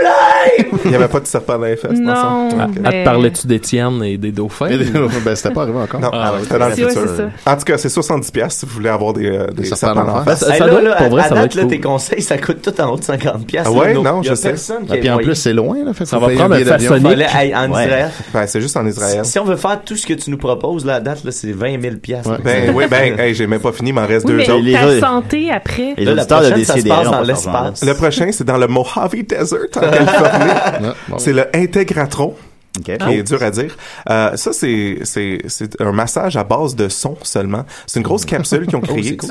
[SPEAKER 9] <laughs> Il y avait pas de serpent dans les fesses. dans ça.
[SPEAKER 4] Non,
[SPEAKER 6] Ah,
[SPEAKER 4] mais...
[SPEAKER 6] ah, te parlais-tu d'Étienne et des dauphins?
[SPEAKER 5] <laughs> ben, c'était pas arrivé encore.
[SPEAKER 9] Non,
[SPEAKER 6] Ah,
[SPEAKER 9] c'était dans le
[SPEAKER 4] C'est- ouais,
[SPEAKER 9] futur.
[SPEAKER 4] c'est ça.
[SPEAKER 9] En tout cas, c'est 70 pièces si vous voulez avoir des, euh, des,
[SPEAKER 5] Des serpents
[SPEAKER 9] serpents
[SPEAKER 5] d'enfer.
[SPEAKER 9] d'enfer.
[SPEAKER 6] Ben, ça,
[SPEAKER 7] Hey,
[SPEAKER 6] ça
[SPEAKER 7] là,
[SPEAKER 6] doit
[SPEAKER 7] là,
[SPEAKER 6] être- pour vrai,
[SPEAKER 7] à
[SPEAKER 6] ça doit
[SPEAKER 7] date,
[SPEAKER 6] être
[SPEAKER 7] là,
[SPEAKER 6] cool.
[SPEAKER 7] tes conseils, ça coûte tout en haut de 50 pièces.
[SPEAKER 9] Ah ouais, non, je sais.
[SPEAKER 7] personne qui
[SPEAKER 5] Et
[SPEAKER 7] ait
[SPEAKER 5] puis en
[SPEAKER 7] moyen.
[SPEAKER 5] plus, c'est loin, là. Fait
[SPEAKER 6] Ça
[SPEAKER 5] qu'on
[SPEAKER 6] va
[SPEAKER 5] paye un
[SPEAKER 6] prendre
[SPEAKER 5] billet
[SPEAKER 6] un
[SPEAKER 5] d'avion.
[SPEAKER 6] façonnier.
[SPEAKER 7] Fallait- hey, en
[SPEAKER 3] Ouais.
[SPEAKER 7] Israël,
[SPEAKER 9] Ben, c'est juste en Israël.
[SPEAKER 7] si on veut faire tout ce que tu nous proposes, là, à date, là, c'est 20 000 piastres.
[SPEAKER 5] Ouais.
[SPEAKER 9] Ben oui, ben, hey, j'ai même pas fini, il m'en reste
[SPEAKER 4] Oui, mais
[SPEAKER 9] deux autres.
[SPEAKER 3] les
[SPEAKER 4] ta
[SPEAKER 3] autres.
[SPEAKER 4] santé après.
[SPEAKER 3] Et
[SPEAKER 7] Là, la
[SPEAKER 3] l'auditeur de
[SPEAKER 7] prochaine, ça se
[SPEAKER 3] décider.
[SPEAKER 7] passe dans l'espace.
[SPEAKER 9] Le prochain, c'est dans le Mojave Desert, en Californie.
[SPEAKER 5] Ouais, bon.
[SPEAKER 9] C'est le Integratron,
[SPEAKER 3] OK. Ben,
[SPEAKER 9] qui
[SPEAKER 4] Oh.
[SPEAKER 9] est dur à dire. Euh, ça, c'est, c'est, c'est un massage à base de son seulement. C'est une grosse capsule qu'ils ont créée. tu,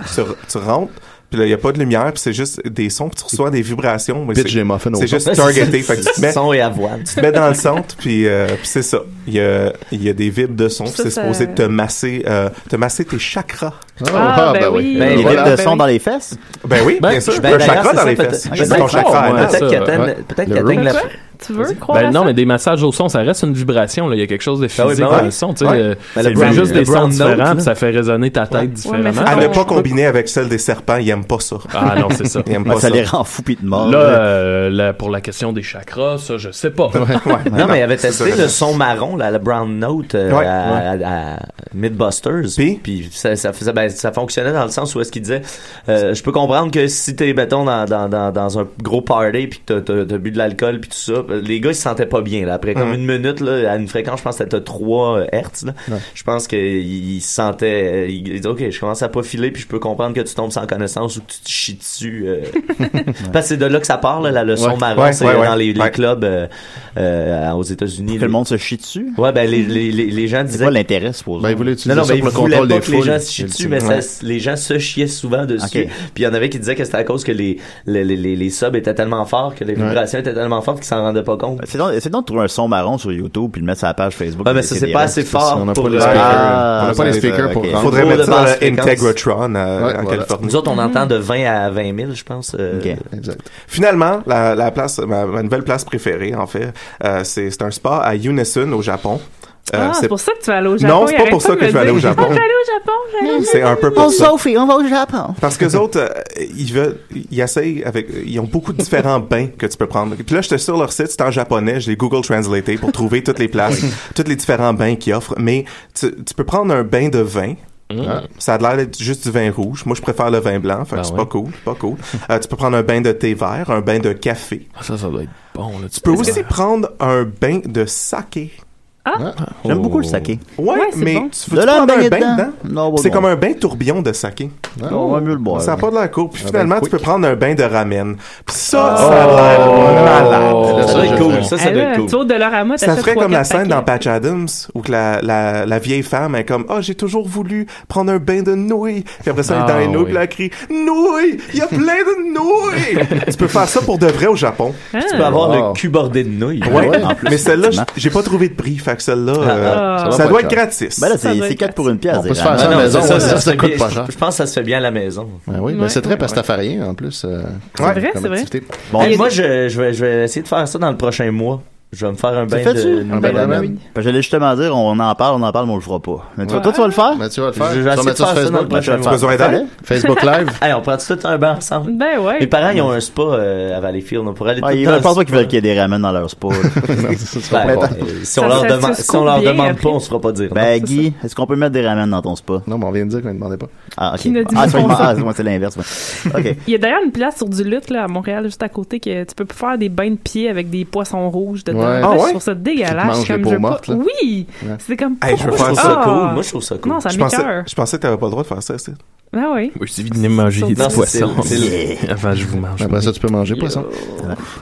[SPEAKER 9] tu rentres, puis là, il n'y a pas de lumière, puis c'est juste des sons, puis tu reçois des vibrations. mais
[SPEAKER 5] Bitch,
[SPEAKER 9] c'est-
[SPEAKER 5] j'ai ma fin au
[SPEAKER 9] c'est
[SPEAKER 5] fond.
[SPEAKER 9] juste targeté. fait que
[SPEAKER 7] <laughs>
[SPEAKER 9] tu te mets,
[SPEAKER 7] Son et avoine.
[SPEAKER 9] tu te mets dans le centre puis, euh, puis c'est ça il y a il y a des vibres de son puis
[SPEAKER 4] Ça,
[SPEAKER 9] c'est
[SPEAKER 4] ça-
[SPEAKER 9] supposé te masser euh, te masser tes chakras
[SPEAKER 5] Oh,
[SPEAKER 4] Ah, ben oui.
[SPEAKER 5] <laughs>
[SPEAKER 7] Ben,
[SPEAKER 3] Les
[SPEAKER 7] voilà.
[SPEAKER 3] vides de son dans les fesses?
[SPEAKER 9] ben oui
[SPEAKER 6] Ben,
[SPEAKER 9] bien sûr
[SPEAKER 7] Ben,
[SPEAKER 9] un
[SPEAKER 7] d'ailleurs,
[SPEAKER 9] chakra
[SPEAKER 7] c'est
[SPEAKER 9] dans
[SPEAKER 7] ça,
[SPEAKER 9] les
[SPEAKER 7] peut-être-
[SPEAKER 9] fesses
[SPEAKER 7] peut-être-
[SPEAKER 9] c'est ton
[SPEAKER 7] peut-être
[SPEAKER 9] chakra hein,
[SPEAKER 7] qu'on-
[SPEAKER 9] anal.
[SPEAKER 7] Peut-être
[SPEAKER 6] Ouais,
[SPEAKER 7] qu'atteindre-
[SPEAKER 5] ça,
[SPEAKER 7] peut-être
[SPEAKER 5] ouais.
[SPEAKER 7] qu'atteindre
[SPEAKER 5] Le
[SPEAKER 7] la-
[SPEAKER 4] root. Tu veux croire
[SPEAKER 8] Ben
[SPEAKER 4] à
[SPEAKER 8] non,
[SPEAKER 4] ça?
[SPEAKER 9] euh,
[SPEAKER 8] mais des massages au son, ça reste une vibration. Là. Il y a quelque chose de
[SPEAKER 7] Ah oui,
[SPEAKER 8] physique
[SPEAKER 7] ben
[SPEAKER 8] dans
[SPEAKER 7] ouais.
[SPEAKER 8] le son. tu sais,
[SPEAKER 9] Ouais.
[SPEAKER 8] euh,
[SPEAKER 7] Mais
[SPEAKER 8] C'est
[SPEAKER 7] le brown-
[SPEAKER 8] juste
[SPEAKER 7] le
[SPEAKER 8] des sons
[SPEAKER 7] brown note,
[SPEAKER 8] différents,
[SPEAKER 7] là.
[SPEAKER 8] puis ça fait résonner ta tête
[SPEAKER 4] Ouais, mais ça,
[SPEAKER 8] différemment.
[SPEAKER 7] Ah,
[SPEAKER 9] À ne
[SPEAKER 4] on-
[SPEAKER 9] pas combiner avec celle des serpents, ils aiment pas ça.
[SPEAKER 8] Ah non, c'est ça.
[SPEAKER 9] Ils aiment
[SPEAKER 3] Ah,
[SPEAKER 9] pas
[SPEAKER 3] ça
[SPEAKER 9] ça.
[SPEAKER 3] les rend fous pis de mort.
[SPEAKER 8] Là, euh, la- pour la question des chakras, ça, je sais pas.
[SPEAKER 7] Non, mais il avait testé le son marron, la, la brown note euh,
[SPEAKER 9] Ouais,
[SPEAKER 7] à, à- à Mythbusters.
[SPEAKER 9] Puis?
[SPEAKER 7] ça, ça, faisait- ben, ça fonctionnait dans le sens où est-ce qu'il disait euh, Je peux comprendre que si t'es, mettons, dans, dans, dans, dans un gros party puis que t'as- t'as t'as bu de l'alcool puis tout ça, les gars, ils se sentaient pas bien. Là. Après comme
[SPEAKER 9] Mhm.
[SPEAKER 7] une minute, là, à une fréquence, je pense que t'as 3 Hertz. Là. Je pense qu'ils ils se sentaient. euh, Ils ils disaient Ok, je commence à pas filer puis je peux comprendre que tu tombes sans connaissance ou que tu te chies dessus.
[SPEAKER 9] <laughs>
[SPEAKER 7] euh. Parce que c'est de là que ça part, là, la leçon
[SPEAKER 9] Ouais,
[SPEAKER 7] marron,
[SPEAKER 9] ouais,
[SPEAKER 7] c'est
[SPEAKER 9] ouais,
[SPEAKER 7] dans
[SPEAKER 9] ouais.
[SPEAKER 7] les, les
[SPEAKER 9] Ouais.
[SPEAKER 7] clubs euh, euh, aux États-Unis.
[SPEAKER 3] que le
[SPEAKER 7] les-
[SPEAKER 3] monde se chie dessus.
[SPEAKER 7] Ouais, ben les, les, les, les gens
[SPEAKER 3] C'est
[SPEAKER 7] disaient.
[SPEAKER 3] quoi l'intérêt, supposons?
[SPEAKER 5] Ben, il voulait utiliser
[SPEAKER 7] non, non,
[SPEAKER 5] ça
[SPEAKER 7] ben, ils
[SPEAKER 5] pour le
[SPEAKER 7] voulaient
[SPEAKER 5] contrôle
[SPEAKER 7] pas
[SPEAKER 5] des
[SPEAKER 7] que les
[SPEAKER 5] foules.
[SPEAKER 7] gens se chient dessus, mais ça, les gens se chiaient souvent dessus.
[SPEAKER 3] Ok.
[SPEAKER 7] Puis il y en avait qui disaient que c'était à cause que les, les, les, les, les subs étaient tellement forts, que les vibrations étaient tellement fortes qu'ils s'en rendaient pas compte.
[SPEAKER 3] Euh, C'est donc, c'est donc de trouver un son marron sur YouTube puis le mettre sur la page Facebook.
[SPEAKER 7] Ouais, mais ça, c'est
[SPEAKER 3] des
[SPEAKER 7] pas
[SPEAKER 3] restes.
[SPEAKER 7] assez
[SPEAKER 5] On
[SPEAKER 7] fort
[SPEAKER 5] n'a
[SPEAKER 7] pour
[SPEAKER 5] pas les
[SPEAKER 7] le
[SPEAKER 5] speakers.
[SPEAKER 3] Ah,
[SPEAKER 5] on n'a pas les
[SPEAKER 3] ça, euh,
[SPEAKER 5] speakers
[SPEAKER 3] ok.
[SPEAKER 5] pour rendre.
[SPEAKER 9] Faudrait
[SPEAKER 7] Trop
[SPEAKER 9] mettre
[SPEAKER 7] de
[SPEAKER 9] ça dans
[SPEAKER 7] basse
[SPEAKER 9] le
[SPEAKER 7] fréquence.
[SPEAKER 9] Integratron euh,
[SPEAKER 5] Ouais,
[SPEAKER 9] en
[SPEAKER 5] voilà.
[SPEAKER 9] Californie.
[SPEAKER 7] Nous autres, on entend de 20 à 20 000, je pense. euh,
[SPEAKER 3] Ok.
[SPEAKER 5] Exact.
[SPEAKER 9] Finalement, la, la place, ma, ma nouvelle place préférée, en fait, euh, c'est c'est un spa à Unison au Japon. Euh,
[SPEAKER 4] Ah, c'est pour ça que tu vas aller au Japon.
[SPEAKER 9] Non, c'est pas
[SPEAKER 4] Arrête
[SPEAKER 9] pour ça
[SPEAKER 4] de
[SPEAKER 9] que
[SPEAKER 4] me
[SPEAKER 9] je vais aller
[SPEAKER 4] dire,
[SPEAKER 9] au Japon.
[SPEAKER 4] Ah, je vais aller au Japon, je vais aller au Japon.
[SPEAKER 9] c'est un peu pour ça.
[SPEAKER 3] Sophie, on va au Japon.
[SPEAKER 9] Parce que autres, euh, ils veulent, ils essayent avec, ils ont beaucoup de différents bains que tu peux prendre. Puis là, j'étais sur leur site, c'était en japonais, je l'ai Google Translaté pour trouver toutes les places, tous les différents bains qu'ils offrent. Mais tu, tu peux prendre un bain de vin.
[SPEAKER 8] Mm.
[SPEAKER 9] Ah, Ça a l'air d'être juste du vin rouge. Moi, je préfère le vin blanc. Fait que
[SPEAKER 8] Ben
[SPEAKER 9] c'est
[SPEAKER 8] ouais.
[SPEAKER 9] pas cool, c'est pas cool. Euh, tu peux prendre un bain de thé vert, un bain de café.
[SPEAKER 8] Ah, Ça, ça doit être bon. Là, tu
[SPEAKER 9] Tu peux aussi prendre un bain de saké.
[SPEAKER 3] J'aime beaucoup le saké.
[SPEAKER 9] Ouais,
[SPEAKER 4] Ouais, c'est
[SPEAKER 9] mais
[SPEAKER 4] bon.
[SPEAKER 9] tu veux prendre un bain dedans?
[SPEAKER 3] Non,
[SPEAKER 9] C'est comme un bain tourbillon de saké.
[SPEAKER 3] Ah, On va mieux le boire.
[SPEAKER 9] Ça n'a pas de la cour. Puis
[SPEAKER 5] Un
[SPEAKER 9] finalement,
[SPEAKER 5] bain
[SPEAKER 9] tu peux
[SPEAKER 5] quick.
[SPEAKER 9] prendre un bain de ramen. Puis ça, ça a l'air malade.
[SPEAKER 7] Ça doit être
[SPEAKER 5] je
[SPEAKER 7] cool.
[SPEAKER 5] sais.
[SPEAKER 7] Ça, ça
[SPEAKER 4] Elle
[SPEAKER 7] doit
[SPEAKER 4] a
[SPEAKER 7] être
[SPEAKER 4] Ah un
[SPEAKER 7] cool.
[SPEAKER 4] tour de leur amour,
[SPEAKER 9] Ça ferait comme la scène dans Patch Adams où que la, la, la vieille femme est comme « Ah, j'ai toujours voulu prendre un bain de nouilles. » Puis après ça, elle est dans
[SPEAKER 8] Ah,
[SPEAKER 9] les nouilles,
[SPEAKER 8] oui.
[SPEAKER 9] puis là, elle crie « Nouilles! Il y a plein de nouilles! » Tu peux faire ça pour de vrai au Japon.
[SPEAKER 7] Tu peux avoir
[SPEAKER 5] Ah. Wow.
[SPEAKER 7] le cul bordé de nouilles.
[SPEAKER 9] Ouais.
[SPEAKER 3] ouais, en plus,
[SPEAKER 9] Mais celle-là, j'-
[SPEAKER 3] effectivement.
[SPEAKER 9] j'ai pas trouvé de prix. Fait que celle-là, euh,
[SPEAKER 4] Ah.
[SPEAKER 5] Ça va
[SPEAKER 9] ça
[SPEAKER 5] pas
[SPEAKER 9] doit
[SPEAKER 5] être
[SPEAKER 9] être
[SPEAKER 5] cher.
[SPEAKER 9] gratis.
[SPEAKER 3] Ben là,
[SPEAKER 4] Ça doit
[SPEAKER 3] c'est c'est
[SPEAKER 4] être
[SPEAKER 3] 4 pour une pièce.
[SPEAKER 5] On peut
[SPEAKER 3] des
[SPEAKER 5] se faire ça à
[SPEAKER 3] ramen.
[SPEAKER 5] la maison.
[SPEAKER 7] c'est
[SPEAKER 5] Ça,
[SPEAKER 7] Ah ça,
[SPEAKER 5] ça,
[SPEAKER 7] se fait
[SPEAKER 5] coûte
[SPEAKER 7] bien-
[SPEAKER 5] pas cher.
[SPEAKER 7] Je pense que ça se fait bien à la maison.
[SPEAKER 5] Ben oui, mais
[SPEAKER 4] Ouais.
[SPEAKER 5] c'est très pastafarien en plus. euh,
[SPEAKER 9] Ouais.
[SPEAKER 4] vrai,
[SPEAKER 5] comme
[SPEAKER 4] c'est vrai.
[SPEAKER 5] activité.
[SPEAKER 3] Bon,
[SPEAKER 7] Hey, moi, je, je, vais, je vais essayer de faire ça dans le prochain mois. Je vais me faire un bain
[SPEAKER 3] fais-tu?
[SPEAKER 7] de
[SPEAKER 5] Un
[SPEAKER 4] ah,
[SPEAKER 5] bain de ramen.
[SPEAKER 3] ben, j'allais justement dire, on en parle, on en parle, mais on le fera pas. Mais toi,
[SPEAKER 4] Ouais.
[SPEAKER 3] toi, tu vas le faire?
[SPEAKER 5] Mais ben, tu vas le
[SPEAKER 7] Je- je vais
[SPEAKER 5] faire. Tu vas
[SPEAKER 7] essayer
[SPEAKER 5] mettre
[SPEAKER 7] de
[SPEAKER 5] ça sur
[SPEAKER 7] faire ça dans le
[SPEAKER 5] Facebook. ben,
[SPEAKER 7] prochain
[SPEAKER 9] Tu as
[SPEAKER 7] mois.
[SPEAKER 9] besoin d'aide?
[SPEAKER 5] Facebook Live. <laughs>
[SPEAKER 7] Hey, on prend tout un bain ensemble.
[SPEAKER 4] Ben ouais.
[SPEAKER 7] Mes parents, ils ont un spa euh, à Valleyfield. On pourrait aller
[SPEAKER 3] Ah,
[SPEAKER 7] tout
[SPEAKER 3] ils-
[SPEAKER 7] le temps.
[SPEAKER 3] je pense pas qu'ils veulent qu'il y ait des ramen dans leur sport.
[SPEAKER 7] Ben,
[SPEAKER 5] Attends.
[SPEAKER 7] euh, si
[SPEAKER 4] Ça
[SPEAKER 7] on leur,
[SPEAKER 4] se- ça
[SPEAKER 7] demande,
[SPEAKER 4] se
[SPEAKER 7] si on leur
[SPEAKER 4] coupe bien
[SPEAKER 7] demande
[SPEAKER 4] après.
[SPEAKER 7] pas, on se fera pas dire.
[SPEAKER 3] ben, Guy, est-ce qu'on peut mettre des ramen dans ton spa?
[SPEAKER 5] Non, mais on vient de dire qu'on ne demandait pas.
[SPEAKER 3] Ah, ok.
[SPEAKER 4] Qui ne dit
[SPEAKER 3] Ah,
[SPEAKER 4] pas
[SPEAKER 3] c'est-
[SPEAKER 4] ça.
[SPEAKER 3] ah, c'est- moi, c'est l'inverse. moi. Ok. Ben,
[SPEAKER 4] Il y a d'ailleurs une place sur du lutte là, à Montréal, juste à côté, que tu peux faire des bains de pieds avec des poissons rouges dedans.
[SPEAKER 5] Ouais.
[SPEAKER 4] Là,
[SPEAKER 9] Ah ouais?
[SPEAKER 4] Je trouve ça dégueulasse.
[SPEAKER 5] Tu te
[SPEAKER 4] Je suis
[SPEAKER 5] manges
[SPEAKER 4] comme, je
[SPEAKER 5] les peaux
[SPEAKER 4] veux pas-
[SPEAKER 5] mortes, là.
[SPEAKER 4] Oui! C'est comme.
[SPEAKER 9] Hey, je veux
[SPEAKER 4] pourquoi-
[SPEAKER 7] Moi, je
[SPEAKER 9] faire
[SPEAKER 7] trouve ça
[SPEAKER 4] Ah!
[SPEAKER 7] cool. Moi, je trouve ça cool.
[SPEAKER 4] Non, ça
[SPEAKER 9] Je pensais,
[SPEAKER 4] m'écoeure.
[SPEAKER 9] je pensais que t'avais pas le droit de faire ça, c'est
[SPEAKER 4] Ah oui.
[SPEAKER 6] Je suis venu manger
[SPEAKER 4] Non,
[SPEAKER 6] du
[SPEAKER 7] c'est-
[SPEAKER 6] poisson.
[SPEAKER 7] c'est-
[SPEAKER 6] Enfin,
[SPEAKER 8] <laughs>
[SPEAKER 6] je vous mange.
[SPEAKER 5] Après ça, tu peux manger poisson.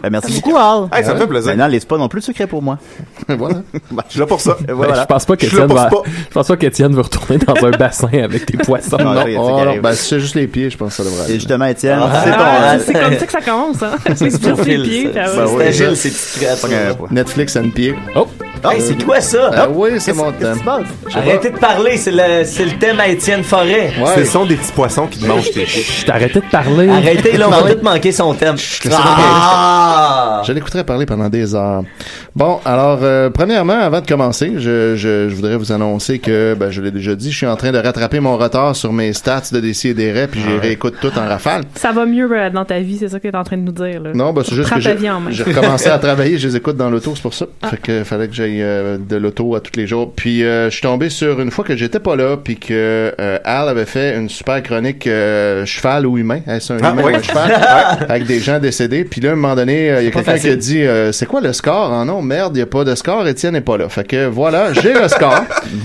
[SPEAKER 3] Ben, merci beaucoup, Al.
[SPEAKER 9] Hey, ça me fait plaisir.
[SPEAKER 3] Maintenant, les spas n'ont plus de secret pour moi.
[SPEAKER 5] <laughs>
[SPEAKER 3] Ben,
[SPEAKER 5] Voilà.
[SPEAKER 9] Je suis là pour ça.
[SPEAKER 3] Voilà.
[SPEAKER 6] Je pense pas
[SPEAKER 9] Je suis là
[SPEAKER 6] qu'Étienne
[SPEAKER 9] pour
[SPEAKER 6] va...
[SPEAKER 9] ça.
[SPEAKER 6] Je pense pas qu'Étienne va retourner dans
[SPEAKER 8] <laughs>
[SPEAKER 6] un bassin avec des poissons.
[SPEAKER 3] Non, c'est- c'est
[SPEAKER 5] Oh,
[SPEAKER 3] carré.
[SPEAKER 5] non, ben, si c'est juste les pieds, je pense que ça devrait
[SPEAKER 3] Et
[SPEAKER 5] aller.
[SPEAKER 3] justement, Étienne, c'est ton.
[SPEAKER 4] Ah,
[SPEAKER 7] euh,
[SPEAKER 4] c'est comme ça que ça commence, hein. C'est
[SPEAKER 7] C'est
[SPEAKER 4] juste les
[SPEAKER 7] fragile,
[SPEAKER 4] pieds. puis
[SPEAKER 5] Ben
[SPEAKER 7] ça.
[SPEAKER 4] après-
[SPEAKER 7] C'est
[SPEAKER 3] ouais.
[SPEAKER 7] fragile, ces petites
[SPEAKER 3] euh,
[SPEAKER 7] créatures.
[SPEAKER 5] Netflix and pied.
[SPEAKER 6] Oh,
[SPEAKER 7] Hey, c'est quoi ça?
[SPEAKER 5] Ah oui, c'est mon temps.
[SPEAKER 3] Qu'est-ce qui se passe?
[SPEAKER 7] Arrêtez de parler, c'est le, c'est le thème à Étienne Forêt.
[SPEAKER 9] Ce
[SPEAKER 5] Ouais.
[SPEAKER 9] sont des petits poissons qui te mangent tes pieds.
[SPEAKER 6] je t'arrêtais de parler.
[SPEAKER 7] Arrêtez, là, on
[SPEAKER 8] <laughs>
[SPEAKER 7] va tout manquer son thème. Ah!
[SPEAKER 5] Je l'écouterai parler pendant des heures. Bon, alors, euh, premièrement, avant de commencer, je, je, je voudrais vous annoncer que, ben, je l'ai déjà dit, je suis en train de rattraper mon retard sur mes stats de DC et des raies, puis j'y réécoute tout en rafale.
[SPEAKER 4] Ça va mieux euh, dans ta vie, c'est ça que t'es en train de nous dire, là.
[SPEAKER 5] Non, ben, c'est juste
[SPEAKER 4] Prends
[SPEAKER 5] que
[SPEAKER 4] ta
[SPEAKER 5] j'ai
[SPEAKER 4] vie en main. Ah.
[SPEAKER 5] j'ai recommencé à travailler, je les écoute dans l'auto, c'est pour ça. Fait que fallait que j'aille euh, de l'auto à tous les jours. Puis euh, je suis tombé sur une fois que j'étais pas là, puis que euh, Al avait fait une super chronique euh, cheval ou humain, est-ce un
[SPEAKER 9] Ah,
[SPEAKER 5] humain
[SPEAKER 9] oui.
[SPEAKER 5] ou un
[SPEAKER 7] <laughs>
[SPEAKER 5] cheval, avec des gens décédés. Puis là, à un moment donné, euh, il y a quelqu'un qui a dit euh, c'est quoi le score Ah non, merde, il y a pas de score, Étienne n'est pas là. Fait que voilà, j'ai le score.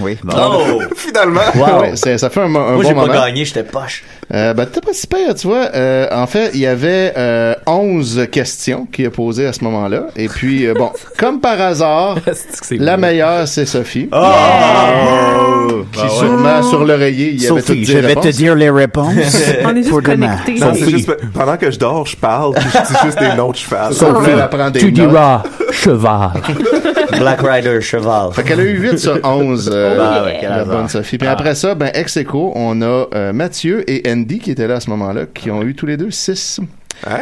[SPEAKER 3] Oui, bon.
[SPEAKER 7] Oh!
[SPEAKER 9] Finalement.
[SPEAKER 5] Ouais, c'est- ça fait un, mo- un
[SPEAKER 7] Moi,
[SPEAKER 5] bon
[SPEAKER 7] j'ai
[SPEAKER 5] moment.
[SPEAKER 7] pas gagné, j'étais poche.
[SPEAKER 5] Euh, ben, t'as pas si pire, tu vois. Euh, en fait, il y avait euh, 11 questions qui a posées à ce moment-là. Et puis, euh, bon, comme par hasard,
[SPEAKER 6] Est-ce que c'est
[SPEAKER 5] la
[SPEAKER 6] weird?
[SPEAKER 5] meilleure, c'est Sophie.
[SPEAKER 3] Ah, Oh!
[SPEAKER 5] qui sûrement, sur l'oreiller, il y avait toutes
[SPEAKER 3] Sophie,
[SPEAKER 5] les
[SPEAKER 3] je vais te
[SPEAKER 5] réponses.
[SPEAKER 3] dire les réponses.
[SPEAKER 4] <laughs> On est juste
[SPEAKER 3] Pour demain.
[SPEAKER 4] connectés.
[SPEAKER 9] Non, c'est
[SPEAKER 3] Sophie.
[SPEAKER 9] juste pendant que je dors, je parle, puis je dis juste des noms de cheval.
[SPEAKER 5] Sauf là, elle apprend des
[SPEAKER 6] Tu
[SPEAKER 5] notes.
[SPEAKER 6] diras cheval.
[SPEAKER 7] Black Rider, cheval.
[SPEAKER 5] Fait qu'elle a eu 8 sur 11, euh,
[SPEAKER 3] Ah ouais, quel
[SPEAKER 5] la
[SPEAKER 3] hasard.
[SPEAKER 5] bonne Sophie. Puis après ça, ben, ex aequo, on a euh, Mathieu et Andy qui étaient là à ce moment-là, qui ont eu tous les deux 6.
[SPEAKER 9] Ouais,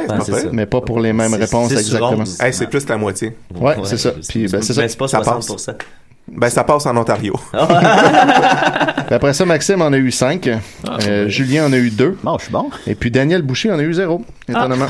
[SPEAKER 9] c'est pas
[SPEAKER 7] c'est
[SPEAKER 9] pire.
[SPEAKER 7] ça.
[SPEAKER 5] mais pas pour les mêmes
[SPEAKER 7] C'est-
[SPEAKER 5] réponses
[SPEAKER 7] c'est sur
[SPEAKER 5] exactement.
[SPEAKER 7] onze.
[SPEAKER 9] Hey, c'est plus la moitié.
[SPEAKER 5] Ouais, c'est ça. Puis, ben, c'est ça.
[SPEAKER 7] Mais c'est pas
[SPEAKER 9] Ça passe.
[SPEAKER 7] 60%.
[SPEAKER 9] Ben, ça passe en Ontario.
[SPEAKER 5] Puis après ça, Maxime en a eu 5. Julien en a eu 2.
[SPEAKER 3] Bon, je suis bon.
[SPEAKER 5] Et puis Daniel Boucher en a eu 0. Étonnamment.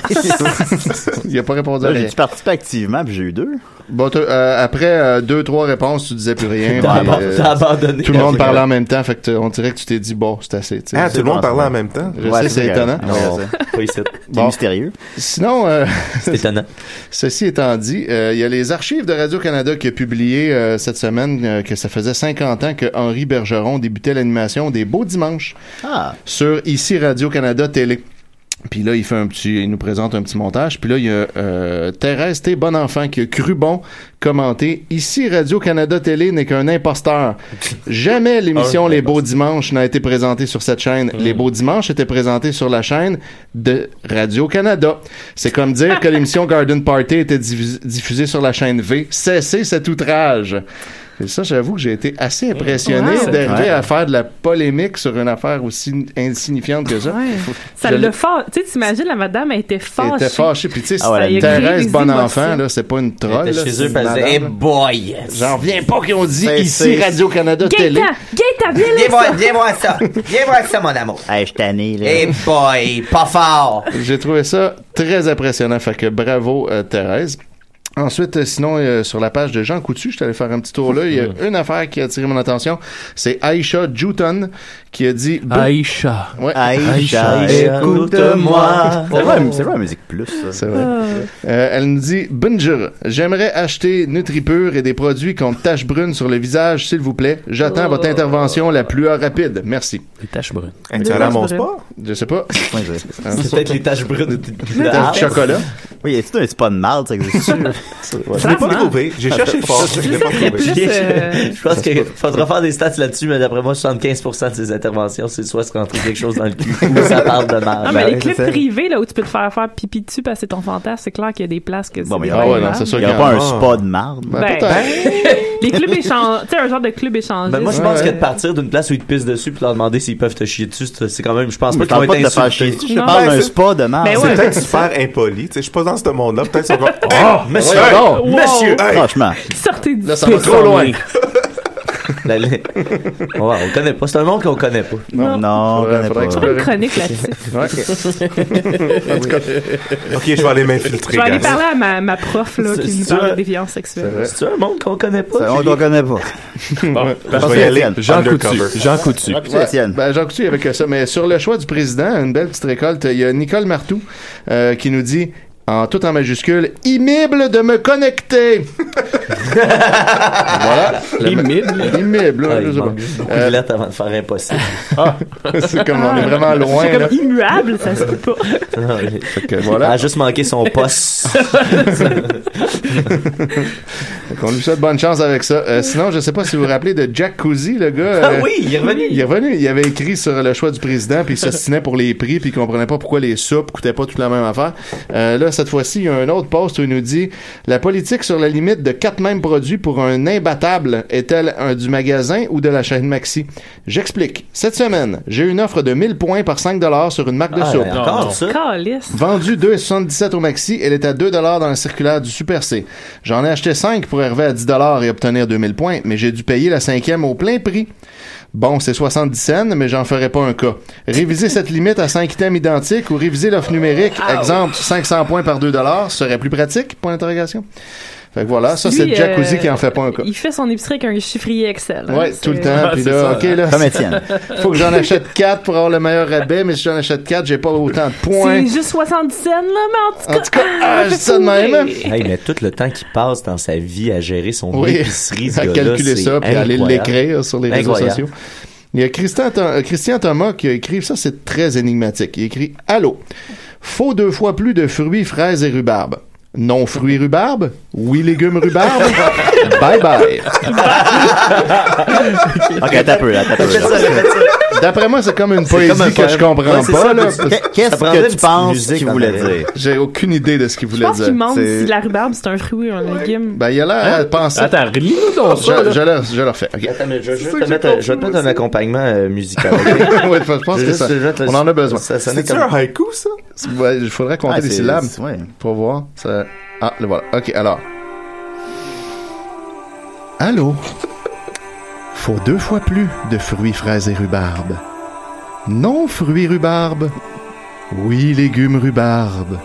[SPEAKER 5] <laughs> Il a pas répondu à
[SPEAKER 3] Là,
[SPEAKER 5] rien.
[SPEAKER 3] j'ai dû participer activement, puis j'ai eu deux.
[SPEAKER 5] Bon, t'as- euh, après 2-3 réponses, tu disais plus rien.
[SPEAKER 7] <laughs> T'as
[SPEAKER 5] puis,
[SPEAKER 7] aban-
[SPEAKER 5] euh,
[SPEAKER 7] t'as abandonné.
[SPEAKER 5] tout le monde parlait en même temps. Fait que t'as- on dirait que tu t'es dit, bon, c'est assez. tu sais.
[SPEAKER 9] Ah, tout le
[SPEAKER 3] bon,
[SPEAKER 9] monde parlait
[SPEAKER 3] c'est
[SPEAKER 9] en même temps.
[SPEAKER 5] Je sais, Ah, c'est
[SPEAKER 3] correct.
[SPEAKER 5] étonnant.
[SPEAKER 3] Non, c'est-
[SPEAKER 5] <laughs>
[SPEAKER 7] Pas ici.
[SPEAKER 3] C'est
[SPEAKER 5] Bon.
[SPEAKER 3] mystérieux.
[SPEAKER 5] Sinon, euh, <laughs>
[SPEAKER 7] C'est étonnant.
[SPEAKER 5] Ceci étant dit, euh, il y a les archives de Radio-Canada qui a publié euh, cette semaine euh, que ça faisait 50 ans que Henri Bergeron débutait l'animation des Beaux Dimanches
[SPEAKER 3] Ah,
[SPEAKER 5] sur Ici Radio-Canada Télé. Puis là, il fait un petit, il nous présente un petit montage. Puis là, il y a euh, Thérèse T. Bonenfant qui a cru bon commenter Ici Radio-Canada Télé n'est qu'un imposteur. Jamais l'émission Les Beaux Dimanches n'a été présentée sur cette chaîne. Les Beaux Dimanches étaient présentés sur la chaîne de Radio-Canada. C'est comme dire que l'émission Garden Party était diffus- diffusée sur la chaîne V. Cessez cet outrage. Et ça, j'avoue que j'ai été assez impressionné
[SPEAKER 4] Wow.
[SPEAKER 5] d'arriver
[SPEAKER 3] Ouais.
[SPEAKER 5] à faire de la polémique sur une affaire aussi insignifiante que ça.
[SPEAKER 4] Ouais. Ça
[SPEAKER 5] Je
[SPEAKER 4] le
[SPEAKER 5] l'ai-
[SPEAKER 4] fâche. Tu sais, t'imagines, la madame, elle était fâchée.
[SPEAKER 5] Elle était fâchée. Puis tu sais,
[SPEAKER 3] Ah ouais, elle a
[SPEAKER 4] créé
[SPEAKER 5] Thérèse
[SPEAKER 4] des
[SPEAKER 5] Bonenfant,
[SPEAKER 4] émotions.
[SPEAKER 5] là, c'est pas une troll.
[SPEAKER 7] J'étais
[SPEAKER 5] là,
[SPEAKER 7] chez
[SPEAKER 5] c'est
[SPEAKER 7] eux
[SPEAKER 5] une
[SPEAKER 7] parce que, hey
[SPEAKER 5] madame.
[SPEAKER 7] boy!
[SPEAKER 5] J'en reviens pas qu'ils ont dit
[SPEAKER 3] C'est-
[SPEAKER 5] ici
[SPEAKER 3] c'est-
[SPEAKER 5] Radio-Canada Télé.
[SPEAKER 4] Gaëtan! Gaëtan, viens là! ça!
[SPEAKER 7] viens voir ça! Viens voir ça, mon amour!
[SPEAKER 3] hey, je suis tanné, là.
[SPEAKER 7] boy! Pas fort!
[SPEAKER 5] J'ai trouvé ça très impressionnant. Fait que bravo, euh, Thérèse. Ensuite, euh, sinon, euh, sur la page de Jean Coutu, je t'allais faire un petit tour là. Il y a une affaire qui a attiré mon attention. C'est Aisha Juton qui a dit.
[SPEAKER 8] Aïcha.
[SPEAKER 5] Ouais.
[SPEAKER 3] Aïcha,
[SPEAKER 7] Aïcha,
[SPEAKER 3] écoute-moi. C'est vrai, c'est vrai, musique plus, ça.
[SPEAKER 5] C'est vrai. Euh, elle nous dit Bonjour, j'aimerais acheter NutriPure et des produits contre taches brunes sur le visage, s'il vous plaît. J'attends votre intervention la plus rapide. Merci.
[SPEAKER 6] Les taches brunes.
[SPEAKER 9] Hey, tu la montes pas?
[SPEAKER 5] Je sais pas.
[SPEAKER 3] Ouais, je-
[SPEAKER 7] Ah, C'est peut-être les taches brunes de, de
[SPEAKER 5] Taches
[SPEAKER 4] Ah,
[SPEAKER 7] Alex.
[SPEAKER 5] de chocolat.
[SPEAKER 3] Oui, est-ce que c'est pas de mal, ça existe
[SPEAKER 9] Je l'ai pas
[SPEAKER 4] Vraiment?
[SPEAKER 9] trouvé. J'ai cherché fort. Je l'ai pas
[SPEAKER 4] serait
[SPEAKER 9] trouvé.
[SPEAKER 4] plus, euh,
[SPEAKER 7] Je pense qu'il faudra faire des stats là-dessus, mais d'après moi, 75% de ses interventions, c'est soit se rentrer quelque chose dans le cul ou ça parle de mal.
[SPEAKER 4] Non, Ah, mais les
[SPEAKER 3] c'est
[SPEAKER 4] clips
[SPEAKER 3] ça.
[SPEAKER 4] privés, là, où tu peux te faire faire pipi dessus parce que c'est ton fantasme, c'est clair qu'il y a des places que c'est.
[SPEAKER 3] Bon, mais
[SPEAKER 4] des
[SPEAKER 3] ah ouais,
[SPEAKER 4] vrais hein.
[SPEAKER 5] non,
[SPEAKER 4] femmes.
[SPEAKER 5] c'est sûr.
[SPEAKER 3] Il y a
[SPEAKER 5] Regarde.
[SPEAKER 3] pas un
[SPEAKER 9] Ah.
[SPEAKER 3] spa de marde.
[SPEAKER 5] Ben,
[SPEAKER 4] Ben,
[SPEAKER 5] peut-être.
[SPEAKER 4] <laughs> Les
[SPEAKER 5] <laughs>
[SPEAKER 4] clubs échangés, tu sais, un genre de club échangé.
[SPEAKER 7] Ben, moi, je
[SPEAKER 5] Ouais,
[SPEAKER 7] pense
[SPEAKER 5] ouais.
[SPEAKER 7] que de partir d'une place où ils te pissent dessus puis leur demander s'ils peuvent te chier dessus, c'est c'est quand même, je pense
[SPEAKER 3] Je
[SPEAKER 7] pas qu'ils vont
[SPEAKER 3] parle pas de
[SPEAKER 7] être
[SPEAKER 3] te faire chier
[SPEAKER 7] insultés.
[SPEAKER 3] dessus, je te
[SPEAKER 4] Non.
[SPEAKER 3] parle
[SPEAKER 9] Ben,
[SPEAKER 3] d'un
[SPEAKER 9] c'est-
[SPEAKER 3] spa de marde.
[SPEAKER 4] Ben ouais.
[SPEAKER 9] C'est peut-être super impoli. Tu sais, je suis pas dans ce monde-là. Peut-être ça va. Oh!
[SPEAKER 7] Monsieur,
[SPEAKER 5] Ouais, non.
[SPEAKER 4] Wow!
[SPEAKER 7] monsieur,
[SPEAKER 3] Franchement.
[SPEAKER 4] Sortez du
[SPEAKER 5] Là, ça va trop loin.
[SPEAKER 7] La- <laughs> la- Ouais, on connaît pas. C'est un monde qu'on connaît pas.
[SPEAKER 3] Non, on
[SPEAKER 5] Faudrait-
[SPEAKER 3] connaît
[SPEAKER 5] faudrait
[SPEAKER 3] pas.
[SPEAKER 5] que tu-
[SPEAKER 4] une chronique là-dessus.
[SPEAKER 9] Ok, je vais aller
[SPEAKER 4] Je
[SPEAKER 9] m'infiltrer,
[SPEAKER 4] vais aller
[SPEAKER 9] gars.
[SPEAKER 4] parler à ma, ma prof là,
[SPEAKER 7] C'est-
[SPEAKER 4] qui nous
[SPEAKER 7] c'est
[SPEAKER 4] parle
[SPEAKER 7] vrai.
[SPEAKER 4] de déviance sexuelle.
[SPEAKER 7] C'est un monde qu'on connaît pas.
[SPEAKER 3] Ça, On
[SPEAKER 7] Julie?
[SPEAKER 3] ne connaît pas.
[SPEAKER 9] Je vais y aller.
[SPEAKER 8] Jean Coutu.
[SPEAKER 9] Undercover.
[SPEAKER 8] Jean Coutu.
[SPEAKER 3] Ah, puis c'est Étienne.
[SPEAKER 5] Ben, Jean Coutu avec ça. Mais sur le choix du président, une belle petite récolte, il y a Nicole Martou euh, qui nous dit, en tout en majuscule, Immible de
[SPEAKER 4] <laughs>
[SPEAKER 5] me connecter. voilà.
[SPEAKER 6] Immible.
[SPEAKER 5] Immible.
[SPEAKER 7] Ah,
[SPEAKER 5] là, je
[SPEAKER 7] il
[SPEAKER 5] sais pas.
[SPEAKER 7] manque beaucoup de lettres avant de faire impossible. <laughs>
[SPEAKER 5] <laughs> C'est comme on est vraiment
[SPEAKER 4] Ah.
[SPEAKER 5] loin.
[SPEAKER 4] C'est
[SPEAKER 5] là.
[SPEAKER 4] comme immuable, ça se peut pas.
[SPEAKER 5] <laughs> Fait que voilà.
[SPEAKER 7] Elle a juste manqué son
[SPEAKER 5] <laughs>
[SPEAKER 7] poste.
[SPEAKER 5] On lui souhaite bonne chance avec ça. Euh, sinon, je sais pas si vous vous rappelez de Jack Cousy, le gars.
[SPEAKER 7] ah
[SPEAKER 5] euh,
[SPEAKER 7] oui, il est revenu.
[SPEAKER 5] Il est revenu, il avait écrit sur le choix du président, puis il s'ostinait pour les prix, puis il comprenait pas pourquoi les soupes coûtaient pas toute la même affaire. Euh, là, cette fois-ci, il y a un autre post où il nous dit « La politique sur la limite de quatre mêmes produits pour un imbattable est-elle un du magasin ou de la chaîne Maxi? » J'explique. Cette semaine, j'ai une offre de 1000 points par 5 sur une marque de
[SPEAKER 7] Ah,
[SPEAKER 5] soupe.
[SPEAKER 7] encore ça.
[SPEAKER 4] Calice.
[SPEAKER 5] Vendue 2,77 au maxi, elle est à 2 dans le circulaire du Super C. J'en ai acheté 5 pour arriver à 10 et obtenir 2000 points, mais j'ai dû payer la cinquième au plein prix. Bon, c'est 70 cents, mais j'en ferai pas un cas. Réviser cette limite à 5 items identiques ou réviser l'offre numérique,
[SPEAKER 4] Ah
[SPEAKER 5] exemple 500 points par 2 serait plus pratique, point d'interrogation. Fait que voilà, Ah, ça
[SPEAKER 4] Lui,
[SPEAKER 5] c'est Jacuzzi
[SPEAKER 4] euh,
[SPEAKER 5] qui en fait pas un cas.
[SPEAKER 4] Il fait son épicerie avec un chiffrier Excel. hein,
[SPEAKER 5] Ouais,
[SPEAKER 4] c'est-
[SPEAKER 5] tout le temps, puis
[SPEAKER 6] Ah, c'est
[SPEAKER 5] là,
[SPEAKER 6] ça.
[SPEAKER 5] ok, là,
[SPEAKER 3] Comme
[SPEAKER 7] <laughs>
[SPEAKER 3] Étienne.
[SPEAKER 5] faut que j'en achète 4 pour avoir le meilleur rabais, mais si j'en achète 4, j'ai pas autant de points.
[SPEAKER 4] C'est juste 70 cents, là, mais en tout cas.
[SPEAKER 5] En tout cas, ah,
[SPEAKER 4] ça
[SPEAKER 5] je
[SPEAKER 4] fait
[SPEAKER 5] dis ça de même.
[SPEAKER 4] fourrer.
[SPEAKER 7] Hey, mais tout le temps qu'il passe dans sa vie à gérer son
[SPEAKER 5] Oui,
[SPEAKER 7] épicerie, ce
[SPEAKER 5] à
[SPEAKER 7] gars-là,
[SPEAKER 5] calculer
[SPEAKER 7] c'est
[SPEAKER 5] ça, puis aller
[SPEAKER 7] incroyable.
[SPEAKER 5] l'écrire sur les réseaux
[SPEAKER 7] Incroyable.
[SPEAKER 5] sociaux. Il y a Christian, Tho- euh, Christian Thomas qui a écrit, ça c'est très énigmatique, il écrit « Allô, faut deux fois plus de fruits, fraises et rhubarbes. Non fruits rhubarbes, oui légumes
[SPEAKER 7] <laughs>
[SPEAKER 5] rhubarbes, bye bye.
[SPEAKER 3] Ok, attends un peu, attends un peu.
[SPEAKER 7] Faites ça,
[SPEAKER 3] là.
[SPEAKER 7] faites ça.
[SPEAKER 5] D'après moi, c'est comme une poésie
[SPEAKER 7] comme un
[SPEAKER 5] que je
[SPEAKER 7] poème.
[SPEAKER 5] comprends
[SPEAKER 7] Ouais, c'est
[SPEAKER 5] pas.
[SPEAKER 7] ça,
[SPEAKER 5] là.
[SPEAKER 7] petit-
[SPEAKER 3] Qu'est- Qu'est-ce
[SPEAKER 7] Ça prendrait une
[SPEAKER 3] que tu
[SPEAKER 7] petite
[SPEAKER 3] penses
[SPEAKER 7] musique
[SPEAKER 3] qu'il
[SPEAKER 7] en
[SPEAKER 3] voulait
[SPEAKER 7] arrière.
[SPEAKER 3] dire?
[SPEAKER 5] J'ai aucune idée de ce qu'il
[SPEAKER 4] Je
[SPEAKER 5] voulait
[SPEAKER 4] pense
[SPEAKER 5] dire.
[SPEAKER 4] qu'il demande
[SPEAKER 3] c'est-
[SPEAKER 4] si la rhubarbe c'est un fruit ou un légume.
[SPEAKER 5] Ben, il a
[SPEAKER 7] Hein?
[SPEAKER 5] l'air à penser.
[SPEAKER 6] Attends, lis-nous donc
[SPEAKER 5] Je,
[SPEAKER 6] ça. là.
[SPEAKER 5] je le, je le refais. ok. <laughs>
[SPEAKER 7] Attends, mais je, je, vais te mettre, un- je vais te mettre un accompagnement euh, musical.
[SPEAKER 5] <laughs>
[SPEAKER 7] ok?
[SPEAKER 5] Ouais, je pense
[SPEAKER 7] Je
[SPEAKER 5] que
[SPEAKER 7] vais
[SPEAKER 5] ça,
[SPEAKER 7] juste- je vais te-
[SPEAKER 5] on en a besoin.
[SPEAKER 7] Ça sonnait
[SPEAKER 9] C'est-tu
[SPEAKER 7] comme...
[SPEAKER 9] un haïku, ça?
[SPEAKER 5] C'est- ouais, Il faudrait compter
[SPEAKER 3] Ah,
[SPEAKER 5] les
[SPEAKER 3] c'est-
[SPEAKER 5] syllabes
[SPEAKER 3] c'est- ouais.
[SPEAKER 5] pour voir. Ça- Ah, le voilà. Ok, alors. Allô? Faut deux fois plus de fruits, fraises et rhubarbes. Non, fruits rhubarbes. Oui, légumes rhubarbes.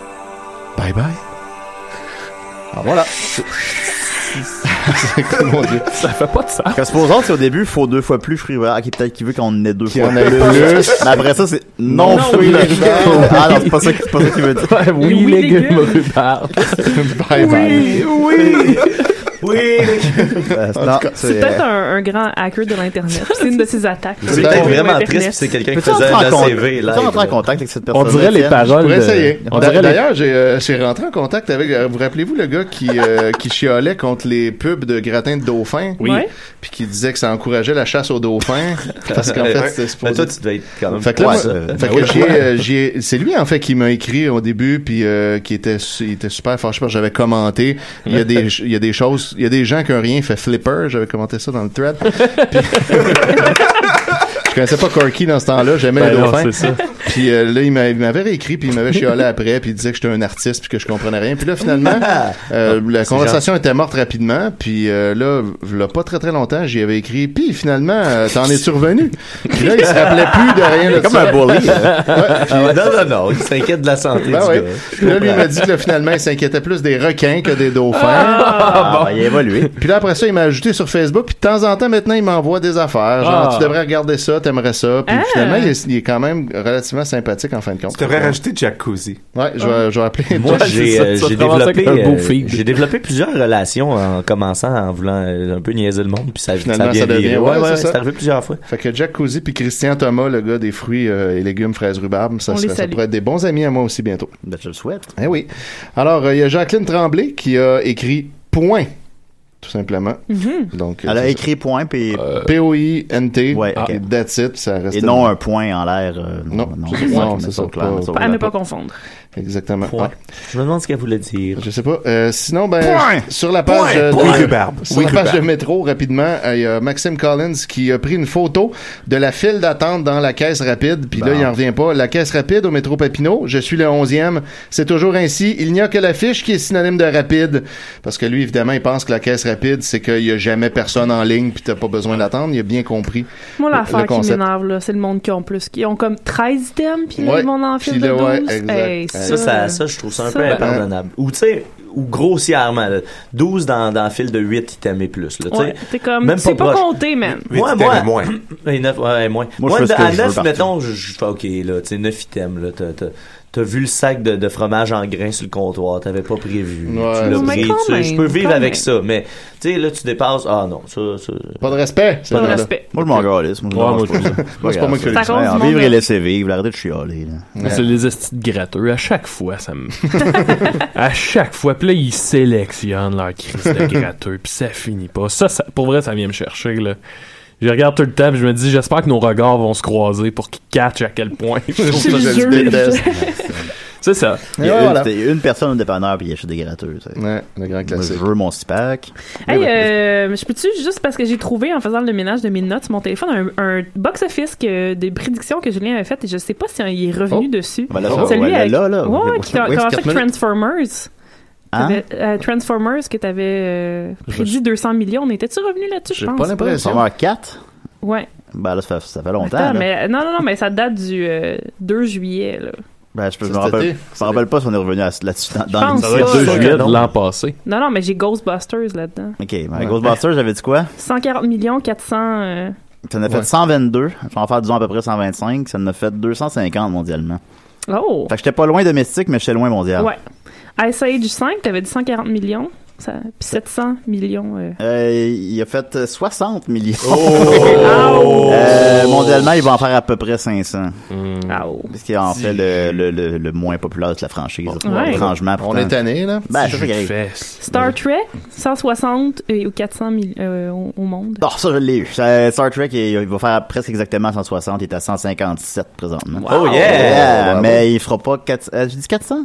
[SPEAKER 5] Bye bye. <laughs>
[SPEAKER 3] Ah,
[SPEAKER 5] Alors voilà. C'est- C'est mon Dieu.
[SPEAKER 8] Ça fait pas de ça.
[SPEAKER 3] Parce que supposons, c'est au début, faut deux fois plus fruits Ah, qui peut-être qu'il veut qu'on en ait deux
[SPEAKER 5] Qu'il
[SPEAKER 3] fois
[SPEAKER 5] en ait
[SPEAKER 3] plus.
[SPEAKER 5] plus.
[SPEAKER 3] Mais après ça, c'est non,
[SPEAKER 8] Non,
[SPEAKER 3] fruits
[SPEAKER 8] oui.
[SPEAKER 3] rhubarbe. Ah non, c'est pas ça c'est pas ça qu'il veut dire.
[SPEAKER 8] oui,
[SPEAKER 4] Oui,
[SPEAKER 8] légumes,
[SPEAKER 4] légumes.
[SPEAKER 5] <laughs>
[SPEAKER 8] rhubarbe.
[SPEAKER 5] Bye bye.
[SPEAKER 7] Oui,
[SPEAKER 3] Euh,
[SPEAKER 5] En
[SPEAKER 3] non,
[SPEAKER 5] tout cas,
[SPEAKER 4] C'est peut-être un, un grand hacker de l'Internet. C'est une de ses attaques.
[SPEAKER 7] C'est
[SPEAKER 5] peut-être
[SPEAKER 7] peut-être
[SPEAKER 4] Sur
[SPEAKER 7] vraiment
[SPEAKER 4] Internet.
[SPEAKER 7] triste, c'est quelqu'un qui
[SPEAKER 3] Peux-tu
[SPEAKER 7] faisait
[SPEAKER 3] entrer en
[SPEAKER 7] un
[SPEAKER 3] contact-
[SPEAKER 7] CV
[SPEAKER 3] peux-tu entrer en
[SPEAKER 7] live.
[SPEAKER 3] contables avec cette
[SPEAKER 8] On
[SPEAKER 3] personne?
[SPEAKER 8] dirait les
[SPEAKER 3] Étienne?
[SPEAKER 5] Je
[SPEAKER 8] paroles.
[SPEAKER 5] pourrais
[SPEAKER 8] de-
[SPEAKER 5] essayer.
[SPEAKER 8] Ah, On
[SPEAKER 5] D'a-
[SPEAKER 8] dirait les
[SPEAKER 5] D'ailleurs, j'ai, euh, j'ai rentré en contact avec. euh, Vous rappelez-vous le gars qui, euh, qui chialait contre les pubs de gratin de dauphin?
[SPEAKER 8] Oui.
[SPEAKER 4] Ouais.
[SPEAKER 5] Puis qui disait que ça encourageait la chasse aux dauphins. Parce
[SPEAKER 8] <laughs>
[SPEAKER 5] qu'en fait, c'était
[SPEAKER 7] euh, Mais
[SPEAKER 5] supposé.
[SPEAKER 7] toi, tu devais être quand même.
[SPEAKER 5] Fait que là,
[SPEAKER 7] Ouais,
[SPEAKER 5] moi,
[SPEAKER 7] ça.
[SPEAKER 3] euh,
[SPEAKER 5] fait que j'y ai, euh, j'y ai- c'est lui en fait qui m'a écrit au début puis euh, qui était su- il était super fâché parce que j'avais commenté il y a des il y a des choses il y a des gens qui ont rien fait flipper j'avais commenté ça dans le thread <laughs> Puis- je connaissais pas Corky dans ce temps-là j'aimais
[SPEAKER 8] Ben
[SPEAKER 5] les
[SPEAKER 8] non,
[SPEAKER 5] dauphins
[SPEAKER 8] c'est ça.
[SPEAKER 5] puis euh, là, il m'a- il m'avait réécrit, puis il m'avait chialé après, puis il disait que j'étais un artiste, puis que je comprenais rien. Puis là, finalement, euh, la conversation était morte rapidement. Puis euh, là, là, pas très très longtemps, j'y avais écrit, puis finalement, euh, t'en es survenu. Puis là, il se rappelait plus de rien de
[SPEAKER 3] Comme
[SPEAKER 5] ça.
[SPEAKER 3] un bully.
[SPEAKER 7] Ah ouais, Non, non, non, il s'inquiète de la santé
[SPEAKER 5] Ben
[SPEAKER 7] du
[SPEAKER 5] ouais.
[SPEAKER 7] gars.
[SPEAKER 5] Puis là, lui, il m'a dit que là, finalement, il s'inquiétait plus des requins que des dauphins.
[SPEAKER 3] Ah, ben, il a évolué.
[SPEAKER 5] Puis là, après ça, il m'a ajouté sur Facebook. Puis de temps en temps, maintenant, il m'envoie des affaires. Genre,
[SPEAKER 8] Ah.
[SPEAKER 5] tu devrais regarder ça, t'aimerais ça. Puis
[SPEAKER 4] Ah.
[SPEAKER 5] finalement, il est, il est quand même relativement sympathique en fin de compte.
[SPEAKER 9] Tu devrais rajouter jacuzzi.
[SPEAKER 5] Ouais, je vais, je vais appeler.
[SPEAKER 7] Moi,
[SPEAKER 8] Ouais, c'est
[SPEAKER 7] j'ai
[SPEAKER 8] ça,
[SPEAKER 7] euh,
[SPEAKER 8] tu vas
[SPEAKER 7] j'ai
[SPEAKER 8] te ramasser
[SPEAKER 7] développé,
[SPEAKER 8] avec un beau
[SPEAKER 7] euh,
[SPEAKER 8] feed.
[SPEAKER 7] j'ai développé plusieurs relations en commençant en voulant euh, un peu niaiser le monde, puis ça,
[SPEAKER 5] Finalement,
[SPEAKER 7] ça vient
[SPEAKER 5] ça devient-
[SPEAKER 7] virer.
[SPEAKER 5] ouais,
[SPEAKER 7] Ouais, ouais,
[SPEAKER 5] c'est ça.
[SPEAKER 7] c'est arrivé plusieurs fois.
[SPEAKER 5] Fait que Jack Cousy puis Christian Thomas, le gars des fruits euh, et légumes, fraises, rhubarbes, ça,
[SPEAKER 4] On les
[SPEAKER 5] serait- ça
[SPEAKER 4] salue.
[SPEAKER 5] pourrait être des bons amis à moi aussi bientôt.
[SPEAKER 3] Ben, je le souhaite.
[SPEAKER 5] Eh oui. Alors, euh, il y a Jacqueline Tremblay qui a écrit point, tout simplement.
[SPEAKER 4] Mm-hmm.
[SPEAKER 5] Donc, euh,
[SPEAKER 7] Ah,
[SPEAKER 3] Elle a
[SPEAKER 5] c'est
[SPEAKER 3] écrit point, puis
[SPEAKER 5] ça. P-O-I-N-T.
[SPEAKER 3] Ouais,
[SPEAKER 5] et
[SPEAKER 3] ok.
[SPEAKER 5] That's it, ça reste.
[SPEAKER 3] et non un point en l'air. euh,
[SPEAKER 5] Non, c'est-
[SPEAKER 3] ça,
[SPEAKER 5] non,
[SPEAKER 3] je mets
[SPEAKER 5] c'est ça,
[SPEAKER 3] au clair,
[SPEAKER 5] pas-
[SPEAKER 3] ça au
[SPEAKER 4] À ne
[SPEAKER 3] clair.
[SPEAKER 4] pas confondre.
[SPEAKER 5] Exactement.
[SPEAKER 7] Point.
[SPEAKER 5] Ah,
[SPEAKER 7] Je me demande ce qu'elle voulait dire.
[SPEAKER 5] je sais pas. Euh, sinon, ben,
[SPEAKER 3] Point.
[SPEAKER 5] sur la page euh,
[SPEAKER 9] Oui,
[SPEAKER 5] de-
[SPEAKER 9] rhubarbe.
[SPEAKER 5] Sur
[SPEAKER 9] Oui,
[SPEAKER 5] la page de
[SPEAKER 9] rhubarbe.
[SPEAKER 5] métro, rapidement, euh, il y a Maxime Collins qui a pris une photo de la file d'attente dans la caisse rapide. Puis là, il en revient pas. La caisse rapide au métro Papineau, je suis le 11e. C'est toujours ainsi. Il n'y a que l'affiche qui est synonyme de rapide. Parce que lui, évidemment, il pense que la caisse rapide, c'est qu'il y a jamais personne en ligne puis t'as pas besoin d'attendre. Il a bien compris.
[SPEAKER 4] Moi,
[SPEAKER 5] Le-
[SPEAKER 4] l'affaire
[SPEAKER 5] le
[SPEAKER 4] qui
[SPEAKER 5] concept.
[SPEAKER 4] m'énerve, là, c'est le monde qui ont plus. Qui ont comme 13 items, puis là,
[SPEAKER 5] Ouais.
[SPEAKER 4] ils vont en
[SPEAKER 5] Puis
[SPEAKER 4] faire de
[SPEAKER 5] là, ouais,
[SPEAKER 4] 12.
[SPEAKER 5] exact.
[SPEAKER 4] Hey,
[SPEAKER 7] Euh, Ça, ça, ça, je trouve ça un
[SPEAKER 4] ça-
[SPEAKER 7] peu impardonnable. Ou, tu sais, ou grossièrement, là, 12 dans, dans le fil de 8 items et plus. Là, tu sais.
[SPEAKER 4] Ouais, t'es comme,
[SPEAKER 7] même
[SPEAKER 4] c'est
[SPEAKER 7] pas
[SPEAKER 4] pas,
[SPEAKER 7] proche.
[SPEAKER 4] compté, man.
[SPEAKER 9] Mais
[SPEAKER 7] Moi,
[SPEAKER 9] tu t'aimes
[SPEAKER 7] moi.
[SPEAKER 9] moins.
[SPEAKER 7] Et neuf, ouais, moins.
[SPEAKER 3] Moi,
[SPEAKER 7] Moi,
[SPEAKER 3] je fais ce que
[SPEAKER 7] à
[SPEAKER 3] je veux
[SPEAKER 7] 9,
[SPEAKER 3] partout.
[SPEAKER 7] mettons, je, je fais OK, là, tu sais, 9 items, là, t'as, t'as, t'as vu le sac de, de fromage en grains sur le comptoir, t'avais pas prévu.
[SPEAKER 5] Ouais.
[SPEAKER 7] Tu l'as
[SPEAKER 4] Mais
[SPEAKER 7] pris,
[SPEAKER 4] quand
[SPEAKER 7] tu sais, je peux
[SPEAKER 4] même,
[SPEAKER 7] vivre
[SPEAKER 4] quand
[SPEAKER 7] avec
[SPEAKER 4] même.
[SPEAKER 7] ça, mais, tu sais, là, tu dépasses, ah non, ça, ça.
[SPEAKER 5] Pas de respect. ces
[SPEAKER 4] Pas de
[SPEAKER 5] gens-là.
[SPEAKER 4] respect.
[SPEAKER 3] Moi, je m'en calisse. Moi, je
[SPEAKER 8] Ouais,
[SPEAKER 3] m'en
[SPEAKER 8] moi,
[SPEAKER 3] calisse.
[SPEAKER 8] je-
[SPEAKER 5] Moi, c'est pas moi qui
[SPEAKER 4] C'est à cause
[SPEAKER 3] Ouais,
[SPEAKER 4] du
[SPEAKER 3] en
[SPEAKER 4] monde.
[SPEAKER 3] vivre et laisser vivre, arrêtez de chialer. là.
[SPEAKER 8] C'est les estis de gratteux. À chaque fois, ça me. à chaque fois. Puis là, ils sélectionnent leur crise de gratteux. Puis ça finit pas. Ça, ça- pour vrai, ça vient me chercher, là. Je regarde tout le temps. Puis je me dis, j'espère que nos regards vont se croiser pour qu'ils catchent à quel point. Je trouve ça-
[SPEAKER 5] Je
[SPEAKER 4] Dieu.
[SPEAKER 5] le déteste.
[SPEAKER 8] C'est ça.
[SPEAKER 3] Il
[SPEAKER 5] Et
[SPEAKER 3] y a une,
[SPEAKER 5] voilà.
[SPEAKER 3] c'était une personne au dépanneur, puis il achète des gratteux. tu sais.
[SPEAKER 5] Ouais, le grand
[SPEAKER 3] Moi, je
[SPEAKER 5] classique.
[SPEAKER 3] veux mon six-pack.
[SPEAKER 4] Hey, euh, je peux-tu, juste parce que j'ai trouvé en faisant le ménage de mes notes sur mon téléphone, un, un box-office que, des prédictions que Julien avait faites et je sais pas si hein, il est revenu
[SPEAKER 5] Oh.
[SPEAKER 4] dessus.
[SPEAKER 3] Voilà,
[SPEAKER 5] Oh,
[SPEAKER 4] Celui
[SPEAKER 3] voilà,
[SPEAKER 4] avec-
[SPEAKER 3] là, là.
[SPEAKER 4] Ouais, ouais, qui
[SPEAKER 5] Oui, c'est
[SPEAKER 4] commençait
[SPEAKER 5] quatre
[SPEAKER 4] avec
[SPEAKER 5] minutes.
[SPEAKER 4] Transformers.
[SPEAKER 3] Hein?
[SPEAKER 4] T'avais, euh, Transformers que t'avais euh, prédit 200 millions. On était-tu revenu là-dessus, je
[SPEAKER 5] J'ai
[SPEAKER 4] pense?
[SPEAKER 5] pas l'impression.
[SPEAKER 3] Transformer 4?
[SPEAKER 4] Ouais.
[SPEAKER 3] Ben là, ça fait, ça fait longtemps.
[SPEAKER 4] Attends,
[SPEAKER 3] là.
[SPEAKER 4] mais, non, non, non, mais ça date du euh, 2 juillet, là.
[SPEAKER 3] Ben, je, peux- je me
[SPEAKER 5] Cet
[SPEAKER 3] rappelle,
[SPEAKER 5] été.
[SPEAKER 3] je me rappelle pas si on est revenu à- là-dessus dans, dans
[SPEAKER 4] pense
[SPEAKER 3] l'épisode deux
[SPEAKER 4] pas. Ça doit
[SPEAKER 8] 2
[SPEAKER 3] juillet,
[SPEAKER 8] juillet de
[SPEAKER 3] non?
[SPEAKER 8] l'an passé.
[SPEAKER 4] Non, non, mais j'ai Ghostbusters là-dedans.
[SPEAKER 3] Ok, ben, Ghostbusters, j'avais dit quoi?
[SPEAKER 4] 140 millions 400... euh,
[SPEAKER 3] Ça en a fait
[SPEAKER 5] Ouais.
[SPEAKER 3] 122. Je vais en faire, disons, à peu près 125. Ça en a fait 250 mondialement.
[SPEAKER 4] Oh!
[SPEAKER 3] Fait que j'étais pas loin domestique, mais j'étais loin mondial.
[SPEAKER 4] Ouais. Ice Age 5, t'avais dit 140 millions. Ça, puis 700 millions. euh.
[SPEAKER 3] Euh, il a fait euh, 60 millions.
[SPEAKER 4] Ah, oh!
[SPEAKER 3] Euh, mondialement, il va en faire à peu près 500.
[SPEAKER 4] Ah, oh.
[SPEAKER 3] Parce qu'il en fait le, le, le, le moins populaire de la franchise.
[SPEAKER 4] Ouais.
[SPEAKER 3] Étrangement,
[SPEAKER 5] On
[SPEAKER 3] pourtant.
[SPEAKER 5] est tanné, là.
[SPEAKER 3] Ben, je sais qu'il y a-
[SPEAKER 8] Fesses.
[SPEAKER 4] Star Trek, 160 et- ou 400 millions euh, au, au monde.
[SPEAKER 3] Non, ça, je l'ai eu. Ça, Star Trek, il, il va faire presque exactement 160. Il est à 157 présentement.
[SPEAKER 7] Oh yeah!
[SPEAKER 3] Yeah, mais il fera pas 400. euh, J'ai dit 400?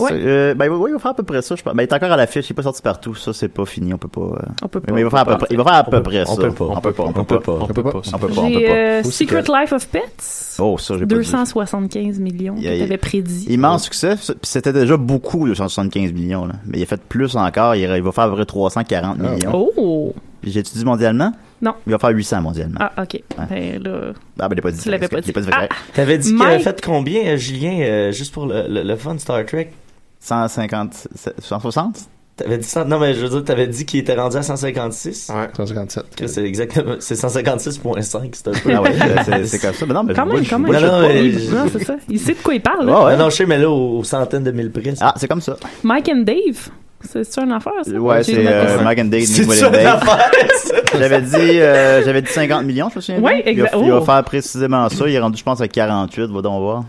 [SPEAKER 3] Ouais. Euh, ben oui, il va faire à peu près ça. Je pense. Ben, il est encore à l'affiche, il est pas sorti partout. Ça, c'est pas fini, on peut pas. euh,
[SPEAKER 4] On peut pas.
[SPEAKER 3] mais il va faire à peu près, il va faire à peu près
[SPEAKER 7] on
[SPEAKER 3] ça.
[SPEAKER 7] peut pas,
[SPEAKER 3] On peut pas. On
[SPEAKER 6] On
[SPEAKER 3] peut pas.
[SPEAKER 6] peut pas.
[SPEAKER 3] On peut pas. On peut
[SPEAKER 4] J'ai
[SPEAKER 3] pas.
[SPEAKER 4] euh,
[SPEAKER 5] Faut
[SPEAKER 4] Secret
[SPEAKER 5] secret.
[SPEAKER 4] Life of Pets,
[SPEAKER 3] Oh, ça, j'ai pas dit.
[SPEAKER 4] 275 millions que
[SPEAKER 3] Yeah, yeah.
[SPEAKER 4] t'avais prédit.
[SPEAKER 3] Immense succès, puis c'était déjà beaucoup, 275 millions. Là. Mais il a fait plus encore, il, il va faire à peu près 340
[SPEAKER 7] Ah,
[SPEAKER 3] millions.
[SPEAKER 4] Oh!
[SPEAKER 3] Puis j'ai-tu dit mondialement?
[SPEAKER 4] Non.
[SPEAKER 3] Il va faire 800 mondialement. Ah,
[SPEAKER 4] Ah, ok. Ben là,
[SPEAKER 3] ben, il a pas dit
[SPEAKER 4] Tu
[SPEAKER 3] ça,
[SPEAKER 4] l'avais
[SPEAKER 3] parce
[SPEAKER 4] pas
[SPEAKER 3] que-
[SPEAKER 4] dit.
[SPEAKER 3] Il
[SPEAKER 4] Ah.
[SPEAKER 3] a pas dit
[SPEAKER 7] T'avais dit qu'il
[SPEAKER 4] Mike-
[SPEAKER 7] avait fait combien, euh, Julien, euh, juste pour le, le, le fun Star Trek?
[SPEAKER 3] 150,
[SPEAKER 4] <laughs>
[SPEAKER 3] 160?
[SPEAKER 7] T'avais dit cent- Non, mais je veux dire, t'avais dit qu'il était rendu à 156.
[SPEAKER 9] Ouais.
[SPEAKER 5] 157.
[SPEAKER 7] Chris, C'est exactement... C'est 156.5, c'est un peu...
[SPEAKER 3] Ah ouais, c'est- c'est comme ça. Mais non, mais
[SPEAKER 4] quand
[SPEAKER 3] moi,
[SPEAKER 4] même,
[SPEAKER 3] je-
[SPEAKER 4] quand même.
[SPEAKER 3] moi,
[SPEAKER 7] Non,
[SPEAKER 3] je-
[SPEAKER 7] non, mais-
[SPEAKER 4] Il- non, c'est ça. Il sait de quoi il parle. là.
[SPEAKER 3] Ah ouais.
[SPEAKER 7] Non, non, je sais, mais là, aux, aux centaines de mille prises.
[SPEAKER 3] Ah, c'est comme ça.
[SPEAKER 4] Mike and Dave, c'est-tu une affaire, ça?
[SPEAKER 3] Ouais,
[SPEAKER 4] J'ai
[SPEAKER 3] c'est
[SPEAKER 4] noté
[SPEAKER 3] euh,
[SPEAKER 4] ça.
[SPEAKER 3] Mike and Dave,
[SPEAKER 7] c'est
[SPEAKER 3] Nick
[SPEAKER 7] ça
[SPEAKER 3] and Dave.
[SPEAKER 7] l'affaire, ça?
[SPEAKER 3] J'avais dit, euh, j'avais dit 50 millions, je me souviens.
[SPEAKER 4] Ouais,
[SPEAKER 3] bien. Il va-
[SPEAKER 4] exact-
[SPEAKER 3] Il va
[SPEAKER 4] oh.
[SPEAKER 3] faire précisément ça. Il est rendu, je pense, à 48. Va donc voir.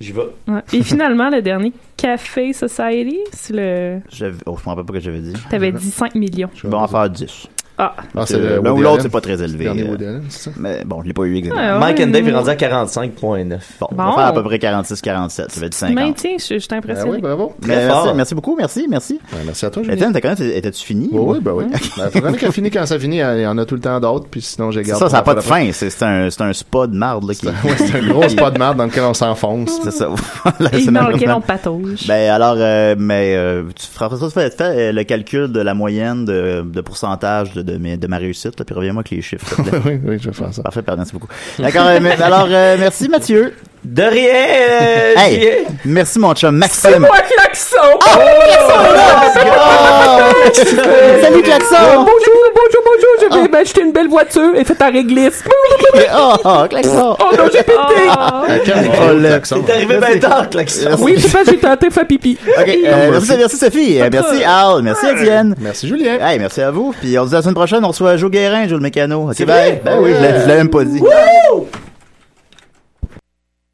[SPEAKER 7] J'y vais.
[SPEAKER 4] Ouais. Et finalement, le dernier Café Society, c'est le...
[SPEAKER 3] J'avais- Oh, Ah, je me rappelle pas ce que j'avais dit.
[SPEAKER 4] T'avais dit 5 millions.
[SPEAKER 3] Ils vont en faire 10.
[SPEAKER 4] Ah,
[SPEAKER 5] Ah, c'est le
[SPEAKER 3] L'un ou
[SPEAKER 5] Woody
[SPEAKER 3] l'autre,
[SPEAKER 5] Allen.
[SPEAKER 3] c'est pas très
[SPEAKER 5] Le
[SPEAKER 3] élevé.
[SPEAKER 5] dernier
[SPEAKER 3] euh,
[SPEAKER 5] Woody Allen, c'est ça?
[SPEAKER 3] Mais bon, je l'ai pas eu exactement.
[SPEAKER 4] Ah,
[SPEAKER 7] Mike
[SPEAKER 4] ouais,
[SPEAKER 7] and Dave est rendu à
[SPEAKER 4] ouais.
[SPEAKER 7] 45.9.
[SPEAKER 3] Bon, on
[SPEAKER 4] Bon.
[SPEAKER 3] va faire à peu près 46-47. Ça va être 50.
[SPEAKER 4] Mais tiens, je je suis
[SPEAKER 5] Ben
[SPEAKER 4] impressionné.
[SPEAKER 5] oui, bravo.
[SPEAKER 3] Mais
[SPEAKER 7] Très
[SPEAKER 3] merci,
[SPEAKER 7] fort.
[SPEAKER 3] merci beaucoup, merci, merci.
[SPEAKER 5] Ben, merci à toi, Julien.
[SPEAKER 3] Étienne, t'as quand même, étais-tu fini?
[SPEAKER 5] Oui, oui, ben oui. La chronique a fini quand ça finit, il y en a tout le temps d'autres, puis sinon, j'ai
[SPEAKER 3] C'est
[SPEAKER 5] gardé.
[SPEAKER 3] ça, ça n'a pas de fin. C'est c'est un, c'est un spa de marde, là, qui.
[SPEAKER 5] <laughs> Ouais, c'est un gros spot de merde dans lequel on s'enfonce.
[SPEAKER 3] <laughs> C'est ça.
[SPEAKER 4] <laughs>
[SPEAKER 3] La
[SPEAKER 4] Et
[SPEAKER 3] semaine
[SPEAKER 4] dans lequel
[SPEAKER 3] prochaine.
[SPEAKER 4] on patauge.
[SPEAKER 3] Ben alors, euh, mais euh, tu feras ça, tu fais, tu fais, euh, le calcul de la moyenne de, de pourcentage de, de, mes- de ma réussite, là, puis reviens-moi avec les chiffres. s'il te
[SPEAKER 5] <laughs>
[SPEAKER 3] plaît.
[SPEAKER 5] oui, oui, je vais faire ça.
[SPEAKER 3] Parfait, pardon, merci beaucoup. D'accord, euh, mais- alors euh, merci Mathieu.
[SPEAKER 5] <laughs>
[SPEAKER 7] De rien, euh,
[SPEAKER 3] Hey,
[SPEAKER 7] Julien.
[SPEAKER 3] merci mon chum Maxime.
[SPEAKER 6] klaxon!
[SPEAKER 3] Ah, Oh, Salut Klaxon!
[SPEAKER 6] Oh, Bonjour, bonjour, bonjour, je vais
[SPEAKER 4] Ah.
[SPEAKER 6] m'acheter une belle voiture et faites ta réglisse.
[SPEAKER 3] Oh, oh, Klaxon!
[SPEAKER 6] Oh non, j'ai pété!
[SPEAKER 4] Ah.
[SPEAKER 5] À quel
[SPEAKER 3] Oh, le-
[SPEAKER 7] T'es arrivé bien tard, Klaxon.
[SPEAKER 6] Oui, c'est parce que j'ai tenté de faire pipi.
[SPEAKER 3] Ok, euh, merci, merci Sophie, euh, merci Al, merci Étienne.
[SPEAKER 5] Merci, Julien.
[SPEAKER 3] Hey, merci à vous. Puis on se dit à la semaine prochaine, on reçoit Joe Guérin, Joe le mécano. Ok, bye. Ben oui, je l'ai- je l'ai même pas dit.